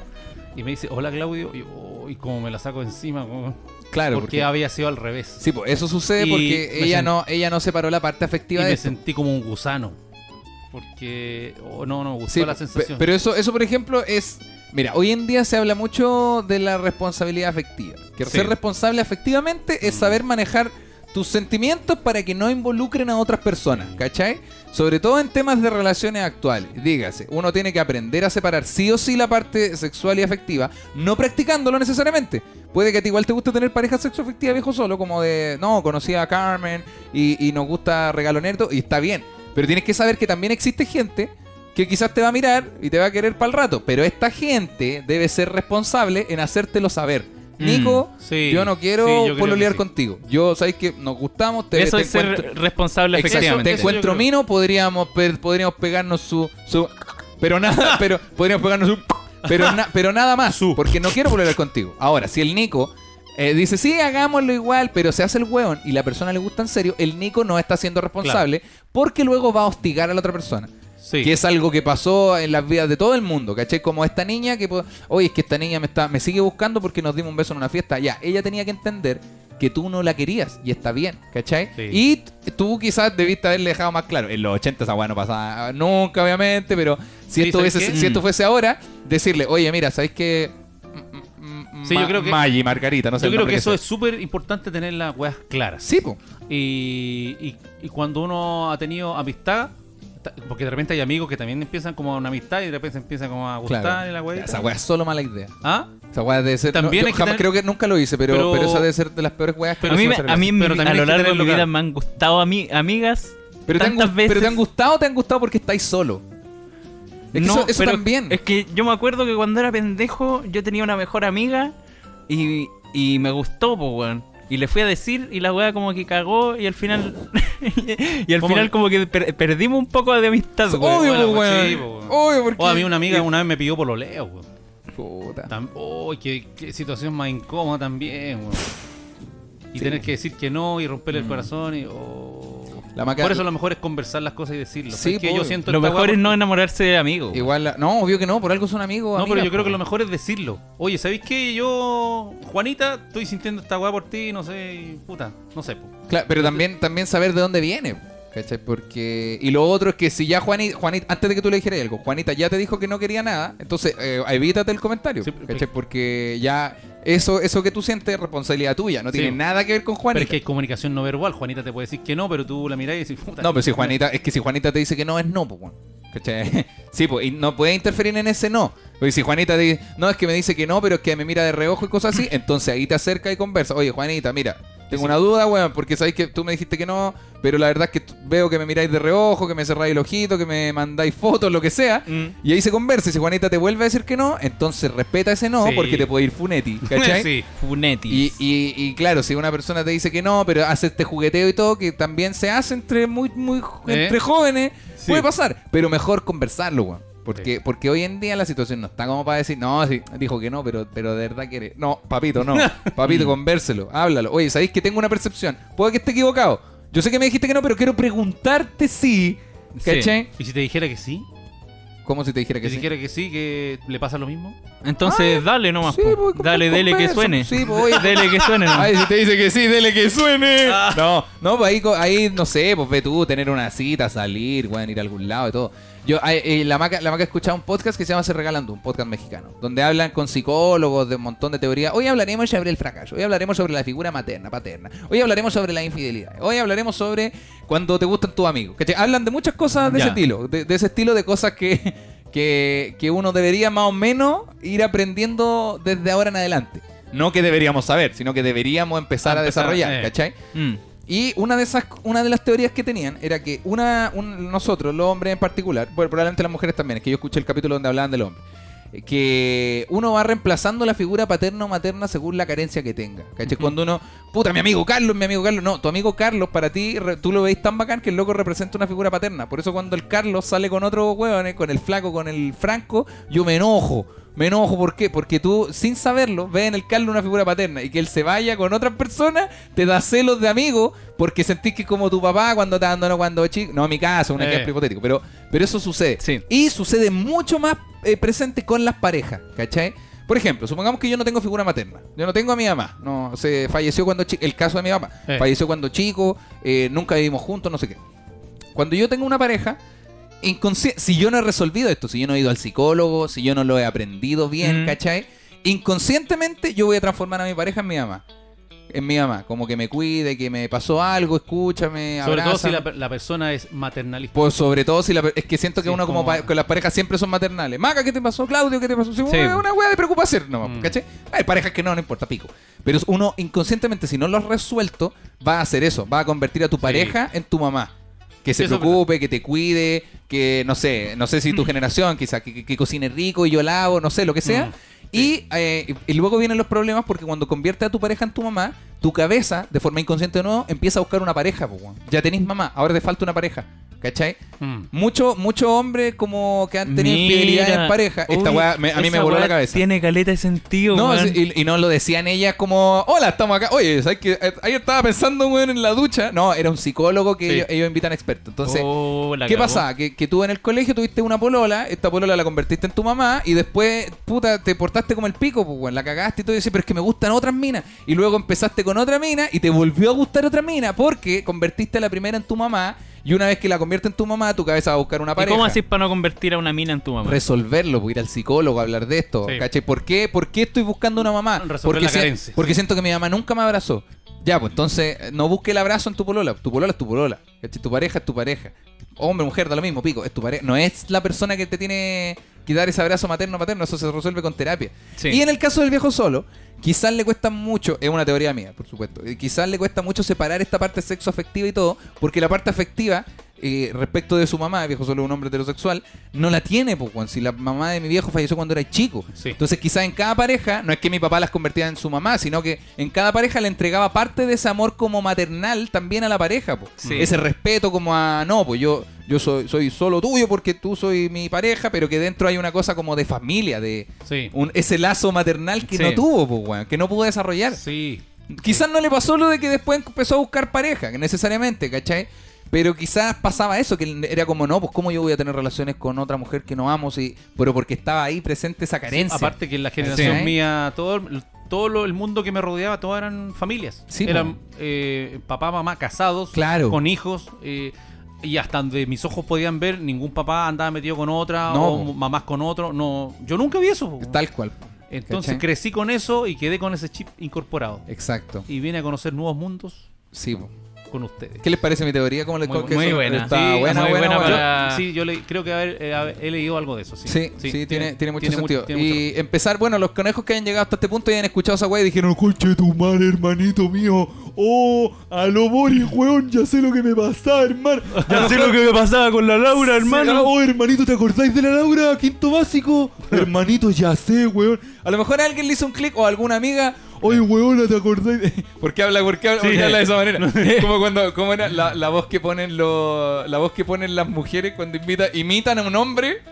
Y me dice, hola Claudio. Y, oh, y como me la saco encima. como- Claro, porque había sido al revés. Sí, pues eso sucede Y porque me ella sen- no, ella no separó la parte Y afectiva de me esto. sentí como un gusano. Porque oh, no, no me gustó Sí, la pe- sensación. Pero eso, eso, por ejemplo, es. Mira, hoy en día se habla mucho de la responsabilidad afectiva. Que Sí. ser responsable afectivamente es saber manejar tus sentimientos para que no involucren a otras personas, ¿cachai? Sobre todo en temas de relaciones actuales. Dígase, uno tiene que aprender a separar sí o sí la parte sexual y afectiva, no practicándolo necesariamente. Puede que a ti igual te guste tener pareja sexoafectiva viejo solo, como de, no, conocí a Carmen y, y nos gusta regalonerdo, y está bien. Pero tienes que saber que también existe gente que quizás te va a mirar y te va a querer para el rato, pero esta gente debe ser responsable en hacértelo saber. Nico, Mm, sí, yo no quiero sí, yo creo que pololear sí. contigo. Yo, sabéis que nos gustamos, te, Eso te es ser encuentro- responsable Exacto, efectivamente. te eso yo encuentro creo. mino, podríamos, pe- podríamos pegarnos su, su- Pero nada, pero podríamos pegarnos su... Pero, na- pero nada más, porque no quiero volver contigo. Ahora, si el Nico eh, dice, sí, hagámoslo igual, pero se hace el hueón y la persona le gusta en serio, el Nico no está siendo responsable porque luego va a hostigar a la otra persona. Sí. Que es algo que pasó en las vidas de todo el mundo, ¿cachai? Como esta niña que, po- oye, es que esta niña me, está, me sigue buscando porque nos dimos un beso en una fiesta. Ya, ella tenía que entender que tú no la querías y está bien, ¿cachai? Sí. Y t- tú quizás debiste haberle dejado más claro. En los 80 esa weá no pasaba nunca, obviamente, pero si, Sí, esto, ¿sabes hubiese- qué? Mm. si esto fuese ahora, decirle, oye, mira, ¿sabes qué? Mm, mm, mm, Sí, yo Ma- creo que- Maggi, Margarita, no sé Yo el creo nombre que eso sea. es súper importante tener las weas claras. Sí, po. Y, y- y cuando uno ha tenido amistad, ta- porque de repente hay amigos que también empiezan como una amistad y de repente empiezan como a gustar y la Claro. wea. Esa weá es solo mala idea. ¿Ah? Esa weá debe ser. También También hay que tener- creo que nunca lo hice, pero, pero, Pero- esa debe ser de las peores weas que a me mí, me- hacen hacer a, en la mí vida. me- Pero a también lo hay que largo de mi tenerlo vida claro. me han gustado a mí, amigas pero te, han, tantas gu- veces. pero te han gustado o te han gustado porque estáis solo. Es que No, eso, eso pero también. Es que yo me acuerdo que cuando era pendejo, yo tenía una mejor amiga y, y me gustó, pues, weón. Y le fui a decir y la weá como que cagó y al final. y al ¿Cómo? final como que per- perdimos un poco de amistad, obvio, weón. bueno, po, pues, sí, weón. po, weón. Obvio, porque. O a mí una amiga una vez me pidió pololeo, weón. Puta. Tam- oh, qué, qué situación más incómoda también, weón. Y tener que decir que no y romperle el corazón y. oh. Mm. La maca- Por eso lo mejor es conversar las cosas y decirlo. Sí, Es que po, yo siento Lo esta mejor wea es no enamorarse de amigos. weón. Igual, la- no, obvio que no, por algo son amigos. No, pero amigas, yo creo po. que lo mejor es decirlo. Oye, ¿sabéis qué? Yo, Juanita, estoy sintiendo esta weá por ti, no sé, y puta, no sé. po. Claro, pero también, también saber de dónde viene. ¿Cachai? Porque. Y lo otro es que si ya Juanita, Juanita, antes de que tú le dijeras algo, Juanita ya te dijo que no quería nada, entonces eh, evítate el comentario. Sí, ¿Cachai? pero- Porque ya eso, eso que tú sientes es responsabilidad tuya, no Sí. tiene nada que ver con Pero Juanita. es que hay comunicación no verbal. Juanita te puede decir que no, pero tú la mirás y decís, puta. No, pero si Juanita, es que si Juanita te dice que no, es no, pues, weón. ¿Cachai? Sí, pues, y no puedes interferir en ese no. Porque si Juanita te dice, no, es que me dice que no, pero es que me mira de reojo y cosas así, entonces ahí te acerca y conversa. Oye, Juanita, mira, tengo una duda, weón, porque sabéis que tú me dijiste que no, pero la verdad es que t- veo que me miráis de reojo, que me cerráis el ojito, que me mandáis fotos, lo que sea. Mm. Y ahí se conversa. Y si Juanita te vuelve a decir que no, entonces respeta ese no, Sí. porque te puede ir funeti, ¿cachai? Sí. Funetis. Y, y- y claro, si una persona te dice que no, pero hace este jugueteo y todo, que también se hace entre muy, muy jo- ¿Eh? entre jóvenes, Sí. puede pasar. Pero mejor conversarlo, weón. Porque, porque hoy en día la situación no está como para decir, no, sí, dijo que no, pero, pero de verdad quiere. No, papito, no. Papito, convérselo, háblalo. Oye, ¿sabéis que tengo una percepción? Puede que esté equivocado. Yo sé que me dijiste que no, pero quiero preguntarte si. Sí. ¿Cachai? Y si te dijera que sí, ¿Cómo si te dijera que Que si sí? quiere que sí, que le pasa lo mismo. Entonces, dale nomás. sí, po. pues, dale, con- dele con que beso, suene. sí, pues, oye. Dele que suene. nomás. Ay, Ah, si te dice que sí, dele que suene. Ah. No, no, pues ahí, co- ahí, no sé, pues ve tú, tener una cita, salir, pueden ir a algún lado y todo. Yo, ay, eh, la maca, la maca escuchaba un podcast que se llama Se Regalando, un podcast mexicano, donde hablan con psicólogos de un montón de teorías. Hoy hablaremos sobre el fracaso, hoy hablaremos sobre la figura materna, paterna, hoy hablaremos sobre la infidelidad, hoy hablaremos sobre cuando te gustan tus amigos. ¿cachai? Hablan de muchas cosas de Ya. ese estilo, de, de ese estilo de cosas que, que, que uno debería más o menos ir aprendiendo desde ahora en adelante. No que deberíamos saber, sino que deberíamos empezar a, empezar, desarrollar, eh. ¿cachai? Mm. Y una de esas, una de las teorías que tenían era que una, un- nosotros, los hombres en particular, bueno, probablemente las mujeres también, es que yo escuché el capítulo donde hablaban del hombre, eh, que uno va reemplazando la figura paterna o materna según la carencia que tenga. ¿Cachai? Cuando uno, puta, mi amigo Carlos, mi amigo Carlos, no, tu amigo Carlos, para ti, re- tú lo veis tan bacán que el loco representa una figura paterna. Por eso cuando el Carlos sale con otro hueón, eh, con el flaco, con el franco, yo me enojo. Me enojo, ¿por qué? Porque tú, sin saberlo, ves en el Carlos una figura paterna y que él se vaya con otras personas te da celos de amigo porque sentís que es como tu papá cuando te abandonó cuando chico. No, en mi caso, un Eh. ejemplo hipotético, pero, pero eso sucede. Sí. Y sucede mucho más eh, presente con las parejas, ¿cachai? Por ejemplo, supongamos que yo no tengo figura materna. Yo no tengo a mi mamá. No, se falleció cuando chico. El caso de mi mamá. Eh. Falleció cuando chico, eh, nunca vivimos juntos, no sé qué. Cuando yo tengo una pareja, inconsci- si yo no he resolvido esto, si yo no he ido al psicólogo, si yo no lo he aprendido bien, Mm. ¿cachai? Inconscientemente yo voy a transformar a mi pareja en mi mamá. En mi mamá, como que me cuide, que me pasó algo, escúchame, Sobre todo si abrázame. la, per- la persona es maternalista. Pues sobre todo si la... pe- Es que siento que Sí, uno como... como- pa- Con las parejas siempre son maternales. Maca, ¿qué te pasó? Claudio, ¿qué te pasó? Sí, Sí. Una una wea de preocupación nomás, Mm. ¿cachai? Hay parejas que no, no importa, pico. Pero uno inconscientemente, si no lo has resuelto, va a hacer eso. Va a convertir a tu pareja en tu mamá. Que se Eso es preocupe, que te cuide, que no sé, no sé si Mm. tu generación quizá, que, que- que cocine rico y yo lavo, no sé, lo que sea. Mm. Y, eh, y luego vienen los problemas porque cuando convierte a tu pareja en tu mamá, tu cabeza, de forma inconsciente o no, empieza a buscar una pareja. po, weón. ya tenés mamá, ahora te falta una pareja. ¿Cachai? Mm. Muchos mucho hombres como que han tenido Mira. infidelidad en pareja. Esta Uy, weá me- a mí esa me voló la weá cabeza. Tiene caleta de sentido, No, weón. sí, y, y no lo decían ellas como, hola, estamos acá. Oye, ¿sabes qué? Eh, Ayer estaba pensando, weón, en la ducha. No, era un psicólogo que Sí. ellos, ellos invitan expertos. Entonces, Oh, la ¿qué cagó. pasaba? Que, que tú en el colegio tuviste una polola, esta polola la convertiste en tu mamá y después, puta, te portaste como el pico, pues, weón, la cagaste y todo. Y dices, pero es que me gustan otras minas. Y luego empezaste con otra mina y te volvió a gustar otra mina porque convertiste a la primera en tu mamá. Y una vez que la convierte en tu mamá, tu cabeza va a buscar una ¿Y pareja cómo haces para no convertir a una mina en tu mamá? resolverlo, pues, ir al psicólogo, hablar de esto. Sí. ¿cachai? ¿Por qué? ¿Por qué estoy buscando una mamá? Resolver porque la si- carencia. porque siento que mi mamá nunca me abrazó. Ya, pues entonces eh, no busque el abrazo en tu polola. Tu polola es tu polola. ¿cachai? Tu pareja es tu pareja. Hombre, mujer, da lo mismo, pico. Es tu pareja. No es la persona que te tiene que dar ese abrazo materno paterno. Eso se resuelve con terapia. Sí. Y en el caso del viejo solo, quizás le cuesta mucho, es una teoría mía, por supuesto, eh, quizás le cuesta mucho separar esta parte sexo afectiva y todo, porque la parte afectiva eh, respecto de su mamá, el viejo solo es un hombre heterosexual, no la tiene, pues, weón. si la mamá de mi viejo falleció cuando era chico. Sí. Entonces quizás en cada pareja, no es que mi papá las convertía en su mamá, sino que en cada pareja le entregaba parte de ese amor como maternal también a la pareja, pues. Sí. ese respeto como a, no, pues yo... Yo soy, soy solo tuyo porque tú soy mi pareja, pero que dentro hay una cosa como de familia, de, Sí. un- ese lazo maternal que Sí. no tuvo, pues, weón, que no pudo desarrollar. Sí. Quizás no le pasó lo de que después empezó a buscar pareja, que necesariamente, ¿cachai? Pero quizás pasaba eso, que era como, no, pues cómo yo voy a tener relaciones con otra mujer que no amo, si, pero porque estaba ahí presente esa carencia. Aparte que en la generación Sí. mía, todo, todo lo- el mundo que me rodeaba, todas eran familias. Sí, eran eh, papá, mamá, casados, Claro. con hijos. eh, y hasta donde mis ojos podían ver, ningún papá andaba metido con otra, No, o po. mamás con otro. No, yo nunca vi eso. po. Tal cual. Entonces ¿cachai? crecí con eso y quedé con ese chip incorporado. Exacto. Y vine a conocer nuevos mundos Sí, po. con ustedes. ¿Qué les parece mi teoría? ¿Cómo les Muy- que muy eso- buena. Está Sí, buena, muy buena, buena buena. Yo- para- sí, yo le- creo que haber- eh, haber- he leído algo de eso. Sí, Sí, sí, tiene, tiene mucho sentido. tiene mucho- y empezar, bueno, los conejos que hayan llegado hasta este punto y hayan escuchado esa weá y dijeron, coche tu madre, hermanito mío. Oh, a lo Boris, weón, ya sé lo que me pasaba, hermano. Ya sé lo que me pasaba con la Laura, hermano. Oh, hermanito, ¿te acordáis de la Laura? Quinto básico. hermanito, ya sé, weón. A lo mejor alguien le hizo un clic o alguna amiga. Oye, weón, ¿te acordáis de.? ¿Por qué habla, por qué habla, por qué habla de esa manera? como cuando. Como era la, la voz que ponen los. La voz que ponen las mujeres cuando invita, imitan a un hombre.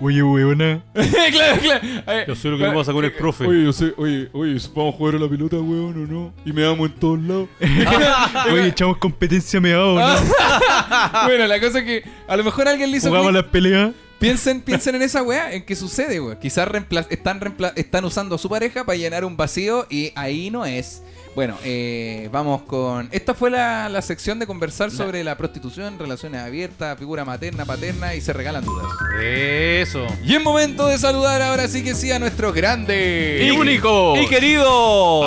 Oye, weona. claro, claro. Eh, Yo sé lo que me pasa con el profe. Oye, yo sé, oye, oye, vamos a jugar a la pelota, weón, o no. Y me damos en todos lados. Oye, Oye, echamos competencia me hago, ¿no? Ah. bueno, la cosa es que a lo mejor alguien le hizo Jugamos clic, las peleas. Piensen, piensen en esa weá, en qué sucede, weá. Quizás reempla- están, reempla- están usando a su pareja para llenar un vacío y ahí no es. Bueno, eh, vamos con. Esta fue la, la sección de conversar sobre la prostitución, relaciones abiertas, figura materna, paterna y se regalan dudas. Eso. Y es momento de saludar ahora sí que sí a nuestros grandes Y únicos. Y queridos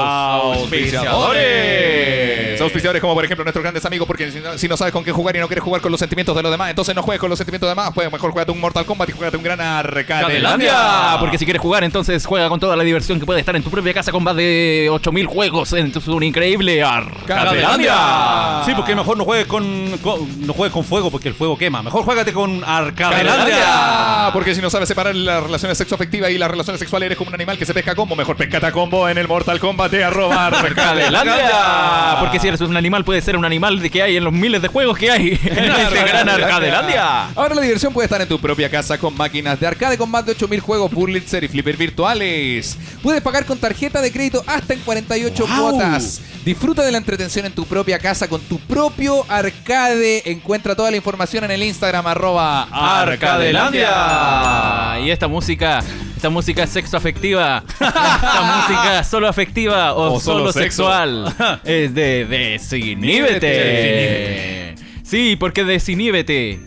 auspiciadores. Auspiciadores como por ejemplo nuestros grandes amigos, porque si no, si no sabes con qué jugar y no quieres jugar con los sentimientos de los demás, entonces no juegues con los sentimientos de los demás, pues mejor juega un Mortal Kombat y juega un gran Cadelandia. Arcadelandia. Porque si quieres jugar, entonces juega con toda la diversión que puede estar en tu propia casa con más de 8000 juegos. Entonces, un increíble Arcadelandia. Sí, porque mejor no juegues con, con- no juegues con fuego porque el fuego quema. Mejor juégate con Arcadelandia. Cadelandia. Porque si no sabes separar las relaciones sexoafectivas y las relaciones sexuales, eres como un animal que se pesca a combo. Mejor pescate a combo en el Mortal Kombat de arroba Arcadelandia. Arcadelandia. Porque si eres un animal, puede ser un animal de que hay en los miles de juegos que hay en este gran Arcadelandia. Ahora la diversión puede estar en tu propia casa con máquinas de arcade con más de 8000 juegos, Burlitzer y flipper virtuales. Puedes pagar con tarjeta de crédito hasta en 48 cuotas. Disfruta de la entretención en tu propia casa con tu propio arcade. Encuentra toda la información en el Instagram arroba Arcadelandia. Y esta música, esta música es sexo afectiva, esta música solo afectiva o, O solo solo, sexo. sexual es de Desiníbete. Sí, porque Desiníbete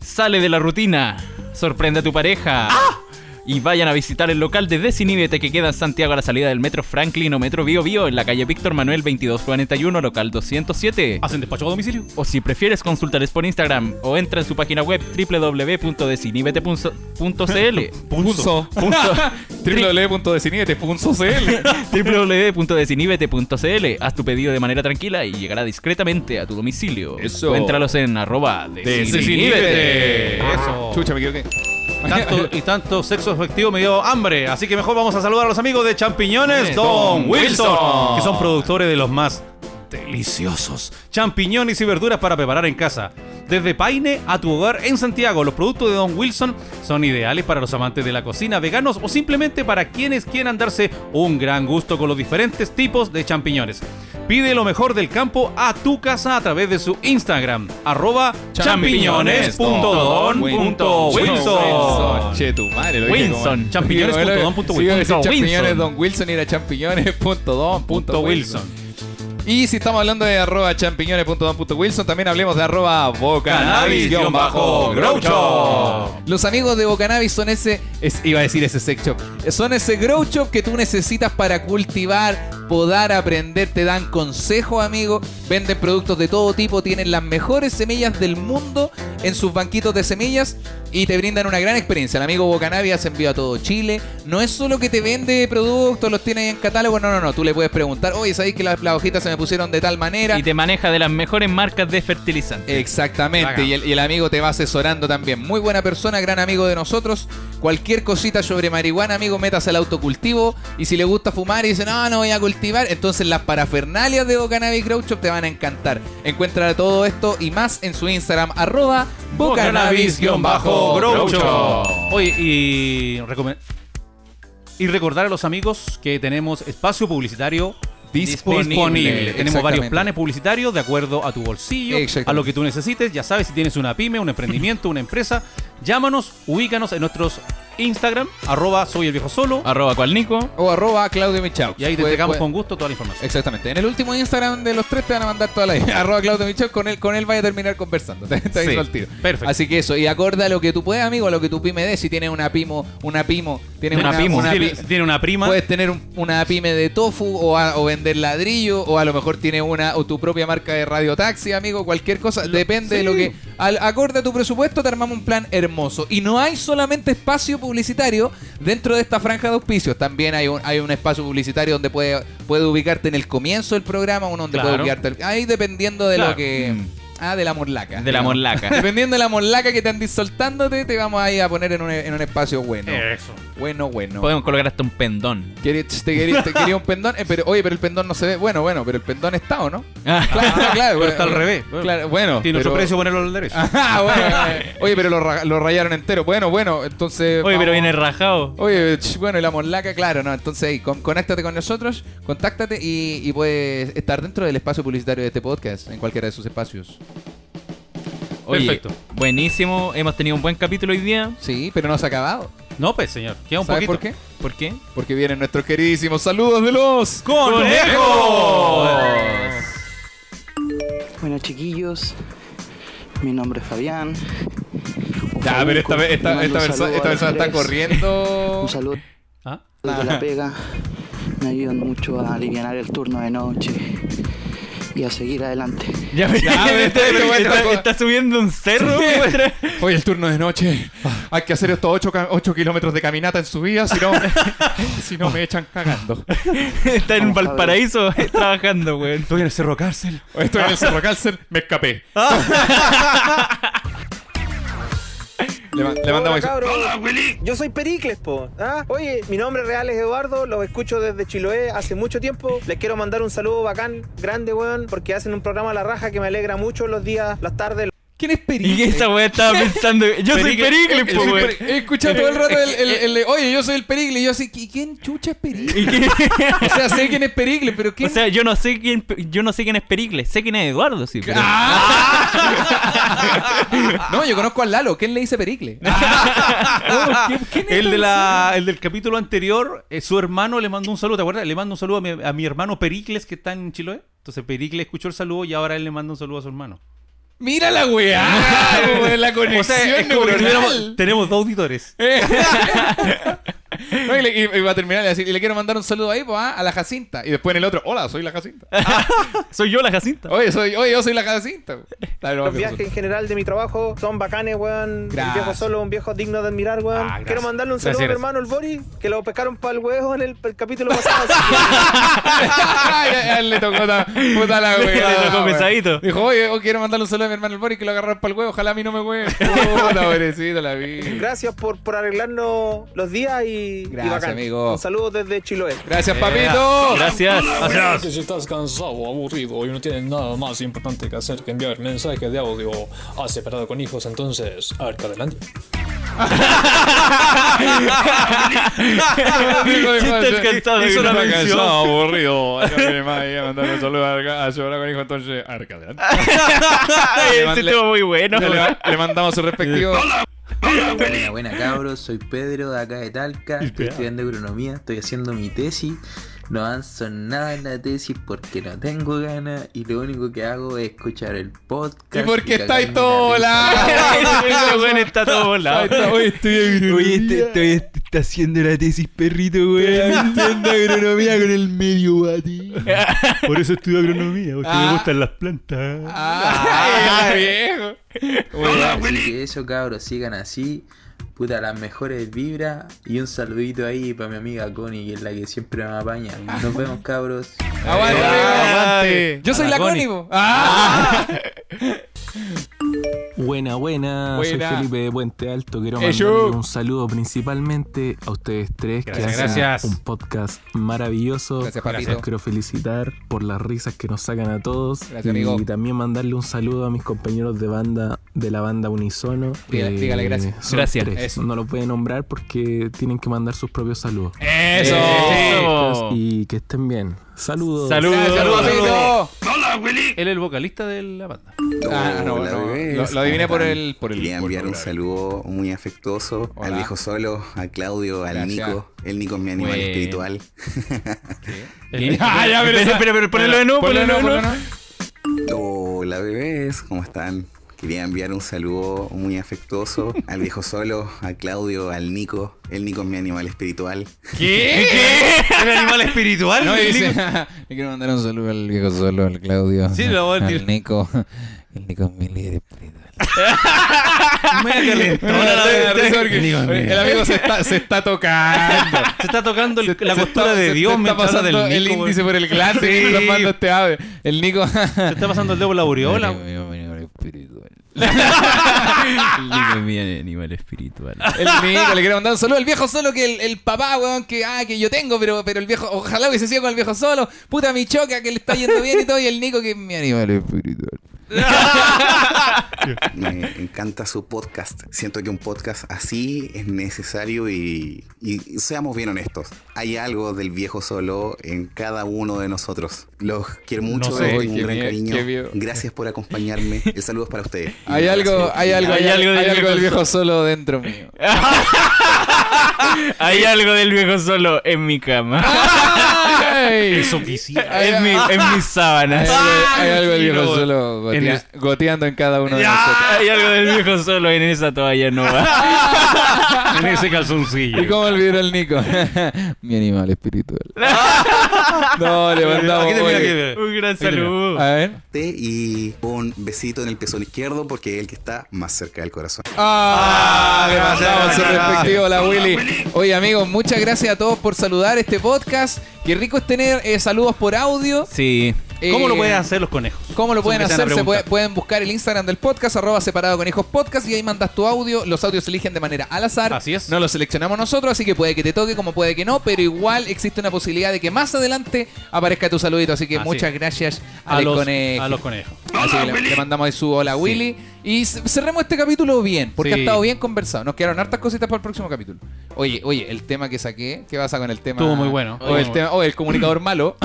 sale de la rutina, sorprende a tu pareja. Y vayan a visitar el local de Desiníbete que queda en Santiago a la salida del Metro Franklin o Metro Bio Bio en la calle Víctor Manuel 2241, local 207. ¿Hacen despacho a domicilio? O si prefieres consultarles por Instagram o entra en su página web www.desinibete.cl Punto. www.desinibete.cl www.desinibete.cl Haz tu pedido de manera tranquila y llegará discretamente a tu domicilio. Eso. Encuéntralos en arroba desiníbete. Eso. Chucha, me equivoqué. Tanto, y tanto sexo efectivo me dio hambre. Así que mejor vamos a saludar a los amigos de Champiñones Don Wilson, que son productores de los más deliciosos champiñones y verduras para preparar en casa. Desde Paine a tu hogar en Santiago, los productos de Don Wilson son ideales para los amantes de la cocina, veganos o simplemente para quienes quieran darse un gran gusto con los diferentes tipos de champiñones. Pide lo mejor del campo a tu casa a través de su Instagram, arroba champiñones.don.wilson. Che, tu madre. lo dije Wilson. como- Champiñones.don.wilson. Sí, iba a decir Punto champiñones Wilson. Don Wilson y era champiñones.don.wilson. Wilson. Y si estamos hablando de arroba champiñones.don.wilson, también hablemos de arroba bocanabis-groucho. Los amigos de Bocanabis son ese, es- iba a decir ese sex shop, son ese grow shop que tú necesitas para cultivar, podar, aprender, te dan consejos, amigo, venden productos de todo tipo, tienen las mejores semillas del mundo en sus banquitos de semillas y te brindan una gran experiencia. El amigo Bocanabis hace envío a todo Chile, no es solo que te vende productos, los tiene ahí en catálogo, no, no, no, tú le puedes preguntar, oye, ¿sabéis que las, las hojitas se me pusieron de tal manera? Y te maneja de las mejores marcas de fertilizantes. Exactamente, y el, y el amigo te va asesorando también. Muy buena persona, gran amigo de nosotros. Cualquier cosita sobre marihuana, amigo, métase al autocultivo. Y si le gusta fumar y dice, no, no voy a cultivar, entonces las parafernalias de Bocanabis Grow Shop te van a encantar. Encuentra todo esto y más en su Instagram, arroba Bocanabis-Grow Shop. Oye, y, recome- y recordar a los amigos que tenemos espacio publicitario Disponible. disponible. Tenemos varios Exactamente. planes publicitarios de acuerdo a tu bolsillo, Exactamente. a lo que tú necesites. Ya sabes, si tienes una pyme, un emprendimiento, una empresa, llámanos, ubícanos en nuestros Instagram, arroba soy el viejo solo, Arroba cual Nico. O arroba Claudio Michau. y ahí te Ah, Puede- entregamos puede- Eh, con gusto toda la información. Exactamente. En el último Instagram de los tres te van a mandar toda la idea. Arroba Claudio Michel, con él, con él vaya a terminar conversando. Te, te aviso Sí, al tiro. perfecto. Así que eso. Y acorda lo que tú puedes, amigo, a lo que tu pyme dé. E Si tienes una pimo, una pimo, tienes Una una, pimo. una Si pi- tiene, si tiene una prima, Puedes tener un- una pyme de tofu o, a- o vender ladrillo o a lo mejor tienes una o tu propia marca de radio taxi, amigo, cualquier cosa, depende de lo que al acorde a tu presupuesto te armamos un plan hermoso y no hay solamente espacio publicitario dentro de esta franja de auspicios, también hay un, hay un espacio publicitario donde puede, puede ubicarte en el comienzo del programa, uno donde Claro. puede ubicarte al- ahí dependiendo de lo Claro. que ah, de la morlaca. De la digamos. morlaca. Dependiendo de la morlaca que te andes soltándote, te vamos ahí a poner en un, en un espacio bueno. Eso. Bueno, bueno. Podemos colocar hasta un pendón. Quería- te, quería, te quería un pendón, eh, pero oye, pero el pendón no se ve. Bueno, bueno, pero el pendón está, ¿o no? Claro, claro. Ah, eh, Pero está al revés. Claro, bueno. Tiene otro pero- precio ponerlo al derecho. Ah, bueno, eh, oye, pero lo, ra- lo rayaron entero. Bueno, bueno, entonces. Oye, vamos. pero viene rajado. Oye, ch, bueno, y la morlaca, claro, ¿no? Entonces ahí, con- conéctate con nosotros, contáctate y, y puedes estar dentro del espacio publicitario de este podcast, en cualquiera de sus espacios. Oye, Perfecto. Buenísimo, hemos tenido un buen capítulo hoy día. Sí, pero no se ha acabado. No, pues, señor. Queda un ¿Sabes poquito. por qué? ¿Por qué? Porque vienen nuestros queridísimos saludos de los. ¡Conejos! Bueno, chiquillos, mi nombre es Fabián. Ya, pero esta, vez- Le esta, mando esta, un perso- saludo esta a persona está Andrés. corriendo. Un saludo ¿Ah? de la pega. Me ayudan mucho a aliviar el turno de noche y a seguir adelante. Ya, Ya, pero este- este weón está, está- está subiendo un cerro. mientras- Hoy el turno de noche. Hay que hacer estos 8, kilómetros de caminata en subida, si no, si no me echan cagando. Está en Vamos, cabrón. Valparaíso trabajando, weón. Estoy en el cerro cárcel. Estoy en el Cerro Cárcel, me escapé. Le, ma- le mandamos Hola, cabros. Yo soy Pericles, po. ¿Ah? Oye, mi nombre real es Eduardo, los escucho desde Chiloé hace mucho tiempo. Les quiero mandar un saludo bacán, grande, weón, porque hacen un programa a la raja que me alegra mucho los días, las tardes. ¿Quién es Perico? Y esa weá estaba pensando. Yo soy Pericle, po, weón. He escuchado todo el rato el, el- el- el- oye, yo soy el Pericle. Y yo así, "¿Y ¿quién chucha es Pericle? ¿Y qué- O sea, sé quién es Pericle, pero ¿quién? O sea, yo no sé quién yo no sé quién es Pericles, sé quién es Eduardo, sí. pero- ¡Ah! no, yo conozco a Lalo. ¿Quién le dice Pericle? El, de la, el del capítulo anterior, eh, su hermano le mandó un saludo, ¿te acuerdas? Le mando un saludo a mi, a mi hermano Pericles que está en Chiloé. Entonces Pericles escuchó el saludo y ahora él le manda un saludo a su hermano. Mira la weá, weón, la O sea, conexión es como que neuronal. tuviéramos- tenemos dos auditores. No, y, le, y- y va a terminar y así, y le quiero mandar un saludo ahí pues, ah, a la Jacinta. Y después en el otro, hola, soy la Jacinta. Soy yo la Jacinta. Oye, soy, oye yo soy la Jacinta. Dale, no, Los me viajes en acuerdo. general de mi trabajo son bacanes, weón. Un Gracias. viejo solo, un viejo digno de admirar, weón. gracias. quiero mandarle un saludo Gracias, a mi hermano, el Bori, que lo pescaron para el huevo en el, el capítulo pasado. Así Ay, ay, ay, le tocó ta- puta la Le- wea. le tocó weón. pesadito. Dijo, oye, oh, quiero mandarle un saludo a mi hermano el Boris que lo agarraron para el huevo. Ojalá a mí no me hueve. Puta, pobrecito, la que vi. gracias por, por arreglarnos los días y, y Gracias, bacán. amigo. Un saludo desde Chiloé. Gracias, papito. Gracias. Que si estás cansado o aburrido y no tienes nada más importante que hacer que enviar mensaje de audio a separado con hijos, entonces, arca adelante. Chistes cansados. Hizo que una no me mención. cansó. aburrido. Ahora viene más ahí a mandarle un saludo a Arca- a su hora con hijo, entonces, arca adelante. Ese Le- este estuvo muy bueno. Ya Le, le mandamos su respectivo. Buena, buena cabros, soy Pedro de acá de Talca, estoy estudiando agronomía, estoy haciendo mi tesis, no avanzo nada en la tesis porque no tengo ganas y lo único que hago es escuchar el podcast. Y porque estáis cagarme la todo risa. volado. Ese Este weón está todo volado. Oye, estoy Oye, este, este- este está haciendo la tesis perrito, güey. Entiendo agronomía con el medio bati. Por eso estudio agronomía, porque me gustan las plantas. Ay, viejo. Así que eso cabros, sigan así. Puta, las mejores vibras y un saludito ahí para mi amiga Connie, que es la que siempre me apaña. Nos vemos cabros. Aguante, aguante. Yo soy la Connie. po. Ah. Buena, buena, Buena. soy Felipe de Puente Alto. Quiero Ey, mandarle yo. un saludo principalmente a ustedes tres Gracias, que hacen gracias. un podcast maravilloso. Gracias, papito. Los quiero felicitar por las risas que nos sacan a todos. Gracias, y amigo. también mandarle un saludo a mis compañeros de banda de la banda Unisono. Eh, Dígale- dígale gracias. son Gracias. tres. Eso. No lo pueden nombrar porque tienen que mandar sus propios saludos. Eso. Oh. Eso. Y que estén bien. Saludos. Saludos. Saludos, papito. Él es el vocalista de la banda. Ah, no, Hola, no. bebés. Lo, lo adiviné ¿Cómo por están? el. Por el Quería por enviar el- un saludo muy afectuoso Hola. al viejo solo, a Claudio, al Gracias. Nico. El Nico es mi animal Bueno. espiritual. El- Ah, ya, pero, pero, pero, pero ponelo de nuevo, Ponlo de ponelo de nuevo, nuevo. ponlo Hola bebés, ¿cómo están? Quería enviar un saludo muy afectuoso al viejo solo, a Claudio, al Nico. El Nico es mi animal espiritual. ¿Qué? ¿El animal espiritual? No, y dice. Le quiero mandar un saludo al viejo solo, al Claudio. Sí, lo voy a decir. Al Nico. El Nico es mi líder espiritual. El amigo se está, se está tocando. Se está tocando el- la Se costura está- de se Dios te está mientras habla pasando del el Nico, índice güey. por el glande Sí. mientras mando este ave. El Nico. Se está pasando el dedo por la aureola. El Nico, mi animal espiritual. Digo, mi animal espiritual. El Nico, le quiero mandar un saludo al viejo solo que el, el papá, weón, que, ah, que yo tengo, pero, pero el viejo, ojalá hubiese sido con el viejo solo. Puta mi choca que le está yendo bien y todo, y el Nico que es mi animal espiritual. Me encanta su podcast. Siento que un podcast así es necesario y, y seamos bien honestos. Hay algo del viejo solo en cada uno de nosotros. Los quiero mucho, No sé, les doy un qué gran miedo, qué miedo. cariño. Gracias por acompañarme. El saludo es para ustedes. Hay algo, hay algo, hay, algo, hay algo del viejo solo dentro mío. Hay algo del viejo solo en mi cama. Eso quisiera. En, mi, en mis sábanas. Hay algo del viejo solo gotea- En el- goteando en cada uno de Ya, nosotros. Hay algo del viejo solo en esa toalla nueva. en ese calzoncillo. ¿Y cómo olvidó el Nico? Mi animal espiritual. no, le mandamos. Aquí termina, oye. aquí termina. Un gran Aquí termina. saludo. A ver. Y un besito en el pezón izquierdo porque es el que está más cerca del corazón. Ah, le gracias, mandamos su gracias. respectivo a la Willy. Oye, amigos, muchas gracias a todos por saludar este podcast. Qué rico es tener eh, saludos por audio. Sí. ¿Cómo lo Eh, pueden hacer los conejos? ¿Cómo lo Eso pueden me empiezan hacer? a Se puede- preguntar. pueden buscar el Instagram del podcast, arroba separado con hijos podcast, y ahí mandas tu audio. Los audios se eligen de manera al azar. Así es. No los seleccionamos nosotros, así que puede que te toque, como puede que no, pero igual existe una posibilidad de que más adelante aparezca tu saludito. Así que Así muchas es. gracias a, A los, los- conejos. a los conejos. Así que le, le mandamos ahí su hola, Willy. Y c- cerremos este capítulo bien, porque Sí. ha estado bien conversado. Nos quedaron hartas cositas para el próximo capítulo. Oye, oye, el tema que saqué, ¿qué pasa con el tema? Estuvo muy bueno. O el, tema, o el comunicador malo.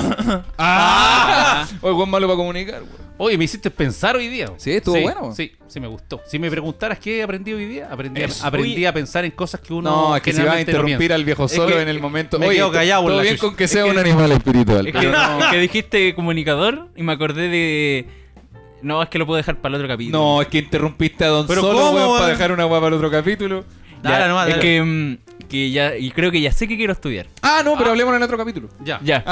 ah, o el buen malo para comunicar. Oye, me hiciste pensar hoy día. Sí, estuvo bueno. Sí, sí, me gustó. Si me preguntaras qué aprendí hoy día, aprendí, a- Eso. aprendí Oye. a pensar en cosas que uno. No, es que si va a generalmente no interrumpir piensa. al viejo Es solo que en el momento. Me Oye, quedo callado, todo la bien chucha. con que sea un animal espiritual. Es que, pero no- es que dijiste comunicador y me acordé de. No, es que lo puedo dejar para el otro capítulo. No, es que interrumpiste a Don Pero Solo, ¿cómo, weón, para weón? dejar una guapa para el otro capítulo. Ya, Dale nomás, es dale. que, mm, que ya. Y creo que ya sé que quiero estudiar. Ah, no, pero hablemos en el otro capítulo. Ya. Ya.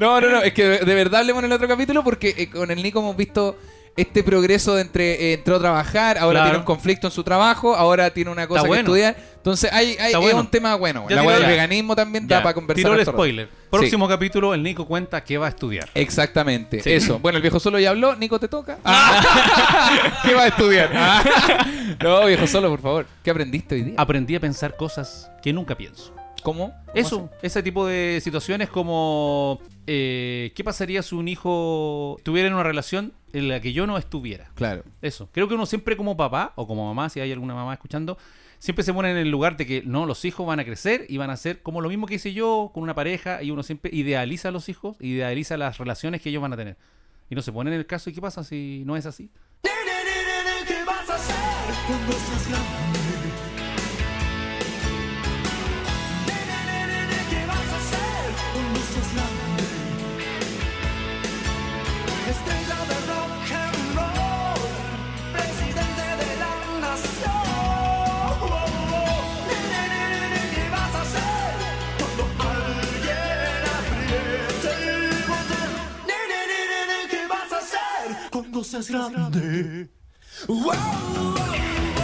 No, no, no, es que de, de verdad hablemos en el otro capítulo porque eh, con el Nico hemos visto este progreso de entre eh, entró a trabajar, ahora Claro. tiene un conflicto en su trabajo, ahora tiene una cosa que bueno. estudiar. Entonces hay, hay Está es bueno. un tema bueno. Ya La tiró hueá del la- veganismo también Ya, da para conversar. Tiró el harto rato. spoiler. Sí. Próximo capítulo, el Nico cuenta que va a estudiar. Exactamente, Sí. eso. Bueno, el viejo solo ya habló, Nico te toca. ¿Qué va a estudiar? Ah. No, viejo solo, por favor. ¿Qué aprendiste hoy día? Aprendí a pensar cosas que nunca pienso. ¿Cómo? Ah. Eso, ese tipo de situaciones como eh, ¿qué pasaría si un hijo estuviera en una relación en la que yo no estuviera? Claro. Eso. Creo que uno siempre como papá o como mamá, si hay alguna mamá escuchando, siempre se pone en el lugar de que no, los hijos van a crecer y van a ser como lo mismo que hice yo con una pareja y uno siempre idealiza a los hijos, idealiza las relaciones que ellos van a tener. Y no se pone en el caso, ¿y qué pasa si no es así? ¿Qué vas a hacer cuando seas grande? ¿Qué vas a hacer cuando seas grande? Estrella de rock and roll, presidente de la nación. ¿Qué vas a hacer cuando alguien apriete el botón? ¿Qué vas a hacer cuando seas grande? Wow.